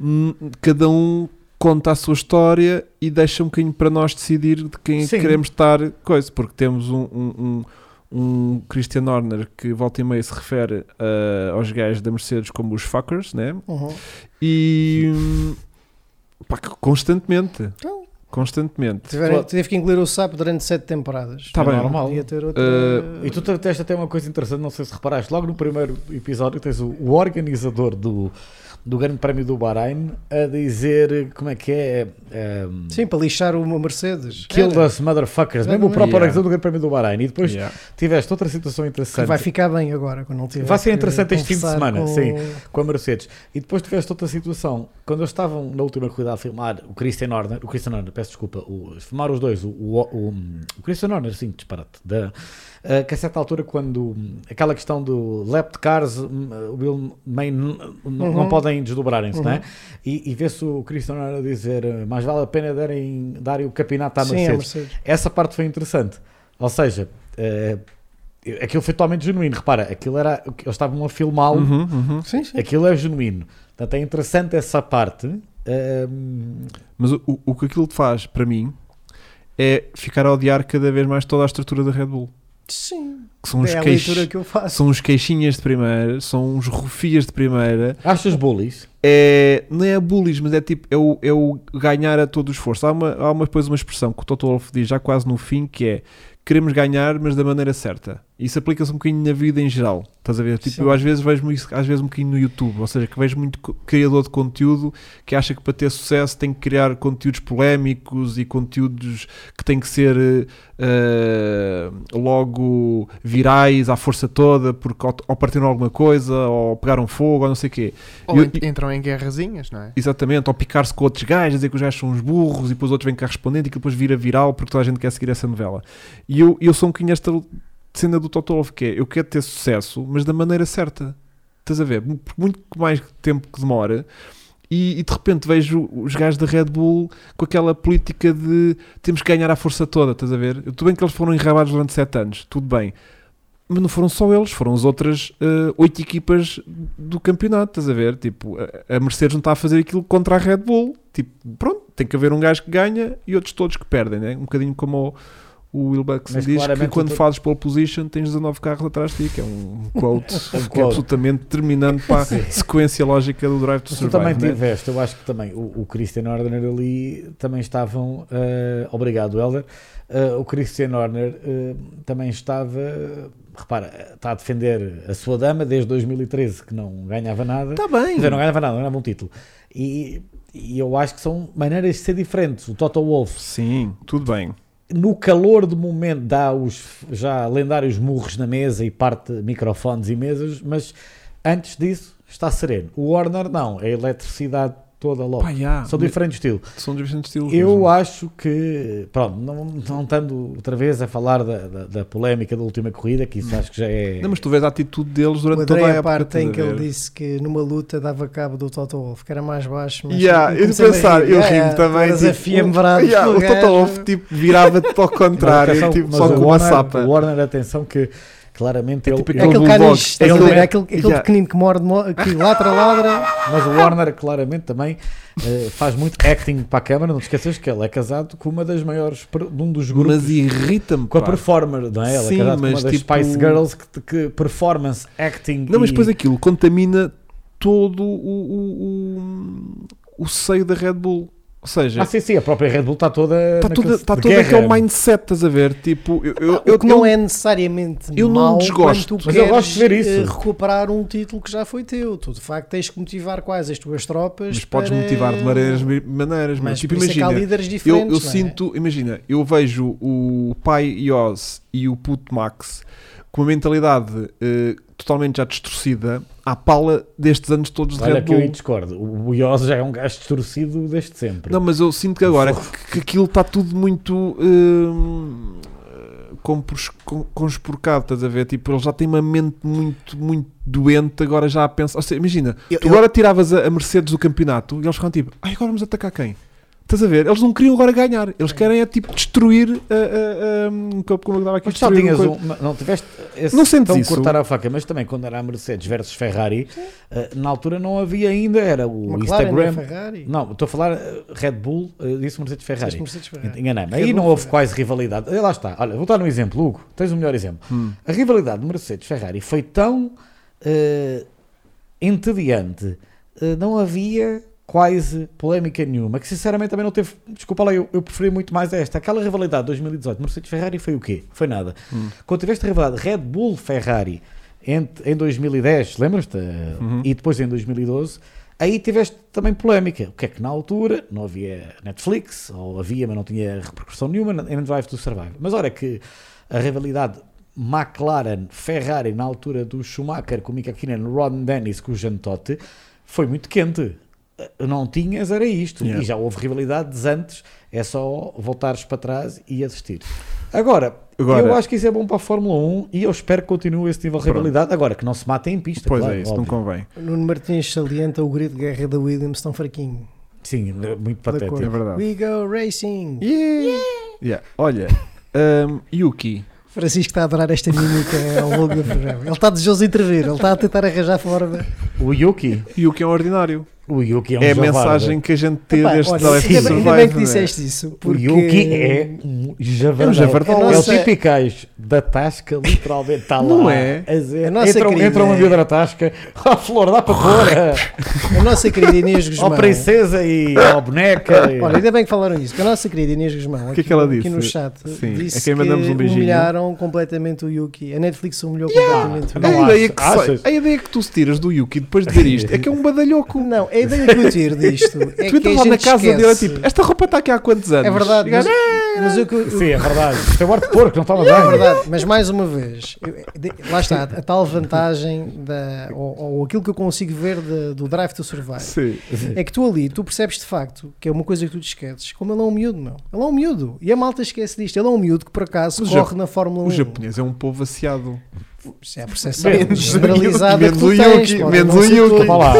Speaker 1: hum, cada um conta a sua história e deixa um bocadinho para nós decidir de quem é que
Speaker 3: Sim.
Speaker 1: queremos estar coisa, porque temos um, um, um, um Christian Horner que volta e meia se refere ah, aos gajos da Mercedes como os fuckers, né?
Speaker 2: Uhum.
Speaker 1: E hum, pá, que constantemente.
Speaker 2: Então.
Speaker 1: Constantemente.
Speaker 2: Tiveram- Tive que engolir o sapo durante sete temporadas. É
Speaker 1: Tá bem.
Speaker 3: normal.
Speaker 2: Podia ter outra.
Speaker 1: Eh,
Speaker 3: E tu tens até uma coisa interessante, não sei se reparaste, logo no primeiro episódio tens o, o organizador do, do Grande Prémio do Bahrein a dizer como é que é. ehm,
Speaker 2: Sim, para lixar uma Mercedes.
Speaker 3: Kill
Speaker 2: Era.
Speaker 3: us motherfuckers, mesmo o
Speaker 2: Exatamente.
Speaker 3: próprio
Speaker 1: Yeah.
Speaker 3: organizador do Grande Prémio do Bahrein. E depois
Speaker 1: Yeah.
Speaker 3: tiveste outra situação
Speaker 2: Que
Speaker 3: interessante.
Speaker 2: vai ficar bem agora quando não tiver.
Speaker 3: Vai ser
Speaker 2: que
Speaker 3: interessante este fim de
Speaker 2: conversar
Speaker 3: semana,
Speaker 2: com-
Speaker 3: sim. com a Mercedes. E depois tiveste outra situação. Quando eles estavam na última corrida a filmar o Christian Horner, o Christian Horner, peço desculpa, o, filmar os dois, o, o, o, o Christian Horner, sim, disparate, da, ah, que a certa altura, quando hum, aquela questão do lap de cars, hum, o Bill May n- n- não
Speaker 2: Uhum.
Speaker 3: podem desdobrarem-se,
Speaker 2: Uhum.
Speaker 3: não é? E, e vê-se o Christian Horner a dizer ah, mais vale a pena darem, darem o campeonato à
Speaker 2: sim,
Speaker 3: Tá Mercedes.
Speaker 2: é a Mercedes.
Speaker 3: Essa parte foi interessante. Ou seja, ah, aquilo foi totalmente genuíno. Repara, aquilo era. Eles estavam a filmá-lo
Speaker 1: Uhum, uhum.
Speaker 2: Sim, sim.
Speaker 3: Aquilo é genuíno. Portanto, é interessante essa parte. Ahm,
Speaker 1: Mas o, o que aquilo faz para mim é ficar a odiar cada vez mais toda a estrutura da Red Bull.
Speaker 2: Sim.
Speaker 1: Que são uns
Speaker 2: é a
Speaker 1: queixos.
Speaker 2: leitura que eu faço.
Speaker 1: São uns queixinhas de primeira, são uns rufias de primeira.
Speaker 3: achas bullies?
Speaker 1: É, não é bullies, mas é tipo, é o, é o ganhar a todo o esforço. Há, uma, há uma, depois uma expressão que o Toto Wolff diz já quase no fim que é queremos ganhar, mas da maneira certa. Isso aplica-se um bocadinho na vida em geral. Estás a ver? Tipo,
Speaker 2: Sim.
Speaker 1: eu às vezes vejo isso, às vezes um bocadinho no YouTube, ou seja, que vejo muito co- criador de conteúdo que acha que para ter sucesso tem que criar conteúdos polémicos e conteúdos que têm que ser eh, eh, logo virais à força toda, porque ou, ou partiram alguma coisa, ou pegaram fogo, ou não sei o quê.
Speaker 4: Ou
Speaker 1: Eu-
Speaker 4: ent- entram em guerrazinhas, não é?
Speaker 1: Exatamente, ou picar-se com outros gajos, dizer que os gajos são uns burros e depois outros vêm cá respondendo e que depois vira viral porque toda a gente quer seguir essa novela. E eu, eu sou um bocadinho esta cena do Toto Wolff que é, eu quero ter sucesso, mas da maneira certa. Estás a ver? Mu- por Muito mais tempo que demora e, e de repente vejo os gajos da Red Bull com aquela política de temos que ganhar a força toda, estás a ver? Tudo bem que eles foram enrabados durante 7 anos, tudo bem. Mas não foram só eles, foram as outras eh, oito equipas do campeonato, estás a ver? Tipo, a, a Mercedes não está a fazer aquilo contra a Red Bull. Tipo, pronto, tem que haver um gajo que ganha e outros todos que perdem, né? Um bocadinho como o, o Will Buxton
Speaker 3: Mas
Speaker 1: diz que
Speaker 3: claramente
Speaker 1: quando
Speaker 3: o-
Speaker 1: fazes pole position tens 19 carros atrás de ti, que é um quote, que é
Speaker 3: quote.
Speaker 1: absolutamente determinante para a sequência lógica do Drive to
Speaker 3: Tu
Speaker 1: Survive.
Speaker 3: também
Speaker 1: né?
Speaker 3: tiveste, eu acho que também o, o Christian Horner ali também estavam. ah, obrigado, Helder. Ah, o Christian Horner ah, também estava. Repara, está a defender a sua dama desde 2013, que não ganhava nada.
Speaker 1: Está Tá bem.
Speaker 3: Quer dizer, não ganhava nada, não ganhava um título. E, e eu acho que são maneiras de ser diferentes. O Toto Wolff
Speaker 1: Sim, tudo bem.
Speaker 3: no calor do momento dá os já lendários murros na mesa e parte microfones e mesas, mas antes disso está sereno. O Warner não, é a eletricidade toda logo.
Speaker 1: Pá, já,
Speaker 3: São
Speaker 1: mas-
Speaker 3: diferentes estilos.
Speaker 1: São diferentes estilos.
Speaker 3: Eu
Speaker 1: mas-
Speaker 3: acho que, pronto, não, não estando outra vez a falar da, da, da polémica da última corrida, que isso acho que já é.
Speaker 1: Não, mas tu vês a atitude deles durante
Speaker 2: Eu
Speaker 1: toda
Speaker 2: adorei
Speaker 1: a
Speaker 2: a
Speaker 1: época.
Speaker 2: parte em que
Speaker 1: estás a
Speaker 2: ele
Speaker 1: ver?
Speaker 2: disse que numa luta dava cabo do Toto Wolff, que era mais baixo. Mas
Speaker 1: Yeah, eu de
Speaker 2: comecei a
Speaker 1: pensar,
Speaker 2: rir.
Speaker 1: eu
Speaker 2: Ah,
Speaker 1: rimo também.
Speaker 2: Mas
Speaker 1: tipo,
Speaker 2: afia-me
Speaker 1: o-
Speaker 2: bravo
Speaker 1: yeah,
Speaker 2: com
Speaker 1: o Total
Speaker 2: "Ah, gajo.
Speaker 1: Off tipo, virava-te para o contrário,
Speaker 3: Mas atenção,
Speaker 1: tipo,
Speaker 3: mas
Speaker 1: só
Speaker 3: o
Speaker 1: com uma
Speaker 3: Warner-
Speaker 1: sapa.
Speaker 3: O Warner, atenção, que claramente ele,
Speaker 1: tipo
Speaker 2: É
Speaker 1: aquele
Speaker 2: aquele
Speaker 1: bulldog.
Speaker 2: canis, estás a
Speaker 1: Ele-
Speaker 2: ver? É aquele, aquele
Speaker 1: Yeah.
Speaker 2: pequenino que morde, mo- que latra, ladra.
Speaker 3: Mas o Warner claramente também eh, faz muito acting para a câmara. Não te esqueças que ele é casado com uma das maiores, per- de um dos grupos.
Speaker 1: Mas irrita-me.
Speaker 3: com a
Speaker 1: pá.
Speaker 3: performer, não é? Ela
Speaker 1: Sim,
Speaker 3: é casada com uma
Speaker 1: mas
Speaker 3: das
Speaker 1: tipo-
Speaker 3: Spice Girls que, que performance, acting.
Speaker 1: Não, mas
Speaker 3: e-
Speaker 1: depois aquilo contamina todo o, o, o, o seio da Red Bull. Ou seja,
Speaker 3: Ah, sim, sim, a própria Red Bull está toda.
Speaker 1: está
Speaker 3: naquele-
Speaker 1: tudo, está
Speaker 3: de
Speaker 1: todo aquele
Speaker 3: guerra.
Speaker 1: mindset, estás a ver? Tipo, eu, eu,
Speaker 2: o que
Speaker 1: eu-
Speaker 2: não é necessariamente
Speaker 1: eu não
Speaker 2: mau
Speaker 1: desgosto,
Speaker 2: quando tu
Speaker 3: mas eu
Speaker 2: queres
Speaker 3: gosto de ver isso.
Speaker 2: eh, recuperar um título que já foi teu. Tu de facto tens que motivar quase as tuas tropas.
Speaker 1: Mas podes
Speaker 2: para-
Speaker 1: motivar de maneiras, maneiras mas,
Speaker 2: Mas
Speaker 1: tipo,
Speaker 2: por isso é que há
Speaker 1: imagina,
Speaker 2: líderes
Speaker 1: Eu,
Speaker 2: diferentes.
Speaker 1: eu
Speaker 2: não é?
Speaker 1: sinto, imagina, eu vejo o pai Ios e o puto Max com uma mentalidade eh, totalmente já distorcida à pala destes anos todos de
Speaker 3: Olha
Speaker 1: Red
Speaker 3: que eu aí
Speaker 1: Bull.
Speaker 3: discordo. O Ios já é um gajo distorcido desde sempre.
Speaker 1: Não, mas eu sinto que agora que, que aquilo está tudo muito hum, compros- con- conspurcado, estás a ver? Tipo, ele já tem uma mente muito, muito doente, agora já pensa. Ou seja, imagina,
Speaker 4: Eu-
Speaker 1: tu
Speaker 4: eu-
Speaker 1: agora tiravas a, a Mercedes do campeonato e eles ficam tipo, ai, agora vamos atacar quem? Estás Estás a ver? Eles não queriam agora ganhar. Eles querem é tipo destruir a, a, a, um, como eu estava aqui
Speaker 3: Mas só
Speaker 1: destruir
Speaker 3: tinhas
Speaker 1: uma
Speaker 3: um, não não tiveste esse
Speaker 1: Não sentes
Speaker 3: tão
Speaker 1: isso?
Speaker 3: cortar a faca, mas também quando era a Mercedes versus Ferrari, eh, na altura não havia ainda, era o
Speaker 1: é
Speaker 3: Instagram.
Speaker 2: é Ferrari.
Speaker 3: Não, estou a falar eh, Red Bull, eh, disse Mercedes
Speaker 2: Disseste
Speaker 3: Ferrari.
Speaker 2: Mercedes Ferrari.
Speaker 3: Enganei-me.
Speaker 2: Red
Speaker 3: Aí não
Speaker 2: Bull,
Speaker 3: houve
Speaker 2: Ferrari.
Speaker 3: quase rivalidade. Eh, Lá está. Olha, vou dar um exemplo, Hugo. Tens o melhor exemplo.
Speaker 1: Hum.
Speaker 3: A rivalidade de Mercedes-Ferrari foi tão eh, entediante, eh, não havia quase polémica nenhuma, que sinceramente também não teve. Desculpa lá, eu, eu preferi muito mais esta. Aquela rivalidade de 2018 Mercedes-Ferrari foi o quê? Foi nada.
Speaker 1: Hum.
Speaker 3: Quando tiveste a rivalidade Red Bull-Ferrari em, em 2010, lembras-te?
Speaker 1: Uhum.
Speaker 3: E depois em 2012. Aí tiveste também polémica. O que é que na altura não havia Netflix, ou havia, mas não tinha repercussão nenhuma na- em Drive to Survive. Mas olha que a rivalidade McLaren-Ferrari na altura do Schumacher com o Mika Kinen, Ron Dennis com o Jean Todt foi muito quente. Não tinhas, era isto.
Speaker 1: Yeah.
Speaker 3: E já houve rivalidades antes, é só voltares para trás e assistir. Agora,
Speaker 1: Agora-
Speaker 3: eu acho que isso é bom para a Fórmula 1 e eu espero que continue esse nível de
Speaker 1: Pronto.
Speaker 3: rivalidade. Agora, que não se matem em pista.
Speaker 1: Pois
Speaker 3: claro,
Speaker 1: é, isso
Speaker 3: óbvio.
Speaker 1: não convém.
Speaker 2: Nuno Martins salienta o grito de guerra da Williams tão fraquinho.
Speaker 3: Sim, é muito patético.
Speaker 1: É verdade.
Speaker 2: We go racing!
Speaker 1: Yeah. Olha, hum, Yuki.
Speaker 2: Francisco está a adorar esta mímica é um ao longo do programa. Ele está desejoso de intervir, ele está a tentar arranjar forma.
Speaker 3: O Yuki,
Speaker 1: Yuki é um ordinário.
Speaker 3: o Yuki é um
Speaker 1: É, a
Speaker 3: javarda.
Speaker 1: mensagem que a gente teve
Speaker 2: Epá,
Speaker 1: deste
Speaker 2: olha,
Speaker 1: Drive to
Speaker 2: ainda, bem- ainda bem que
Speaker 1: Survive. não é?
Speaker 2: disseste isso,
Speaker 3: O
Speaker 2: porque
Speaker 3: Yuki é um
Speaker 1: É um
Speaker 3: javardão.
Speaker 1: javardão.
Speaker 2: A
Speaker 3: É o
Speaker 2: nossa-
Speaker 3: típico gajo da Tasca, literalmente está lá.
Speaker 1: Não é?
Speaker 3: A dizer,
Speaker 2: A nossa
Speaker 3: entra, um-
Speaker 2: querida-
Speaker 3: entra uma miúda na Tasca, ó Flor, dá para pôr,
Speaker 2: a nossa querida Inês
Speaker 3: ó
Speaker 2: Guzmão.
Speaker 3: Princesa e ó Boneca. e-
Speaker 2: Olha, ainda bem que falaram isso, que a nossa querida Inês Guzmão,
Speaker 1: O que é
Speaker 2: aqui,
Speaker 1: que ela
Speaker 2: aqui
Speaker 1: disse?
Speaker 2: no chat,
Speaker 1: Sim,
Speaker 2: disse
Speaker 1: a quem mandamos um
Speaker 2: que
Speaker 1: beijinho.
Speaker 2: humilharam completamente o Yuki. A Netflix humilhou completamente o
Speaker 3: Não
Speaker 1: A
Speaker 3: acho.
Speaker 2: Yuki.
Speaker 1: ideia, que
Speaker 3: Achas?
Speaker 1: sai- a ideia que tu se tiras do Yuki depois de ver isto é que é um badalhoco.
Speaker 2: Não, a ideia que eu tiro disto é
Speaker 1: tu
Speaker 2: que a
Speaker 1: entras lá na
Speaker 2: gente
Speaker 1: casa dele é
Speaker 2: esquece-
Speaker 1: tipo, esta roupa está aqui há quantos anos?
Speaker 2: É verdade,
Speaker 1: E o gajo,
Speaker 2: mas, mas o que eu-
Speaker 3: Sim, é verdade. Isto é o arte de porco, não estava
Speaker 2: É
Speaker 3: bem.
Speaker 2: verdade, mas mais uma vez, eu- de- lá está a tal vantagem da, ou, ou aquilo que eu consigo ver de- do Drive to Survive.
Speaker 1: "Ah, Sim.
Speaker 2: É que tu ali, tu percebes de facto que é uma coisa que tu te esqueces, como ele é um miúdo, meu. Ele é um miúdo. E a malta esquece disto. Ele é um miúdo que por acaso
Speaker 1: O
Speaker 2: corre
Speaker 1: Jap-
Speaker 2: na Fórmula 1.
Speaker 1: O japonês é um povo aciado.
Speaker 2: Isso é a percepção
Speaker 3: Menos o
Speaker 2: generalizada
Speaker 1: Yuki,
Speaker 2: que tu
Speaker 1: menos o
Speaker 2: tens,
Speaker 1: Yuki,
Speaker 2: pode
Speaker 1: menos
Speaker 2: não
Speaker 1: o
Speaker 2: ser
Speaker 1: Yuki.
Speaker 2: todo.
Speaker 3: Vá lá.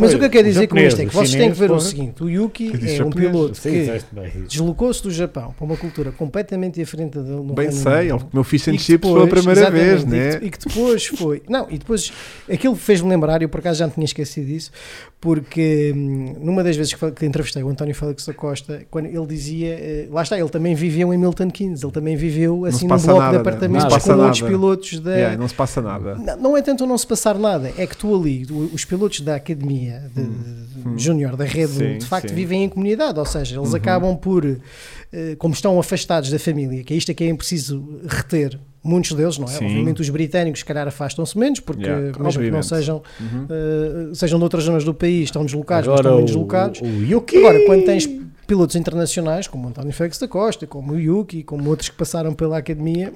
Speaker 2: Mas o que eu quero dizer com
Speaker 3: Japonês,
Speaker 2: isto é que vocês
Speaker 3: chinês,
Speaker 2: têm que ver o
Speaker 3: porra.
Speaker 2: seguinte: o Yuki
Speaker 1: Eu disse
Speaker 2: é um
Speaker 1: japonês.
Speaker 2: piloto
Speaker 3: Sim,
Speaker 2: que
Speaker 3: disseste bem.
Speaker 2: deslocou-se do Japão para uma cultura completamente diferente da dele no
Speaker 1: Bem
Speaker 2: Reino
Speaker 1: sei,
Speaker 2: Unido.
Speaker 1: ele comeu fish and
Speaker 2: E que
Speaker 1: chips pela
Speaker 2: depois-
Speaker 1: primeira vez,
Speaker 2: exatamente,
Speaker 1: né?
Speaker 2: E que, e que depois foi. Não, e depois aquilo fez-me lembrar, eu por acaso já me tinha esquecido disso, porque hum, numa das vezes que, fal- que entrevistei o António Félix da Costa, quando ele dizia, eh, lá está, ele também viveu em Milton Keynes, ele também viveu
Speaker 1: se
Speaker 2: assim num
Speaker 1: passa
Speaker 2: bloco
Speaker 1: nada,
Speaker 2: de
Speaker 1: né?
Speaker 2: apartamentos
Speaker 3: Não se
Speaker 2: com
Speaker 1: passa
Speaker 2: outros
Speaker 1: nada.
Speaker 2: pilotos da.
Speaker 1: Yeah, não se passa nada.
Speaker 2: Não, não é tanto não se passar nada, é que tu ali, o- os pilotos da academia de, de-
Speaker 1: Hum.
Speaker 2: júnior da Red Bull,
Speaker 1: Sim,
Speaker 2: de facto
Speaker 1: sim. Uhum.
Speaker 2: vivem em comunidade, ou seja, eles acabam por, eh, como estão afastados da família, que é isto é que é preciso reter. Muitos deles, não é?
Speaker 1: Sim.
Speaker 2: Obviamente os britânicos, se calhar, afastam-se menos, porque
Speaker 1: Yeah,
Speaker 2: mesmo que não
Speaker 1: obviamente.
Speaker 2: sejam,
Speaker 1: Uhum.
Speaker 2: eh, sejam de outras zonas do país, estão deslocados, mas
Speaker 3: Agora
Speaker 2: estão
Speaker 3: o,
Speaker 2: menos deslocados.
Speaker 3: o Yuki.
Speaker 2: Agora, quando tens pilotos internacionais, como o António Félix da Costa, como o Yuki, como outros que passaram pela academia,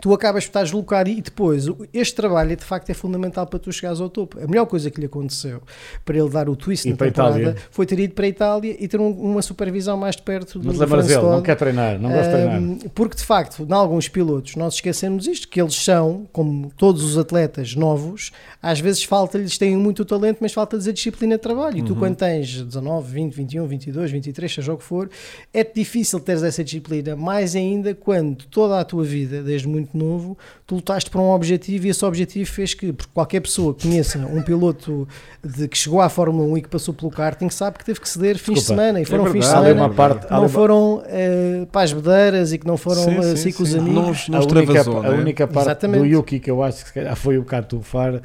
Speaker 2: tu acabas por estar deslocado e depois o- este trabalho de facto é fundamental para tu chegares ao topo. A melhor coisa que lhe aconteceu para ele dar o twist
Speaker 3: E
Speaker 2: na
Speaker 3: para a
Speaker 2: temporada
Speaker 3: Itália.
Speaker 2: foi ter ido para a Itália e ter um- uma supervisão mais de perto do,
Speaker 3: Mas
Speaker 2: do Franz
Speaker 3: Lamarzelo, não
Speaker 2: Todd.
Speaker 3: quer é treinar, não gosta de treinar.
Speaker 2: Ahm, Porque de facto, em alguns pilotos, nós esquecemos isto, que eles são, como todos os atletas novos, às vezes falta-lhes, têm muito talento, mas falta-lhes a disciplina de trabalho. E
Speaker 3: Uhum.
Speaker 2: tu, quando tens 19, 20, 21, 22, 23, seja o que for, é difícil teres essa disciplina, mais ainda quando toda a tua vida, desde muito novo, tu lutaste para um objetivo e esse objetivo fez que, porque qualquer pessoa que conheça um piloto de, que chegou à Fórmula 1 e que passou pelo karting, sabe que teve que ceder fins de
Speaker 3: Desculpa,
Speaker 2: semana e foram fins de
Speaker 1: verdade,
Speaker 3: Há ali
Speaker 2: semana
Speaker 3: é uma
Speaker 2: que
Speaker 3: parte. há
Speaker 2: não
Speaker 3: ali uma-
Speaker 2: foram eh, para as bedeiras e que não foram
Speaker 1: Sim,
Speaker 2: eh,
Speaker 1: sim,
Speaker 2: ciclos
Speaker 1: sim.
Speaker 2: amigos.
Speaker 1: Não, não
Speaker 3: uh, a única,
Speaker 1: extravasou,
Speaker 3: a
Speaker 1: né?
Speaker 3: única parte
Speaker 2: é? Exatamente.
Speaker 3: do Yuki que eu acho que se calhar foi um bocado tufar.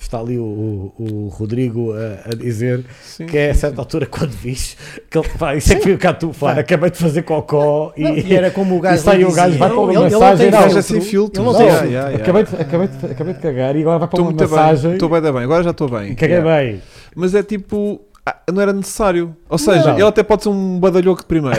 Speaker 3: Está ali o, o, o Rodrigo a, a dizer
Speaker 1: Sim,
Speaker 3: que é a certa altura, quando vis, que ele pá, isso é que foi um bocado tufar.
Speaker 2: Pá.
Speaker 3: Acabei de fazer cocó e.
Speaker 2: Não, e era como o gajo
Speaker 3: E sai
Speaker 2: lhe
Speaker 3: o gajo,
Speaker 2: dizia.
Speaker 3: vai para uma
Speaker 2: Ele- ele não
Speaker 3: massagem,
Speaker 2: tem
Speaker 3: não,
Speaker 1: Gajo
Speaker 2: filtro.
Speaker 1: é sem filtro.
Speaker 2: Ele não
Speaker 3: Não,
Speaker 2: tem
Speaker 1: Yeah,
Speaker 2: filtro.
Speaker 1: yeah, yeah.
Speaker 3: Acabei, de, acabei, de, acabei de cagar e agora vai para
Speaker 1: Estou
Speaker 3: uma
Speaker 1: muito
Speaker 3: massagem.
Speaker 1: bem. Estou bem, da bem. Agora já estou bem.
Speaker 3: Caguei
Speaker 1: Yeah.
Speaker 3: bem.
Speaker 1: Mas é tipo. ah, Não era necessário. Ou seja,
Speaker 3: Não.
Speaker 1: ele até pode ser um badalhoco de primeira.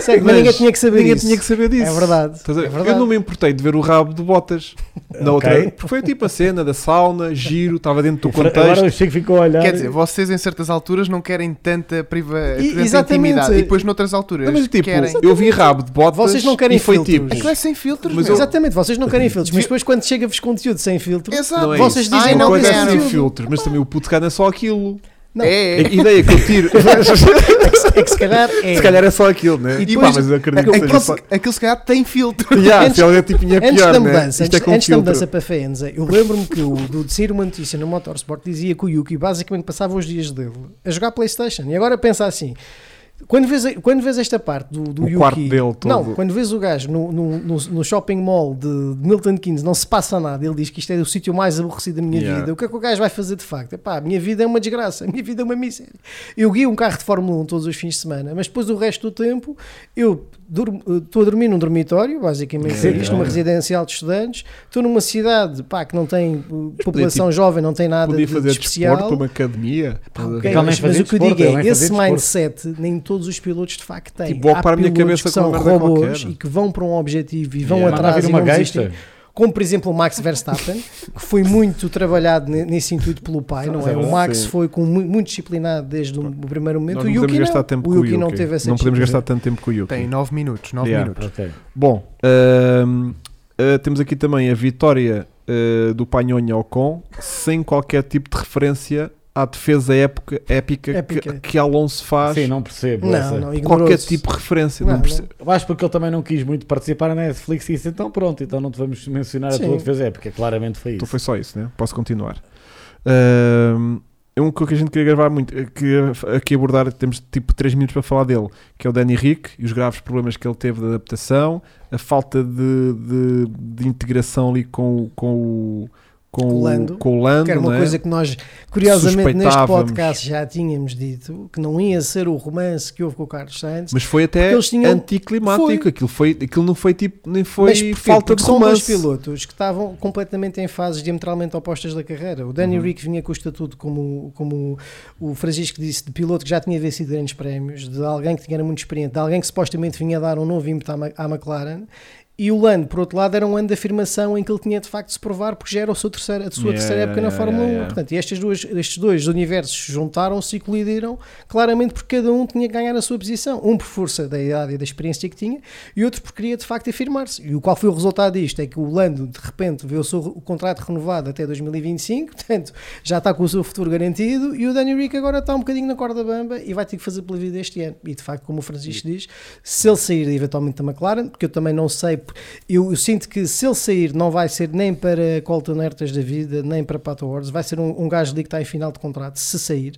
Speaker 2: Sério, mas ninguém tinha que saber
Speaker 1: Ninguém
Speaker 2: disso.
Speaker 1: tinha que saber disso.
Speaker 2: É verdade.
Speaker 1: Estás a ver?
Speaker 2: é verdade.
Speaker 1: Eu não me importei de ver o rabo de botas na
Speaker 3: Ok.
Speaker 1: outra. Porque foi tipo a cena da sauna, giro, estava dentro do
Speaker 3: Agora
Speaker 1: contexto.
Speaker 3: o Chico ficou a olhar.
Speaker 4: Quer dizer, vocês em certas alturas não querem tanta, priva...
Speaker 2: E-
Speaker 4: tanta
Speaker 2: exatamente.
Speaker 4: intimidade. E depois noutras alturas
Speaker 1: Não, mas tipo,
Speaker 4: querem.
Speaker 1: eu vi rabo de botas
Speaker 2: Vocês não querem
Speaker 1: e foi
Speaker 2: filtros.
Speaker 1: tipo.
Speaker 4: Aquilo é sem filtros,
Speaker 1: Mas
Speaker 4: meu.
Speaker 2: Exatamente, vocês não querem filtros, mas depois quando chega-vos conteúdo sem filtro,
Speaker 4: Exato.
Speaker 2: Vocês
Speaker 1: é isso.
Speaker 2: dizem
Speaker 1: Uma
Speaker 2: não
Speaker 1: coisa é
Speaker 4: assim.
Speaker 2: quero.
Speaker 1: sem filtros, mas também o puto cana é só aquilo.
Speaker 2: Não.
Speaker 1: A
Speaker 4: É, é.
Speaker 1: ideia que eu tiro. se
Speaker 2: É que, se- é que se calhar é.
Speaker 1: calhar é só aquilo, né?
Speaker 2: E
Speaker 1: E pá,
Speaker 2: depois- é
Speaker 1: mas eu acredito que
Speaker 4: Aquilo,
Speaker 1: seja só.
Speaker 4: se- aquilo se calhar tem filtro.
Speaker 1: Yeah,
Speaker 2: antes-
Speaker 1: se ela é tipo minha
Speaker 2: Antes
Speaker 1: pior,
Speaker 2: da
Speaker 1: né?
Speaker 2: mudança,
Speaker 1: Isto é
Speaker 2: antes,
Speaker 1: com
Speaker 2: antes da
Speaker 1: filtro.
Speaker 2: mudança para Faenza, eu lembro-me que o Dude sair uma notícia no Motorsport dizia que o Yuki basicamente passava os dias dele a jogar Playstation. E agora pensa assim, quando vês, quando vês esta parte do, do
Speaker 1: O
Speaker 2: Yuki...
Speaker 1: quarto dele todo.
Speaker 2: Não, quando vês o gajo no, no- no- no shopping mall de Milton Keynes, não se passa nada. Ele diz que isto é o sítio mais aborrecido da minha
Speaker 1: Yeah.
Speaker 2: vida. O que é que o gajo vai fazer de facto? Epá, a minha vida é uma desgraça, a minha vida é uma miséria. Eu guio um carro de Fórmula 1 todos os fins de semana, mas depois o resto do tempo eu durmo- eh, estou a dormir num dormitório, basicamente é
Speaker 1: Yeah.
Speaker 2: isto, numa residencial de estudantes, estou numa cidade pá, que não tem eh, população
Speaker 1: tipo,
Speaker 2: jovem, não tem nada
Speaker 1: Podia
Speaker 2: de,
Speaker 1: fazer
Speaker 2: de especial.
Speaker 1: desporto, uma academia.
Speaker 2: Pá,
Speaker 1: Estás a
Speaker 2: ok,
Speaker 1: ver?
Speaker 3: Ele nem
Speaker 2: mas, mas
Speaker 3: fazia
Speaker 2: o que eu
Speaker 3: desporto,
Speaker 2: digo
Speaker 3: ele
Speaker 2: é,
Speaker 3: nem
Speaker 2: esse
Speaker 3: fazia
Speaker 2: mindset nem todos os pilotos de facto têm.
Speaker 1: Tipo, vou
Speaker 2: Há
Speaker 1: ocupar a minha
Speaker 2: pilotos
Speaker 1: cabeça
Speaker 2: que
Speaker 1: com
Speaker 2: são
Speaker 1: uma merda
Speaker 2: robôs
Speaker 1: qualquer.
Speaker 2: e que vão para um objetivo e vão
Speaker 1: Yeah.
Speaker 3: Manda
Speaker 2: atrás
Speaker 3: vir
Speaker 2: e
Speaker 3: uma
Speaker 2: não desistem.
Speaker 3: gaita.
Speaker 2: Como por exemplo o Max Verstappen, que foi muito trabalhado ne- nesse intuito pelo pai, não é? O Max
Speaker 1: Sim.
Speaker 2: foi com mu- muito disciplinado desde o primeiro momento.
Speaker 1: Nós
Speaker 2: o
Speaker 1: não
Speaker 2: Yuki
Speaker 1: podemos gastar
Speaker 2: não.
Speaker 1: tempo
Speaker 2: o
Speaker 1: com o
Speaker 2: Yuki não teve essa
Speaker 1: Não podemos gastar
Speaker 2: disciplina.
Speaker 1: tanto tempo com o Yuki.
Speaker 4: Tem 9 minutos, 9
Speaker 1: Yeah.
Speaker 4: minutos.
Speaker 3: Ok.
Speaker 1: Bom, ahm, ah, temos aqui também a vitória ah, do Panhonha Ocon sem qualquer tipo de referência à defesa épica, épica,
Speaker 2: Épica.
Speaker 1: Que, que Alonso faz.
Speaker 3: Sim, não percebo. essa.
Speaker 2: Não, não, ignorou
Speaker 1: qualquer tipo de referência. Não,
Speaker 2: Não,
Speaker 1: percebo.
Speaker 3: Eu Acho porque ele também não quis muito participar na Netflix e disse, então pronto, então não te vamos mencionar a
Speaker 2: Sim.
Speaker 3: tua defesa épica. Claramente foi isso.
Speaker 1: Então foi só isso, né? Posso continuar. Ahm, é um que a gente queria gravar muito, eh, queria f- aqui abordar, temos tipo 3 minutos para falar dele, que é o Danny Rick e os graves problemas que ele teve de adaptação, a falta de, de- de integração ali com, o- com o com o
Speaker 2: Lando,
Speaker 1: com o Lando,
Speaker 2: Que era uma
Speaker 1: né?
Speaker 2: coisa que nós, curiosamente, neste
Speaker 1: Suspeitávamos.
Speaker 2: podcast já tínhamos dito que não ia ser o romance que houve com o Carlos Sainz.
Speaker 1: Mas foi até
Speaker 2: Porque eles tinham-
Speaker 1: anticlimático.
Speaker 2: Foi.
Speaker 1: Aquilo, foi, aquilo não foi tipo, nem foi
Speaker 2: porquê?
Speaker 1: falta
Speaker 2: Porque
Speaker 1: de
Speaker 2: são dois
Speaker 1: romance.
Speaker 2: pilotos que estavam completamente em fases diametralmente opostas da carreira. O Danny
Speaker 1: Uhum.
Speaker 2: Rick vinha com o estatuto, como, como o Francisco disse, de piloto que já tinha vencido grandes prémios, de alguém que tinha era muito experiente, de alguém que supostamente vinha dar um novo ímpeto à, Ma- à McLaren. E o Lando, por outro lado, era um ano de afirmação em que ele tinha de facto de se provar, porque já era o seu terceiro, a sua
Speaker 1: Yeah,
Speaker 2: terceira época
Speaker 1: yeah, yeah,
Speaker 2: na Fórmula 1.
Speaker 1: yeah.
Speaker 2: Portanto, e estas duas, estes dois universos juntaram-se e colidiram, claramente porque cada um tinha que ganhar a sua posição. Um por força da idade e da experiência que tinha, e outro porque queria de facto afirmar-se. E o qual foi o resultado disto? É que o Lando de repente vê o seu o contrato renovado até 2025, portanto já está com o seu futuro garantido. E o Danny Rick agora está um bocadinho na corda bamba e vai ter que fazer pela vida este ano. E de facto, como o Francisco diz, se ele sair eventualmente da McLaren, porque eu também não sei, por- eu, eu sinto que se ele sair não vai ser nem para Colton Hertas da vida, nem para Pato Wars, vai ser um, um gajo ali que está em final de contrato, se sair.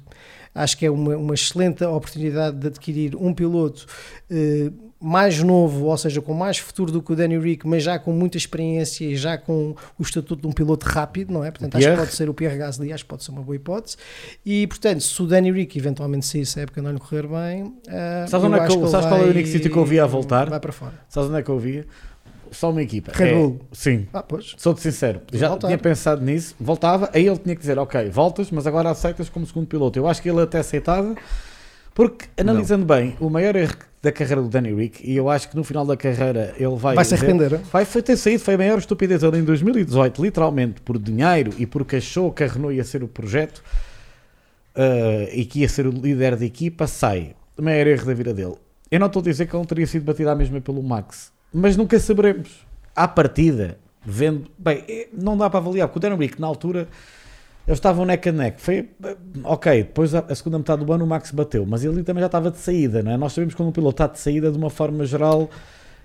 Speaker 2: Acho que é uma, uma excelente oportunidade de adquirir um piloto eh, mais novo, ou seja, com mais futuro do que o Danny Rick, mas já com muita experiência e já com o estatuto de um piloto rápido, não é? Portanto, acho que
Speaker 3: Pierre.
Speaker 2: pode ser o Pierre Gasly, acho que pode ser uma boa hipótese. E, portanto, se o Danny Rick eventualmente sair, se a época não lhe correr bem, eh,
Speaker 3: Sabes
Speaker 2: eu
Speaker 3: onde é que
Speaker 2: acho
Speaker 3: eu-
Speaker 2: ele
Speaker 3: sabes qual é o
Speaker 2: vai-
Speaker 3: único sítio que eu vi a voltar?
Speaker 2: Vai para fora.
Speaker 3: Sabes onde é que eu via? Só uma equipa.
Speaker 2: Red
Speaker 3: É-
Speaker 2: Bull.
Speaker 3: Sim.
Speaker 2: Ah, pois.
Speaker 3: Sou-te sincero, já
Speaker 2: Voltar.
Speaker 3: tinha pensado nisso, voltava, aí ele tinha que dizer, ok, voltas, mas agora aceitas como segundo piloto. Eu acho que ele até aceitava, porque analisando bem, o maior erro da carreira do Danny Rick, e eu acho que no final da carreira ele vai...
Speaker 2: Vai se
Speaker 3: dizer-
Speaker 2: arrepender. hein?
Speaker 3: Vai foi ter saído, foi a maior estupidez ele em 2018, literalmente por dinheiro e porque achou que a Renault ia ser o projeto ah, e que ia ser o líder da equipa, sai. O maior erro da vida dele. Eu não estou a dizer que ele não teria sido batido à mesma pelo Max, mas nunca saberemos. À partida, vendo. Bem, eh, não dá para avaliar, porque o Darren Rick, na altura, eles estavam neck a neck. Foi, eh, ok, depois a, a segunda metade do ano o Max bateu, mas ele também já estava de saída, não é? Nós sabemos que quando um piloto está de saída, de uma forma geral,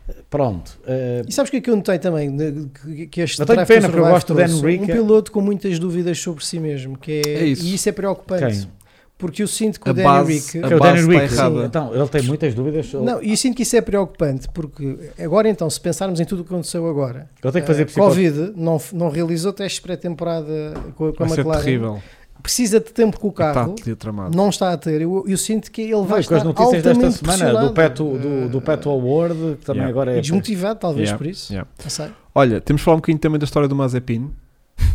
Speaker 3: eh, pronto. eh,
Speaker 2: E sabes o que é que eu notei também? De- que- Que este
Speaker 3: Eu tenho
Speaker 2: draft do
Speaker 3: pena, porque eu
Speaker 2: Survive
Speaker 3: gosto do Dan
Speaker 2: trouxe
Speaker 3: Rick.
Speaker 2: Um piloto com muitas dúvidas sobre si mesmo. Que é,
Speaker 1: É isso.
Speaker 2: E isso é preocupante.
Speaker 3: Quem?
Speaker 2: Porque eu sinto que
Speaker 1: A
Speaker 2: o Danny
Speaker 1: base-
Speaker 2: Rick.
Speaker 1: a
Speaker 3: Que é o
Speaker 1: base
Speaker 3: Danny
Speaker 1: está
Speaker 3: Rick,
Speaker 1: errada.
Speaker 3: sim. Então, ele tem muitas dúvidas. Ele,
Speaker 2: Não, e eu sinto que isso é preocupante, porque agora então, se pensarmos em tudo o que aconteceu agora,
Speaker 3: ele tem que fazer
Speaker 2: eh,
Speaker 3: psicó-
Speaker 2: Covid não, f- não realizou testes pré-temporada com, a- com a
Speaker 1: Vai ser
Speaker 2: McLaren,
Speaker 1: terrível.
Speaker 2: precisa de tempo com o
Speaker 1: Está
Speaker 2: carro,
Speaker 1: tramado.
Speaker 2: não está a ter. Eu, eu sinto que ele
Speaker 3: Não,
Speaker 2: vai
Speaker 3: e com as
Speaker 2: estar
Speaker 3: notícias desta
Speaker 2: altamente
Speaker 3: semana
Speaker 2: pressionado,
Speaker 3: do Peto, do, do
Speaker 2: eh,
Speaker 3: Peto Award, que também
Speaker 1: Yeah.
Speaker 3: agora é.
Speaker 2: e desmotivado, talvez
Speaker 1: Yeah,
Speaker 2: por isso.
Speaker 1: yeah.
Speaker 2: Não sei.
Speaker 1: Olha, temos de falar um bocadinho também da história do Mazepin.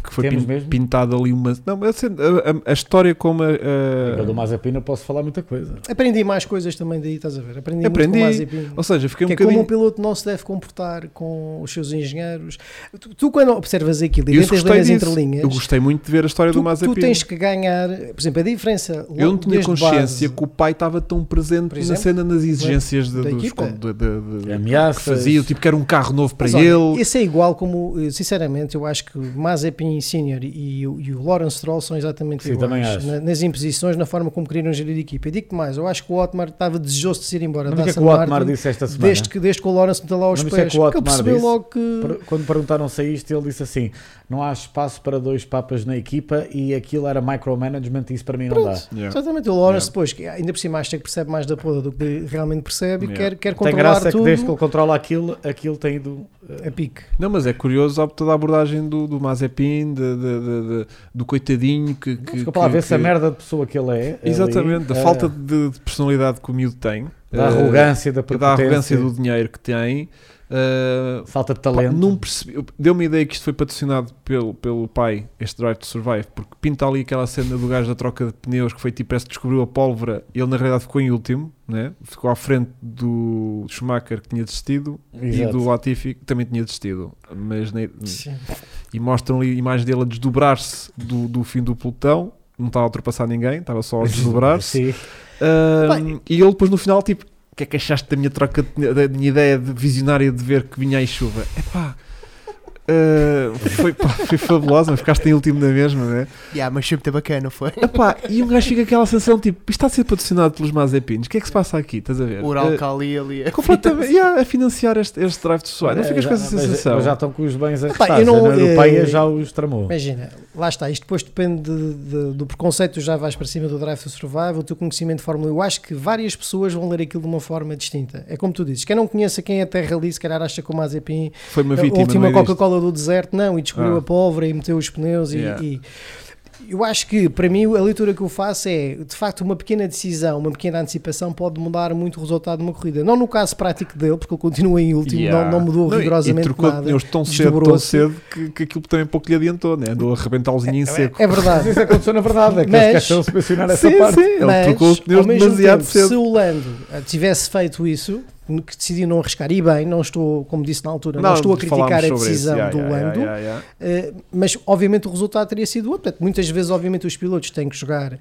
Speaker 1: Que foi
Speaker 3: Temos
Speaker 1: pin-
Speaker 3: mesmo?
Speaker 1: pintado ali uma. Não, mas assim, a, a- a história como a.
Speaker 3: Eu do
Speaker 1: a...
Speaker 3: Mazepin não posso falar muita coisa.
Speaker 2: Aprendi mais coisas também daí, estás a ver? Aprendi,
Speaker 1: Aprendi.
Speaker 2: muito com o Mazepin.
Speaker 1: Ou seja, fiquei um
Speaker 2: que é como
Speaker 1: bocadinho.
Speaker 2: um piloto não se deve comportar com os seus engenheiros. Tu, tu quando observas aquilo e
Speaker 1: Eu
Speaker 2: vês as
Speaker 1: gostei
Speaker 2: linhas
Speaker 1: disso.
Speaker 2: entre linhas,
Speaker 1: Eu gostei muito de ver a história do
Speaker 2: tu,
Speaker 1: Mazepin.
Speaker 2: tu tens que ganhar, por exemplo, a diferença.
Speaker 1: Eu não tinha
Speaker 2: desde
Speaker 1: consciência
Speaker 2: base,
Speaker 1: que o pai estava tão presente
Speaker 2: Por
Speaker 1: na
Speaker 2: exemplo,
Speaker 1: cena nas exigências de,
Speaker 2: da
Speaker 1: dos,
Speaker 2: equipa.
Speaker 1: con- de, de- de- que
Speaker 3: Ameaças.
Speaker 1: fazia, tipo que era um carro novo para
Speaker 2: Mas
Speaker 1: ele.
Speaker 2: olha, Esse é igual como, eh, sinceramente, eu acho que o Mazepin Magny Senior e, o- e o Lawrence Stroll são exatamente
Speaker 3: Sim, também
Speaker 2: iguais
Speaker 3: acho.
Speaker 2: na- nas imposições, na forma como queriam gerir a equipa. E digo-te mais, eu acho que o Otmar estava desejoso de se ir embora
Speaker 3: Não
Speaker 2: da
Speaker 3: é que
Speaker 2: Aston
Speaker 3: o Otmar
Speaker 2: Martin,
Speaker 3: disse esta semana.
Speaker 2: desde que, desde que o Lawrence meteu lá os
Speaker 3: Não, mas
Speaker 2: pés,
Speaker 3: isso é que o
Speaker 2: porque ele
Speaker 3: Otmar
Speaker 2: percebeu
Speaker 3: disse.
Speaker 2: loram logo que...
Speaker 3: Per- Quando perguntaram-se a isto, ele disse assim: não há espaço para dois papas na equipa e aquilo era micromanagement, e isso para mim não dá.
Speaker 2: Pronto,
Speaker 1: Yeah.
Speaker 2: exatamente. O Lawrence
Speaker 1: Yeah.
Speaker 2: depois, que ainda por cima acha que percebe mais da poda do que realmente percebe
Speaker 1: Yeah.
Speaker 2: e quer, quer
Speaker 3: Tem
Speaker 2: É controlar
Speaker 3: graça
Speaker 2: tudo
Speaker 3: que desde que ele controla aquilo, aquilo tem ido. eh,
Speaker 2: a pique.
Speaker 1: Não, mas é curioso há toda a abordagem do, do Mazepin, de- de- de- de- do coitadinho que. que
Speaker 3: Ficou para lá
Speaker 1: que-
Speaker 3: ver essa
Speaker 1: que-
Speaker 3: merda de pessoa que ele é. ali,
Speaker 1: Exatamente, da
Speaker 3: eh,
Speaker 1: falta de, de personalidade que o miúdo tem, eh,
Speaker 3: da arrogância, da
Speaker 1: da
Speaker 3: prepotência,
Speaker 1: arrogância do dinheiro que tem. eh,
Speaker 3: falta de
Speaker 1: pá,
Speaker 3: talento.
Speaker 1: não percebi, eu- deu-me a ideia que isto foi patrocinado pelo, pelo pai, este Drive to Survive, porque pinta ali aquela cena do gajo da troca de pneus que foi tipo, parece que descobriu a pólvora e ele na realidade ficou em último, né? ficou à frente do Schumacher que tinha desistido e
Speaker 3: Exato.
Speaker 1: do Latifi que também tinha desistido, mas nem-
Speaker 3: Hum.
Speaker 2: Sim.
Speaker 1: e mostram ali imagens dele a desdobrar-se do, do fim do pelotão. Não estava a ultrapassar ninguém, estava só a desdobrar-se.
Speaker 3: Sim.
Speaker 1: Ahm, e ele depois no final, tipo, o que é que achaste da minha troca, de- da minha ideia de visionária de ver que vinha aí chuva? Epá, ah, foi, pá, foi fabulosa, mas ficaste em último na mesma, né?
Speaker 4: Yeah, mas sempre bacana, não foi?
Speaker 1: Epá, e um gajo fica com aquela sensação, tipo, isto está a ser patrocinado pelos Mazepins, o que é que se passa aqui? Estás a ver?
Speaker 4: O Ural
Speaker 1: Ah,
Speaker 4: Cali ali.
Speaker 1: é completamente, yeah, a financiar este, este drive de suave. Não
Speaker 2: É,
Speaker 1: ficas com essa
Speaker 3: Mas-
Speaker 1: sensação?
Speaker 3: mas É, já estão com os bens
Speaker 2: Epá,
Speaker 3: arrestados.
Speaker 2: eu não-
Speaker 3: a União Europeia
Speaker 2: eh,
Speaker 3: já os tramou.
Speaker 2: Imagina, lá está, isto depois depende de- de- do preconceito, tu já vais para cima do Drive to Survive, o teu conhecimento de Fórmula 1. Eu acho que várias pessoas vão ler aquilo de uma forma distinta. É como tu dizes, quem não conhece quem é Terra ali, se calhar acha que o Mazepin
Speaker 1: Foi uma
Speaker 2: a
Speaker 1: vítima. no
Speaker 2: última
Speaker 1: meio disto.
Speaker 2: Coca-Cola do deserto, não, e descobriu
Speaker 1: Ah.
Speaker 2: a pólvora e meteu os pneus e-
Speaker 1: Yeah.
Speaker 2: e eu acho que para mim a leitura que eu faço é de facto uma pequena decisão, uma pequena antecipação pode mudar muito o resultado de uma corrida. Não no caso prático dele, porque ele continua em último,
Speaker 1: Yeah.
Speaker 2: não, não mudou
Speaker 1: e-
Speaker 2: rigorosamente
Speaker 1: e trocou de
Speaker 2: nada.
Speaker 1: pneus tão cedo, tão
Speaker 2: Desdobrou-se.
Speaker 1: cedo que, que aquilo também pouco lhe adiantou, né? Andou a arrebentá-los em seco.
Speaker 2: É
Speaker 3: Mas
Speaker 2: verdade.
Speaker 3: isso aconteceu na verdade, é que eles
Speaker 2: Mas-
Speaker 3: queixam-se de mencionar essa
Speaker 1: Sim,
Speaker 3: parte.
Speaker 1: sim, ele
Speaker 2: Mas,
Speaker 1: trocou os pneus
Speaker 2: ao mesmo
Speaker 1: demasiado
Speaker 2: tempo,
Speaker 1: cedo.
Speaker 2: Se o Lando eh, tivesse feito isso, que decidi não arriscar, e bem, não estou, como disse na altura, não, estou a criticar a
Speaker 1: falámos sobre
Speaker 2: decisão
Speaker 1: isso. Yeah,
Speaker 2: do
Speaker 1: yeah,
Speaker 2: Lando,
Speaker 1: yeah, yeah, yeah.
Speaker 2: Uh, mas obviamente o resultado teria sido outro. Portanto, muitas vezes, obviamente, os pilotos têm que jogar uh,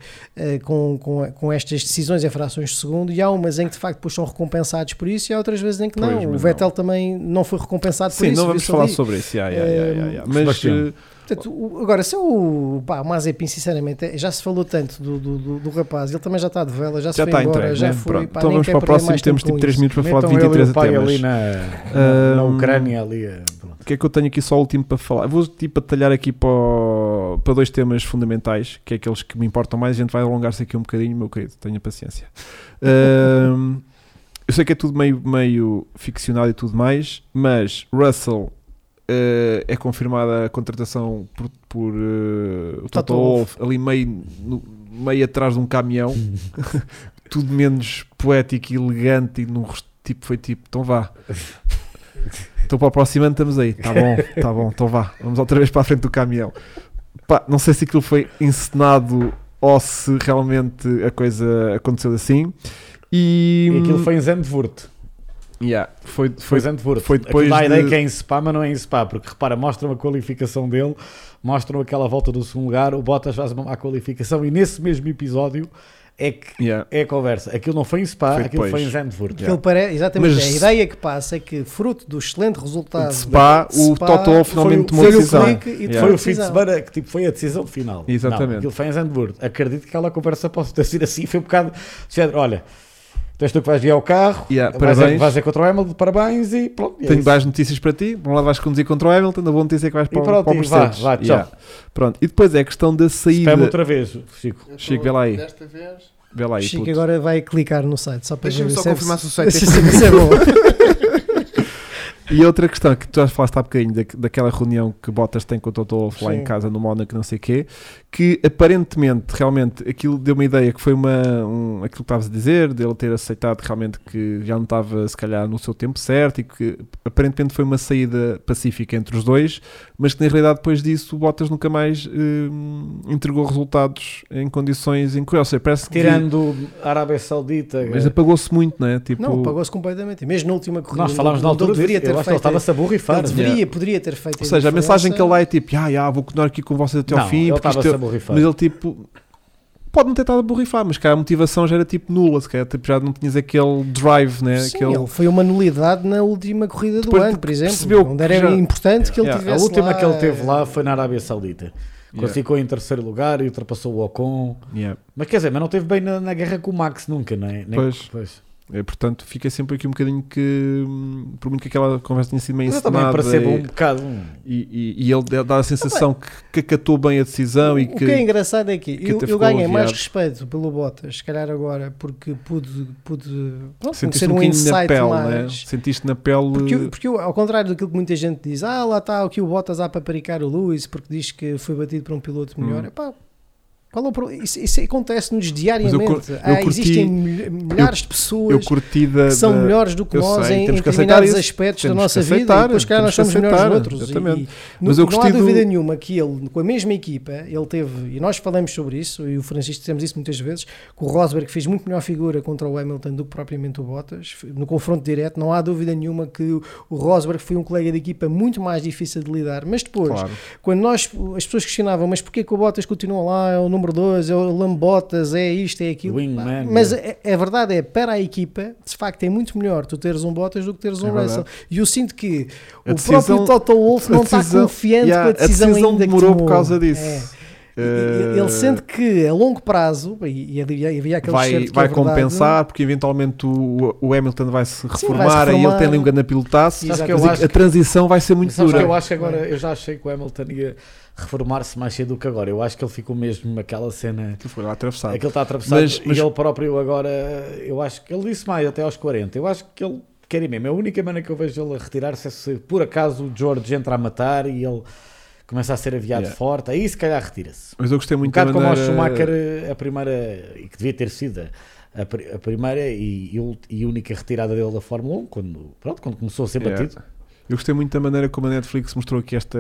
Speaker 2: com, com, com estas decisões em frações de segundo e há umas em que de facto depois são recompensados por isso e há outras vezes em que não.
Speaker 1: Pois, mas
Speaker 2: o Vettel também não foi recompensado por
Speaker 1: Sim,
Speaker 2: isso.
Speaker 1: não vamos
Speaker 2: viu-se
Speaker 1: falar
Speaker 2: ali.
Speaker 1: sobre isso. Yeah, yeah, yeah, yeah, yeah. Mas
Speaker 3: Sebastião.
Speaker 1: eh,
Speaker 2: Portanto, o- agora, se é o, pá, o Mazepin, sinceramente, é- já se falou tanto do, do, do- do rapaz, ele também já está de vela, já,
Speaker 1: já
Speaker 2: se foi
Speaker 1: está
Speaker 2: embora,
Speaker 1: entregue.
Speaker 2: já
Speaker 1: né?
Speaker 2: foi.
Speaker 1: Pronto.
Speaker 2: pá,
Speaker 1: então
Speaker 2: nem
Speaker 1: vamos
Speaker 2: quer
Speaker 1: para o
Speaker 2: perder
Speaker 1: próximo.
Speaker 2: mais
Speaker 1: Temos
Speaker 2: tempo
Speaker 1: tipo
Speaker 2: com
Speaker 1: 3
Speaker 2: isso.
Speaker 1: minutos para falar de
Speaker 3: Metam ele e
Speaker 1: 23
Speaker 3: o pai
Speaker 1: temas.
Speaker 3: ali na, na- na
Speaker 1: Ahm,
Speaker 3: Ucrânia ali. eh, pronto.
Speaker 1: O que é que eu tenho aqui só o último para falar? Vou tipo atalhar aqui para, o- para dois temas fundamentais, que é aqueles que me importam mais. A gente vai alongar-se aqui um bocadinho, meu querido, tenha paciência. Ahm, eu sei que é tudo meio, meio ficcionado e tudo mais, mas Russell eh, é confirmada a contratação por, por eh, o Toto
Speaker 2: Toto
Speaker 1: Wolff, ali meio, no- meio atrás de um caminhão, tudo menos poético e elegante e num res- tipo foi tipo, então vá. Então para o próximo ano estamos aí, tá bom, tá bom, então vá, vamos outra vez para a frente do caminhão. Pá, não sei se aquilo foi encenado ou se realmente a coisa aconteceu assim. E,
Speaker 3: E aquilo foi é. em Zandvoort.
Speaker 1: Yeah, foi, foi,
Speaker 3: Foi Zandvoort.
Speaker 1: foi depois
Speaker 3: Aquilo dá a ideia
Speaker 1: de-
Speaker 3: que é em Spa, mas não é em Spa, porque repara, mostram a qualificação dele, mostram aquela volta do segundo lugar, o Bottas faz uma má qualificação e nesse mesmo episódio é que
Speaker 1: yeah.
Speaker 3: é a conversa. Aquilo não foi em Spa,
Speaker 1: Foi
Speaker 3: aquilo
Speaker 1: depois.
Speaker 3: foi em Zandvoort.
Speaker 2: Aquilo parece- exatamente,
Speaker 1: Mas
Speaker 2: a
Speaker 1: se-
Speaker 2: ideia que passa é que, fruto do excelente resultado
Speaker 1: de Spa, o
Speaker 2: Spa,
Speaker 1: Toto Wolff finalmente tomou
Speaker 2: foi o
Speaker 1: decisão.
Speaker 2: clique e
Speaker 1: Yeah.
Speaker 3: Foi
Speaker 2: tomou
Speaker 3: o fim de
Speaker 2: decisão.
Speaker 3: semana que tipo, foi a decisão final.
Speaker 1: Exatamente.
Speaker 3: Não, aquilo foi em Zandvoort. Acredito que aquela conversa possa ter sido assim. Foi um bocado. de género, olha, tu és tu que vais guiar o carro,
Speaker 1: Yeah,
Speaker 3: vais,
Speaker 1: parabéns.
Speaker 3: vais encontrar o Hamilton, parabéns e pronto. e é
Speaker 1: Tenho
Speaker 3: isso.
Speaker 1: mais notícias para ti. Vamos lá, vais conduzir contra o Hamilton. A boa notícia é que vais para, o-
Speaker 3: pronto,
Speaker 1: para o
Speaker 3: e vá,
Speaker 1: Mercedes.
Speaker 3: vá, tchau.
Speaker 1: Pronto. E depois é a questão da saída.
Speaker 3: Spam outra vez, Chico.
Speaker 1: Chico, vê lá aí.
Speaker 4: Desta vez.
Speaker 1: Vê lá aí,
Speaker 2: Chico
Speaker 1: puto.
Speaker 2: agora vai clicar no site só para
Speaker 4: Deixa-me
Speaker 2: ver
Speaker 4: só
Speaker 2: se é-
Speaker 4: confirmar se o site é
Speaker 2: Deixa saber se é bom.
Speaker 1: Tipo- E outra questão que tu já falaste há bocadinho da, daquela reunião que Bottas tem com o Toto Wolff lá
Speaker 2: Sim.
Speaker 1: em casa no Mónaco, não sei o quê, que aparentemente, realmente, aquilo deu uma ideia que foi uma, um- aquilo que estavas a dizer, dele ter aceitado realmente que já não estava, se calhar, no seu tempo certo e que aparentemente foi uma saída pacífica entre os dois, mas que na realidade depois disso o Bottas nunca mais hum, entregou resultados em condições em que, ou seja, parece que...
Speaker 3: Tirando a Arábia Saudita. eh,
Speaker 1: Mas apagou-se muito, não é? Tipo,
Speaker 2: Não, pagou-se completamente. Mesmo na última corrida.
Speaker 3: Nós falámos na
Speaker 2: onde
Speaker 3: altura,
Speaker 2: ele deveria ter
Speaker 3: eu acho que ele
Speaker 2: feito.
Speaker 3: estava-se a borrifar.
Speaker 2: ele deveria, poderia ter feito.
Speaker 1: Ou seja, a
Speaker 2: diferença.
Speaker 1: mensagem que ele dá é tipo, ah, já, vou continuar aqui com vocês até
Speaker 3: Não,
Speaker 1: ao fim,
Speaker 3: ele
Speaker 1: porque isto
Speaker 3: estava-se
Speaker 1: é-
Speaker 3: a borrifar.
Speaker 1: Mas ele tipo. pode não ter estado a borrifar, mas cá a motivação já era tipo nula, se calhar tipo, já não tinhas aquele drive, né?
Speaker 2: Sim,
Speaker 1: aquele...
Speaker 2: ele foi uma nulidade na última corrida do
Speaker 1: Depois
Speaker 2: ano,
Speaker 1: de-
Speaker 2: por exemplo.
Speaker 1: percebeu
Speaker 2: onde
Speaker 1: que
Speaker 2: era
Speaker 1: já-
Speaker 2: importante que ele
Speaker 1: Yeah,
Speaker 2: tivesse
Speaker 3: A última
Speaker 2: lá, eh,
Speaker 3: que ele teve lá foi na Arábia Saudita. Quando
Speaker 1: Yeah,
Speaker 3: ficou em terceiro lugar e ultrapassou o Ocon.
Speaker 1: yeah.
Speaker 3: Mas quer dizer, mas não teve bem na, na guerra com o Max nunca, não é? Nem-
Speaker 1: Pois. É, portanto, fica sempre aqui um bocadinho que. hum, Por muito que aquela conversa tenha sido meio
Speaker 3: Mas eu também
Speaker 1: encenada
Speaker 3: percebo um
Speaker 1: e,
Speaker 3: bocado. um-
Speaker 1: e, e- e ele dá a sensação que, que acatou bem a decisão e
Speaker 2: O que é
Speaker 1: que.
Speaker 2: engraçado é que,
Speaker 1: que
Speaker 2: eu,
Speaker 1: até
Speaker 2: eu
Speaker 1: ficou
Speaker 2: ganhei mais
Speaker 1: aliviado.
Speaker 2: respeito pelo Bottas, se calhar agora, porque pude, pude pronto,
Speaker 1: Sentiste
Speaker 2: conhecer
Speaker 1: um
Speaker 2: um
Speaker 1: bocadinho na
Speaker 2: insight
Speaker 1: pele, né?
Speaker 2: mais.
Speaker 1: Sentiste na pele.
Speaker 2: Porque, eu- porque eu, ao contrário daquilo que muita gente diz, ah, lá está aqui o Bottas a paparicar o Lewis porque diz que foi batido por um piloto melhor.
Speaker 1: Hum.
Speaker 2: Epá, qual é o problema? Isso, isso acontece-nos diariamente.
Speaker 1: eu
Speaker 2: Ah,
Speaker 1: curti-
Speaker 2: existem milha- milhares de pessoas
Speaker 1: eu curti da.
Speaker 2: que são
Speaker 1: da-
Speaker 2: melhores do que
Speaker 1: eu
Speaker 2: nós
Speaker 1: sei,
Speaker 2: em, em
Speaker 1: temos que aceitar
Speaker 2: determinados
Speaker 1: isso,
Speaker 2: aspectos da
Speaker 1: temos que
Speaker 2: nossa vida
Speaker 1: aceitar,
Speaker 2: e depois, calhar, nós
Speaker 1: temos
Speaker 2: somos
Speaker 1: que
Speaker 2: melhores que
Speaker 1: aceitar,
Speaker 2: outros. E-
Speaker 1: exatamente.
Speaker 2: e
Speaker 1: Mas
Speaker 2: não-
Speaker 1: eu
Speaker 2: não há
Speaker 1: gostei do-
Speaker 2: dúvida nenhuma que ele, com a mesma equipa, ele teve, e nós falamos sobre isso, e o Francisco dizemos isso muitas vezes, que o Rosberg fez muito melhor figura contra o Hamilton do que propriamente o Bottas, no confronto direto, não há dúvida nenhuma que o Rosberg foi um colega de equipa muito mais difícil de lidar, mas depois,
Speaker 1: Claro.
Speaker 2: quando nós, as pessoas questionavam, mas porquê que o Bottas continua lá, é o número 2, é o Lambotas, é isto, é aquilo.
Speaker 3: Wingman,
Speaker 2: mas
Speaker 3: né?
Speaker 2: a, a verdade é, para a equipa, de facto é muito melhor tu teres um Bottas do que teres um
Speaker 1: É verdade.
Speaker 2: Russell. E eu sinto que
Speaker 1: A
Speaker 2: o
Speaker 1: decisão-
Speaker 2: próprio Toto Wolff
Speaker 1: a
Speaker 2: não está
Speaker 1: decisão-
Speaker 2: confiante
Speaker 1: Yeah,
Speaker 2: com a decisão, ainda que
Speaker 1: demorou
Speaker 2: tomou.
Speaker 1: por causa disso.
Speaker 2: É. E- e- Ele
Speaker 1: Eh,
Speaker 2: sente que a longo prazo, e, e havia, havia aquele
Speaker 1: vai,
Speaker 2: certo que
Speaker 1: vai
Speaker 2: é verdade,
Speaker 1: compensar, porque eventualmente o, o Hamilton vai se
Speaker 2: vai-se
Speaker 1: reformar e ele
Speaker 2: reformar.
Speaker 1: tem ali um grande pilotaço.
Speaker 3: Sabes que
Speaker 2: Exato.
Speaker 3: eu
Speaker 1: Mas
Speaker 3: acho
Speaker 1: a transição vai ser muito
Speaker 3: Mas sabes que
Speaker 1: dura.
Speaker 3: eu acho que agora, eu já achei que o Hamilton ia reformar-se mais cedo do que agora. Eu acho que ele ficou mesmo aquela cena.
Speaker 1: Aquilo foi lá atravessado.
Speaker 3: Aquilo está atravessado
Speaker 1: Mas- mas-
Speaker 3: e ele próprio agora, eu acho que ele disse mais até aos 40. Eu acho que ele quer ir mesmo. A única maneira que eu vejo ele a retirar-se é se por acaso o George entra a matar e ele começa a ser aviado
Speaker 1: Yeah.
Speaker 3: forte. Aí se calhar retira-se.
Speaker 1: Mas eu gostei
Speaker 3: Um
Speaker 1: muito
Speaker 3: bocado
Speaker 1: da
Speaker 3: como ao
Speaker 1: maneira...
Speaker 3: Schumacher, a primeira, e que devia ter sido a, a pri- a primeira e, e ult- e única retirada dele da Fórmula 1, quando, pronto, quando começou a ser
Speaker 1: Yeah.
Speaker 3: batido.
Speaker 1: Eu gostei muito da maneira como a Netflix mostrou aqui esta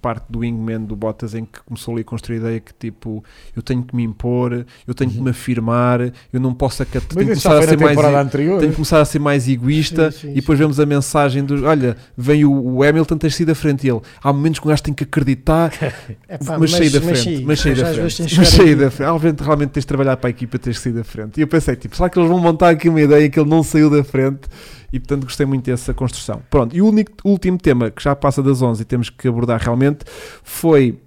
Speaker 1: parte do Wingman do Bottas em que começou ali a construir a ideia que tipo, eu tenho que me impor, eu tenho que me afirmar, eu não posso acatar, tenho que
Speaker 3: Uhum. isso já
Speaker 1: começar a
Speaker 3: foi
Speaker 1: ser
Speaker 3: na
Speaker 1: mais
Speaker 3: temporada anterior.
Speaker 1: tem que começar a ser mais egoísta
Speaker 2: Sim, sim,
Speaker 1: e
Speaker 2: sim.
Speaker 1: depois vemos a mensagem do olha, vem o, o Hamilton tens sido à frente dele. Há momentos que um gajo tem que acreditar,
Speaker 2: É pá,
Speaker 1: mas saí da
Speaker 2: mas
Speaker 1: frente,
Speaker 2: saí,
Speaker 1: mas saí
Speaker 2: mas
Speaker 1: da
Speaker 2: às vezes tens
Speaker 1: frente,
Speaker 2: que
Speaker 1: mas
Speaker 2: chegar
Speaker 1: saí
Speaker 2: aqui.
Speaker 1: da frente. Realmente, realmente tens de trabalhar para a equipa, tens de sair da frente. E eu pensei, tipo, será que eles vão montar aqui uma ideia que ele não saiu da frente? E portanto gostei muito dessa construção. Pronto, e o único, último tema que já passa das 11 e temos que abordar realmente foi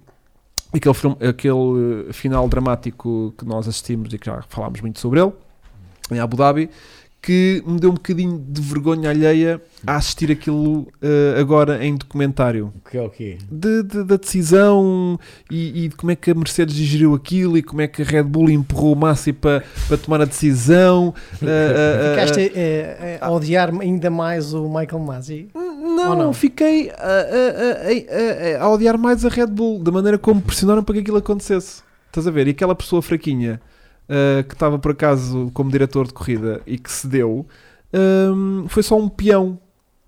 Speaker 1: aquele, filme- aquele eh, final dramático que nós assistimos e que já falámos muito sobre ele, em Abu Dhabi, que me deu um bocadinho de vergonha alheia a assistir aquilo eh, agora em documentário
Speaker 3: Que é o quê?
Speaker 1: de- de- da decisão e, e de como é que a Mercedes digeriu aquilo e como é que a Red Bull empurrou o Massi para tomar a decisão. Ah, ah, ah,
Speaker 2: Ficaste eh, eh, a odiar ainda mais o Michael Masi.
Speaker 1: não,
Speaker 2: ou não?
Speaker 1: fiquei a, a- a- a- a- a odiar mais a Red Bull, da maneira como pressionaram para que aquilo acontecesse. Estás a ver? E aquela pessoa fraquinha ah, que estava por acaso como diretor de corrida e que cedeu ahm, foi só um peão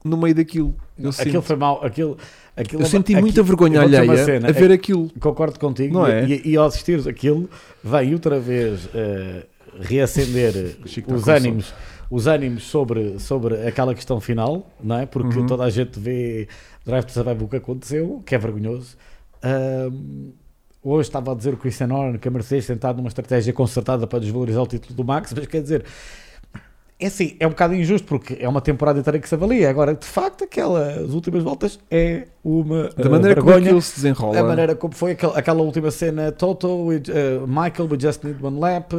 Speaker 1: no meio daquilo. Eu, sinto-
Speaker 3: Aquilo foi mal. Aquilo, aquilo,
Speaker 1: eu senti
Speaker 3: aqui-
Speaker 1: muita vergonha
Speaker 3: eu vou-te dizer
Speaker 1: alheia
Speaker 3: uma cena, é
Speaker 1: a ver aquilo.
Speaker 3: Concordo contigo.
Speaker 1: Não
Speaker 3: e,
Speaker 1: é?
Speaker 3: e, e ao assistir aquilo, vem outra vez eh, reacender eh,
Speaker 1: Chico
Speaker 3: os
Speaker 1: tá com
Speaker 3: ânimos, os ânimos sobre, sobre aquela questão final, não é? Porque
Speaker 1: Uhum.
Speaker 3: toda a gente vê Drive to Survive o que aconteceu, que é vergonhoso. Ahm, hoje estava a dizer o Christian Horner que a Mercedes tentado numa estratégia concertada para desvalorizar o título do Max, mas quer dizer. É assim, é um bocado injusto porque é uma temporada inteira que se avalia. Agora, de facto, aquelas últimas voltas é uma
Speaker 1: Da maneira
Speaker 3: eh,
Speaker 1: como é
Speaker 3: vergonha.
Speaker 1: aquilo se desenrola.
Speaker 3: A maneira como foi aquel- aquela última cena, Toto, we, uh, Michael, we just need one lap, uh,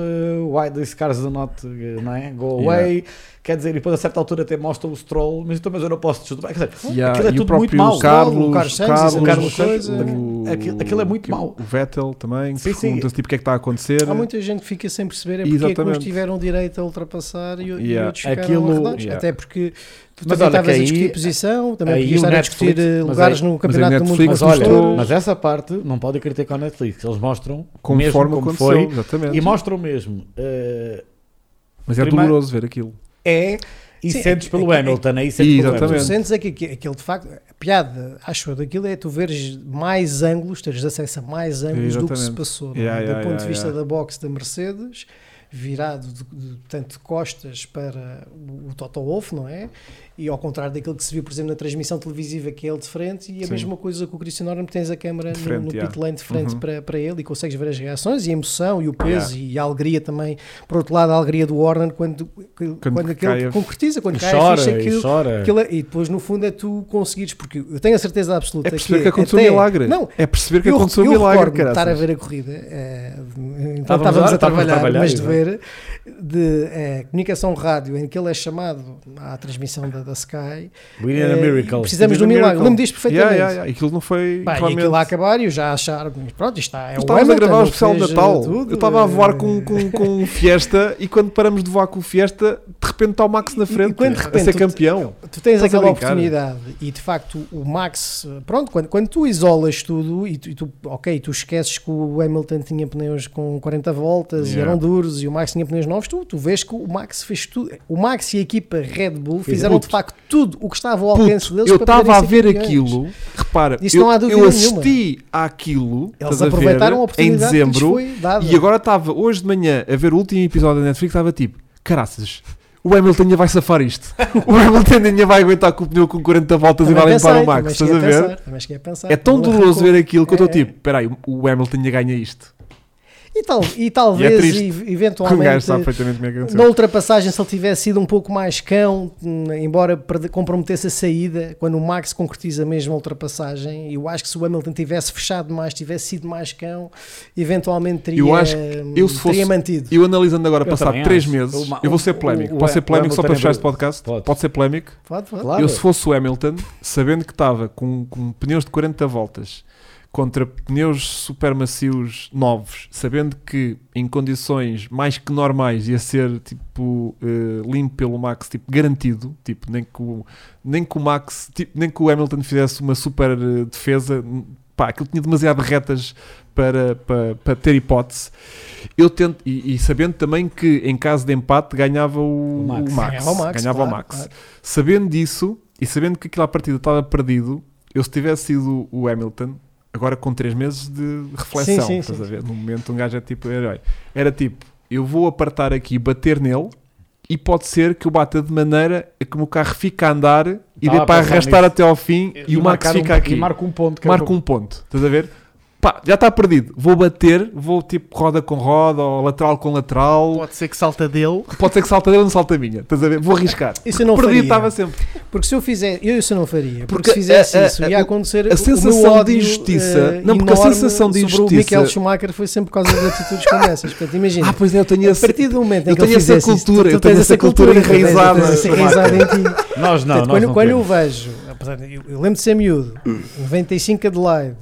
Speaker 3: why these cars do not uh, não é? go
Speaker 1: Yeah.
Speaker 3: away. Quer dizer, e depois a certa altura até mostra o Stroll, mas, então, mas eu não posso desjudicar. Quer dizer,
Speaker 1: Yeah,
Speaker 3: aquilo é
Speaker 1: e o
Speaker 3: tudo
Speaker 1: próprio
Speaker 3: muito mau.
Speaker 1: Carlos,
Speaker 2: O Carlos Sainz,
Speaker 1: Carlos,
Speaker 3: o Carlos
Speaker 2: Sainz,
Speaker 1: o-
Speaker 3: aquilo- aquilo é muito
Speaker 1: que-
Speaker 3: mau.
Speaker 1: O Vettel também, que
Speaker 3: Sim, sim.
Speaker 1: pergunta-se tipo o que é que está a acontecer.
Speaker 2: Há muita gente que fica sem perceber é porque é que uns
Speaker 1: Exatamente.
Speaker 2: tiveram direito a ultrapassar e, e
Speaker 1: Yeah.
Speaker 2: outros ficaram
Speaker 3: Aquilo-
Speaker 2: arredados.
Speaker 1: Yeah.
Speaker 2: Até porque tu
Speaker 3: Mas
Speaker 2: também
Speaker 3: olha que
Speaker 2: estavas a discutir
Speaker 3: aí-
Speaker 2: posição, também
Speaker 3: aí
Speaker 2: podias
Speaker 3: o
Speaker 2: estar
Speaker 3: Netflix-
Speaker 2: a discutir eh,
Speaker 3: mas
Speaker 2: lugares
Speaker 3: aí-
Speaker 2: no
Speaker 1: mas aí
Speaker 2: Campeonato do Mundo
Speaker 1: Netflix
Speaker 3: Mas
Speaker 2: dos
Speaker 3: olha,
Speaker 1: mostrou-
Speaker 2: Construtores.
Speaker 3: mas essa parte não pode criticar o Netflix, eles mostram
Speaker 1: Conforme
Speaker 3: mesmo como
Speaker 1: aconteceu,
Speaker 3: foi
Speaker 1: exatamente.
Speaker 3: e mostram mesmo. uh,
Speaker 1: Mas é
Speaker 3: Primeiro-
Speaker 1: doloroso ver aquilo.
Speaker 3: é e
Speaker 2: Sim,
Speaker 3: sentes
Speaker 2: é-
Speaker 3: pelo
Speaker 2: é-
Speaker 3: Hamilton, é, e sentes pelo
Speaker 1: Exatamente.
Speaker 2: Tu
Speaker 3: Hamilton.
Speaker 2: sentes é que aqui- aquilo de facto, a piada, acho eu, daquilo é tu veres mais ângulos, teres acesso a mais ângulos do que se
Speaker 1: Exatamente.
Speaker 2: passou, não é?
Speaker 1: Yeah,
Speaker 2: do
Speaker 1: yeah,
Speaker 2: ponto
Speaker 1: yeah,
Speaker 2: de vista
Speaker 1: yeah.
Speaker 2: da box da Mercedes. virado de, de, portanto, de costas para o, o Toto Wolff, não é? E ao contrário daquilo que se viu, por exemplo, na transmissão televisiva, que é ele de frente, e a
Speaker 1: Sim.
Speaker 2: mesma coisa com o Cristiano Ronaldo, tens a câmera
Speaker 1: De
Speaker 2: no-
Speaker 1: frente,
Speaker 2: no,
Speaker 1: yeah.
Speaker 2: pit lane de frente
Speaker 1: Uhum.
Speaker 2: para, para ele e consegues ver as reações e a emoção e o peso e a alegria também. Por outro lado, a alegria do Warner quando, quando, quando aquilo
Speaker 1: cai a-
Speaker 2: concretiza, quando
Speaker 3: E
Speaker 2: cai a
Speaker 3: chora,
Speaker 2: ficha,
Speaker 3: e
Speaker 2: aquilo,
Speaker 3: chora.
Speaker 2: Aquilo é- e depois, no fundo, é tu conseguires, porque eu tenho a certeza absoluta
Speaker 1: É perceber que,
Speaker 2: é
Speaker 1: aconteceu um
Speaker 2: até-
Speaker 1: milagre.
Speaker 2: Não,
Speaker 1: é perceber que
Speaker 2: eu,
Speaker 1: aconteceu um
Speaker 2: eu
Speaker 1: milagre,
Speaker 2: recordo-me de estar a
Speaker 1: cara.
Speaker 2: ver a corrida, eh, de- enquanto estávamos a,
Speaker 3: Estávamos a- estávamos a
Speaker 2: trabalhar,
Speaker 3: trabalhar,
Speaker 2: mas de ver, de eh, comunicação rádio, em que ele é chamado à transmissão da, da Sky.
Speaker 3: We need a
Speaker 2: eh,
Speaker 3: miracle.
Speaker 2: Precisamos de
Speaker 1: We
Speaker 2: um
Speaker 1: need a
Speaker 2: milagre.
Speaker 1: miracle.
Speaker 2: Lembro disto perfeitamente.
Speaker 1: Yeah, yeah, yeah. Aquilo não foi.
Speaker 2: Pá, e
Speaker 1: claramente-
Speaker 2: aquilo a acabar e eu já achar, pronto, isto está, é o
Speaker 1: Estávamos a
Speaker 2: Hamilton,
Speaker 1: gravar o
Speaker 2: ele
Speaker 1: especial de
Speaker 2: fez,
Speaker 1: Natal.
Speaker 2: eh, tudo,
Speaker 1: eu estava a voar com,
Speaker 2: eh,
Speaker 1: com, com um Fiesta e quando paramos de voar com o Fiesta, de repente está o Max na
Speaker 2: E- e
Speaker 1: frente
Speaker 2: quando de
Speaker 1: a
Speaker 2: repente
Speaker 1: ser
Speaker 2: tu-
Speaker 1: campeão.
Speaker 2: tu tens
Speaker 1: Estás a
Speaker 2: aquela
Speaker 1: brincar.
Speaker 2: oportunidade e de facto o Max, pronto, quando, quando tu isolas tudo e tu, e tu- ok, tu esqueces que o Hamilton tinha pneus com 40 voltas e
Speaker 1: Yeah.
Speaker 2: eram duros e o Max tinha pneus novos, tu, tu vês que o Max fez tudo, o Max e a equipa Red Bull
Speaker 3: Fez
Speaker 2: fizeram
Speaker 3: puto.
Speaker 2: de facto tudo o que estava ao
Speaker 1: Puto,
Speaker 2: alcance deles.
Speaker 1: eu
Speaker 2: para
Speaker 1: estava a
Speaker 2: poderem ser
Speaker 1: ver
Speaker 2: campeões.
Speaker 1: aquilo, repara,
Speaker 2: Isso
Speaker 1: eu,
Speaker 2: não há dúvida
Speaker 1: eu
Speaker 2: nenhuma.
Speaker 1: assisti àquilo
Speaker 2: Eles
Speaker 1: estás a ver,
Speaker 2: aproveitaram a
Speaker 1: em
Speaker 2: oportunidade
Speaker 1: dezembro
Speaker 2: que lhes foi dada.
Speaker 1: e agora estava hoje de manhã a ver o último episódio da Netflix, estava tipo, caraças. O Hamilton ainda vai safar isto. O Hamilton ainda vai aguentar com o pneu com 40 voltas
Speaker 2: Também
Speaker 1: e vai limpar
Speaker 2: pensei,
Speaker 1: o Max.
Speaker 2: também
Speaker 1: Estás a
Speaker 2: cheguei
Speaker 1: ver?
Speaker 2: pensar, também cheguei a pensar.
Speaker 1: É tão
Speaker 2: Ele
Speaker 1: doloroso
Speaker 2: arrancou.
Speaker 1: ver aquilo que eu estou
Speaker 2: É, é.
Speaker 1: tipo, peraí, o Hamilton ainda ganha isto.
Speaker 2: E, tal, e talvez,
Speaker 1: é triste.
Speaker 2: e-
Speaker 1: Que o gajo
Speaker 2: eventualmente,
Speaker 1: sabe perfeitamente como é que
Speaker 2: Na
Speaker 1: aconteceu.
Speaker 2: ultrapassagem, se ele tivesse sido um pouco mais cão, hum, embora perde- comprometesse a saída, quando o Max concretiza mesmo a ultrapassagem, eu acho que se o Hamilton tivesse fechado mais, tivesse sido mais cão, eventualmente teria,
Speaker 1: Eu acho eu, se
Speaker 2: hum,
Speaker 1: fosse-
Speaker 2: teria mantido.
Speaker 1: E eu analisando agora,
Speaker 3: Eu
Speaker 1: passado
Speaker 3: também
Speaker 1: 3
Speaker 3: acho.
Speaker 1: meses,
Speaker 3: O Ma-
Speaker 1: eu vou ser
Speaker 3: o-
Speaker 1: polémico.
Speaker 3: o-
Speaker 1: Posso ser
Speaker 3: o
Speaker 1: polémico só
Speaker 3: Hamilton
Speaker 1: para
Speaker 3: é
Speaker 1: fechar este
Speaker 3: bruto.
Speaker 1: podcast?
Speaker 3: Pode.
Speaker 1: Pode ser polémico?
Speaker 2: Pode, pode.
Speaker 3: Claro.
Speaker 1: Eu, se fosse o Hamilton, sabendo que estava com, com pneus de 40 voltas contra pneus super macios novos, sabendo que em condições mais que normais ia ser tipo eh, limpo pelo Max, tipo garantido, tipo nem que o, nem que o Max, tipo, nem que o Hamilton fizesse uma super eh, defesa, n- pá, aquilo tinha demasiado retas para, para, para ter hipótese. Eu tento, e, e sabendo também que em caso de empate ganhava o,
Speaker 3: O Max.
Speaker 1: o Max.
Speaker 2: Ganhava o Max,
Speaker 1: Ganhava o
Speaker 2: claro,
Speaker 1: Max.
Speaker 2: claro.
Speaker 1: Sabendo disso e sabendo que aquela partida estava perdido, eu se tivesse sido o Hamilton, agora com 3 meses de reflexão,
Speaker 2: sim,
Speaker 1: estás
Speaker 2: sim,
Speaker 1: a ver? No momento um gajo é tipo herói. Era tipo, eu vou apartar aqui, bater nele e pode ser que eu bata de maneira a que o meu carro fique a andar e
Speaker 3: Estava
Speaker 1: dê
Speaker 3: Tá a
Speaker 1: para
Speaker 3: pensar
Speaker 1: arrastar
Speaker 3: nisso.
Speaker 1: até ao fim e, o Max
Speaker 3: marcar um-
Speaker 1: fica aqui.
Speaker 3: E marca um ponto. que é o
Speaker 1: Marco um ponto, estás a ver? Pá, já está perdido. Vou bater, vou tipo roda com roda ou lateral com lateral.
Speaker 4: Pode ser que salta dele.
Speaker 1: Pode ser que salta dele ou não salta minha, estás a ver? Vou arriscar.
Speaker 2: Isso eu não
Speaker 1: Perdido estava
Speaker 2: faria.
Speaker 1: sempre.
Speaker 2: Porque se eu fizer, eu isso eu não faria. Porque,
Speaker 1: Porque
Speaker 2: se fizesse
Speaker 1: a- a-
Speaker 2: isso, ia
Speaker 1: a-
Speaker 2: acontecer
Speaker 1: a
Speaker 2: o meu
Speaker 1: sensação de
Speaker 2: ódio,
Speaker 1: injustiça-
Speaker 2: eh,
Speaker 1: não, porque a
Speaker 2: enorme
Speaker 1: sensação de
Speaker 2: sobre o Michael
Speaker 1: injustiça-
Speaker 2: Schumacher foi sempre por causa das atitudes como essas. Portanto, imagina.
Speaker 1: Ah, pois é, eu tenho
Speaker 2: a
Speaker 1: esse.
Speaker 2: partir do momento em
Speaker 1: eu
Speaker 2: que ele
Speaker 1: tenho essa
Speaker 2: fizesse isso, tu-
Speaker 1: cultura,
Speaker 2: tu
Speaker 1: eu tenho
Speaker 2: tens
Speaker 1: essa cultura
Speaker 2: tu tens- tu tens
Speaker 1: enraizada.
Speaker 2: essa enraizada em ti.
Speaker 3: Nós não,
Speaker 2: Portanto,
Speaker 3: nós
Speaker 2: quando,
Speaker 3: não
Speaker 2: quando eu
Speaker 3: queremos.
Speaker 2: vejo, portanto, eu, eu lembro de ser miúdo, 95 Adelaide,
Speaker 3: 94,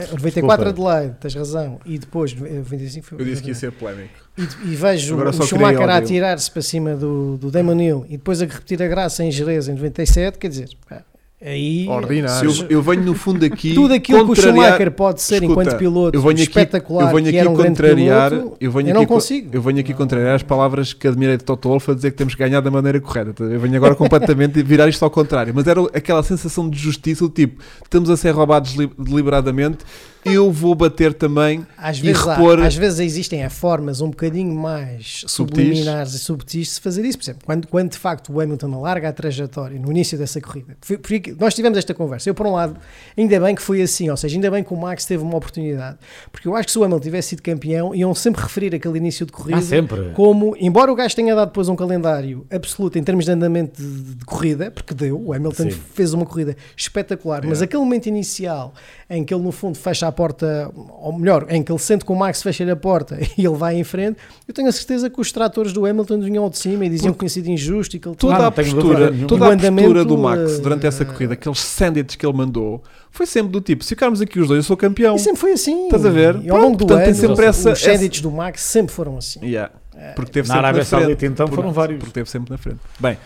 Speaker 2: é e ve- 94
Speaker 3: desculpa.
Speaker 2: Adelaide, tens razão, e depois eh, 25 foi.
Speaker 1: ser polémico.
Speaker 2: E, de- e vejo
Speaker 1: Agora
Speaker 2: o
Speaker 1: só queria
Speaker 2: Schumacher a
Speaker 1: ódio.
Speaker 2: atirar-se para cima do, do Damon Hill e depois a repetir a graça em Jerez em 97, quer dizer, pá, aí
Speaker 4: Ordinário.
Speaker 1: Eu, eu venho no fundo aqui.
Speaker 2: tudo aquilo que o
Speaker 1: contrariar-
Speaker 2: Schumacher pode ser
Speaker 1: Escuta,
Speaker 2: enquanto piloto
Speaker 1: eu venho aqui-
Speaker 2: espetacular,
Speaker 1: eu venho
Speaker 2: que
Speaker 1: aqui
Speaker 2: era um grande
Speaker 1: contrariar.
Speaker 2: piloto,
Speaker 1: eu venho
Speaker 2: eu
Speaker 1: aqui,
Speaker 2: não
Speaker 1: co-
Speaker 2: consigo.
Speaker 1: Eu venho aqui contrariar as palavras que admirei de Toto Wolff a dizer que temos que ganhar da maneira correta. tá? Eu venho agora completamente virar isto ao contrário. Mas era aquela sensação de justiça, do tipo, estamos a ser roubados li- deliberadamente, eu vou bater também.
Speaker 2: às
Speaker 1: e
Speaker 2: vezes, há-
Speaker 1: repor-
Speaker 2: às vezes existem há formas um bocadinho mais
Speaker 1: Subtis.
Speaker 2: subliminares e subtis de se fazer isso. Por exemplo, quando, quando de facto o Hamilton alarga a trajetória no início dessa corrida, foi- foi que nós tivemos esta conversa. Eu, por um lado, ainda bem que foi assim, ou seja, ainda bem que o Max teve uma oportunidade, porque eu acho que se o Hamilton tivesse sido campeão, iam sempre referir aquele início de corrida
Speaker 3: Ah, sempre.
Speaker 2: como, embora o gajo tenha dado depois um calendário absoluto em termos de andamento de, de- de corrida, porque deu, o Hamilton
Speaker 3: Sim.
Speaker 2: fez uma corrida espetacular, mas aquele momento inicial em que ele no fundo fecha a porta, ou melhor, em que ele sente que o Max fecha-lhe a porta e ele vai em frente, eu tenho a certeza que os tratores do Hamilton vinham ao de cima e diziam que tinha sido injusto e que ele
Speaker 1: toda
Speaker 3: Claro,
Speaker 1: a
Speaker 3: não tenho
Speaker 1: postura,
Speaker 3: dúvida nenhuma.
Speaker 1: toda
Speaker 2: O
Speaker 1: a
Speaker 2: andamento,
Speaker 1: postura do Max
Speaker 2: eh,
Speaker 1: durante essa corrida, aqueles sandwiches que ele mandou, foi sempre do tipo: se ficarmos aqui os dois, eu sou campeão.
Speaker 2: E sempre foi assim.
Speaker 1: Estás a ver?
Speaker 2: E ao longo
Speaker 1: Pronto,
Speaker 2: do
Speaker 1: portanto, tem
Speaker 2: ano,
Speaker 1: sempre essa-
Speaker 2: os sandwiches do Max sempre foram assim.
Speaker 1: Yeah. Porque teve
Speaker 3: Na
Speaker 1: sempre
Speaker 3: Arábia
Speaker 1: na frente.
Speaker 3: Saudita, então,
Speaker 1: Por-
Speaker 3: foram vários.
Speaker 1: Porque teve sempre na frente. Bem,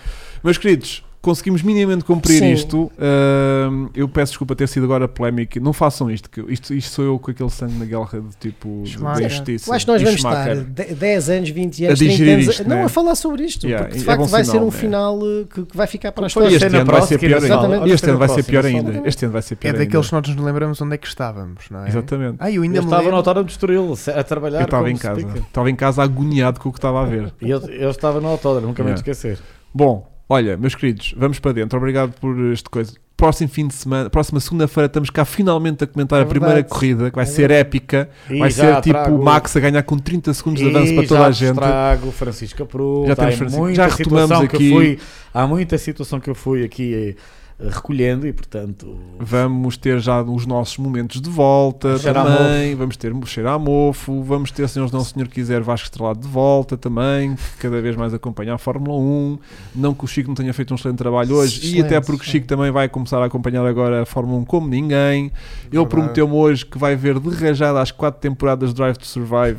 Speaker 1: meus queridos, conseguimos minimamente cumprir
Speaker 2: Sim.
Speaker 1: isto, ahm, eu peço desculpa ter sido agora polémico. Não façam isto, que eu- isto, isto sou eu com aquele sangue na guerra de tipo de- da
Speaker 4: Schumacher.
Speaker 1: injustiça.
Speaker 2: Eu acho que nós
Speaker 1: E
Speaker 2: vamos
Speaker 1: Schumacher.
Speaker 2: estar de- 10 anos, 20 anos,
Speaker 1: A
Speaker 2: 30
Speaker 1: digerir
Speaker 2: anos.
Speaker 1: isto,
Speaker 2: não,
Speaker 1: né?
Speaker 2: a falar sobre isto.
Speaker 1: Yeah,
Speaker 2: porque de
Speaker 1: é
Speaker 2: facto
Speaker 1: bom
Speaker 2: vai ser
Speaker 1: sinal,
Speaker 2: um
Speaker 1: né?
Speaker 2: final eh, que, que vai ficar para a
Speaker 3: Foi
Speaker 2: história.
Speaker 3: a
Speaker 1: Este
Speaker 3: cena
Speaker 1: ano vai ser
Speaker 3: próxima,
Speaker 1: pior
Speaker 2: exatamente.
Speaker 1: ainda. Este ano vai ser pior
Speaker 3: Exatamente.
Speaker 1: ainda. Este ano vai ser pior
Speaker 4: É
Speaker 1: ainda.
Speaker 4: daqueles que nós nos lembramos onde é que estávamos, não é?
Speaker 1: Exatamente.
Speaker 4: Ah, eu
Speaker 3: Eu
Speaker 4: ainda me
Speaker 3: estava
Speaker 4: lembro.
Speaker 3: no autódromo de Estoril a trabalhar
Speaker 1: Eu estava
Speaker 3: como
Speaker 1: em casa.
Speaker 3: speaker.
Speaker 1: Estava em casa agoniado com o que estava a ver.
Speaker 3: E eu, eu estava no autódromo, nunca me
Speaker 1: Yeah.
Speaker 3: esquecer.
Speaker 1: Bom, olha, meus queridos, vamos para dentro. Obrigado por este coisa. Próximo fim de semana, próxima segunda-feira, estamos cá finalmente a comentar
Speaker 2: É
Speaker 1: a primeira
Speaker 2: verdade.
Speaker 1: corrida, que vai
Speaker 2: É
Speaker 1: ser épica.
Speaker 3: E
Speaker 1: Vai
Speaker 3: já
Speaker 1: ser tipo
Speaker 3: trago-
Speaker 1: o Max a ganhar com 30 segundos de
Speaker 3: e
Speaker 1: avanço para
Speaker 3: já
Speaker 1: toda a
Speaker 3: vos
Speaker 1: gente.
Speaker 3: trago Francisco Apru,
Speaker 1: Já
Speaker 3: já
Speaker 1: temos
Speaker 3: temos
Speaker 1: Francisco-
Speaker 3: muita
Speaker 1: já retomamos
Speaker 3: situação que
Speaker 1: aqui-
Speaker 3: eu fui, há muita situação que eu fui aqui eh, recolhendo e portanto
Speaker 1: Vamos ter já os nossos momentos de volta
Speaker 3: Cheiro a
Speaker 1: também. Vamos ter o cheiro a mofo. Vamos ter, se o nosso senhor quiser, Vasco Estrelado de volta também. que Cada vez mais acompanha a Fórmula 1. Não que o Chico não tenha feito um excelente trabalho hoje. e
Speaker 2: Excelente,
Speaker 1: até porque o Chico
Speaker 2: excelente.
Speaker 1: também vai começar a acompanhar agora a Fórmula 1 como ninguém. Ele
Speaker 4: Verdade.
Speaker 1: prometeu-me hoje que vai ver de rajada as quatro temporadas de Drive to Survive.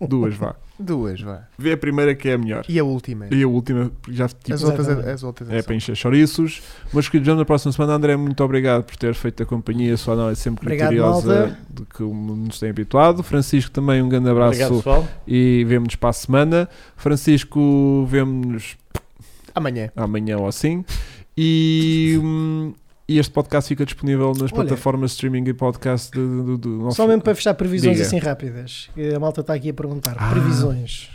Speaker 1: Duas, vá.
Speaker 4: Duas, vá.
Speaker 1: Vê a primeira que é a melhor.
Speaker 4: E a última.
Speaker 1: E a última, porque já tipo,
Speaker 4: As outras,
Speaker 2: Exatamente.
Speaker 4: as outras.
Speaker 1: É
Speaker 4: são.
Speaker 1: para encher chouriços. Meus queridos, vemos na próxima semana. André, muito obrigado por ter feito a companhia. A sua análise sempre
Speaker 2: Obrigado,
Speaker 1: criteriosa
Speaker 2: malta.
Speaker 1: de que nos tem habituado. Francisco, também um grande abraço
Speaker 3: obrigado pessoal.
Speaker 1: e vemo-nos para a semana. Francisco, vemo-nos
Speaker 4: Amanhã.
Speaker 1: amanhã ou assim. E, hum, e este podcast fica disponível nas
Speaker 2: Olha.
Speaker 1: plataformas de streaming e podcast de- do, do, do nosso.
Speaker 2: Só mesmo para fechar previsões
Speaker 1: Diga.
Speaker 2: assim rápidas. que A malta está aqui a perguntar.
Speaker 1: Ah.
Speaker 2: Previsões.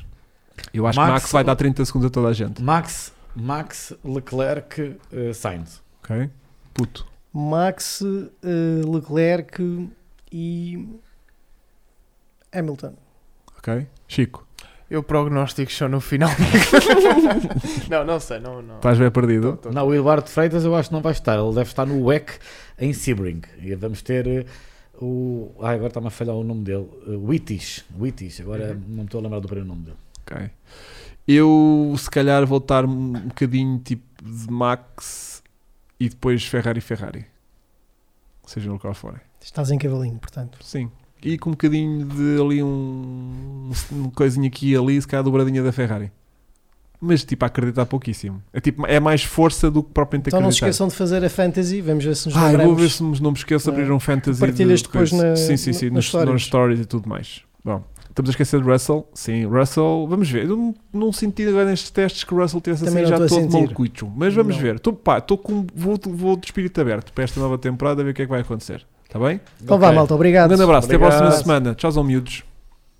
Speaker 1: Eu acho que
Speaker 3: Max-
Speaker 1: Max vai dar 30 segundos a toda a gente.
Speaker 3: Max, Max Leclerc eh, Sainz.
Speaker 1: Ok? Puto.
Speaker 2: Max, eh, Leclerc e Hamilton.
Speaker 1: Ok? Chico,
Speaker 4: Eu prognóstico só no final. não, não sei, não. não.
Speaker 1: estás bem perdido?
Speaker 4: Tô- tô-
Speaker 3: Não, o Eduardo Freitas eu acho que não vai estar, ele deve estar no WEC em Sebring. E vamos ter eh, o. Ah, agora está-me a falhar o nome dele. Eh, Wittis. Wittis, agora
Speaker 4: Uhum.
Speaker 3: não me estou a lembrar do primeiro nome dele.
Speaker 1: Ok. Eu, se calhar, vou estar um bocadinho tipo de Max e depois Ferrari Ferrari. Seja no qual forem.
Speaker 2: Estás em cavalinho, portanto.
Speaker 1: Sim. E com um bocadinho de ali um, um coisinho aqui e ali, se calhar dobradinha da Ferrari. Mas tipo, a acreditar pouquíssimo. É, tipo, é mais força do que propriamente
Speaker 2: Então não se
Speaker 1: acreditar.
Speaker 2: esqueçam de fazer a fantasy. Vamos ver se nos
Speaker 1: ah, eu vou
Speaker 2: lembramos.
Speaker 1: ver se me- não me esqueço de abrir
Speaker 2: Não.
Speaker 1: um fantasy.
Speaker 2: Partilhas
Speaker 1: de
Speaker 2: depois
Speaker 1: coisa.
Speaker 2: na-
Speaker 1: Sim, sim, sim,
Speaker 2: na-
Speaker 1: nos,
Speaker 2: nas stories.
Speaker 1: nos stories e tudo mais. Bom, estamos a esquecer de Russell. Sim, Russell, vamos ver. Eu não, não senti agora nestes testes que o Russell tivesse
Speaker 2: Também
Speaker 1: assim
Speaker 2: não
Speaker 1: já
Speaker 2: estou a
Speaker 1: todo
Speaker 2: sentir.
Speaker 1: malucucho. Mas vamos
Speaker 2: Não.
Speaker 1: ver. Tô, pá, tô com, vou, vou de espírito aberto para esta nova temporada, ver o que é que vai acontecer. Está bem?
Speaker 2: Então vá,
Speaker 3: Ok.
Speaker 2: malta. Obrigado.
Speaker 1: Um grande abraço, até a próxima
Speaker 3: Obrigado.
Speaker 1: semana. Tchau aos miúdos.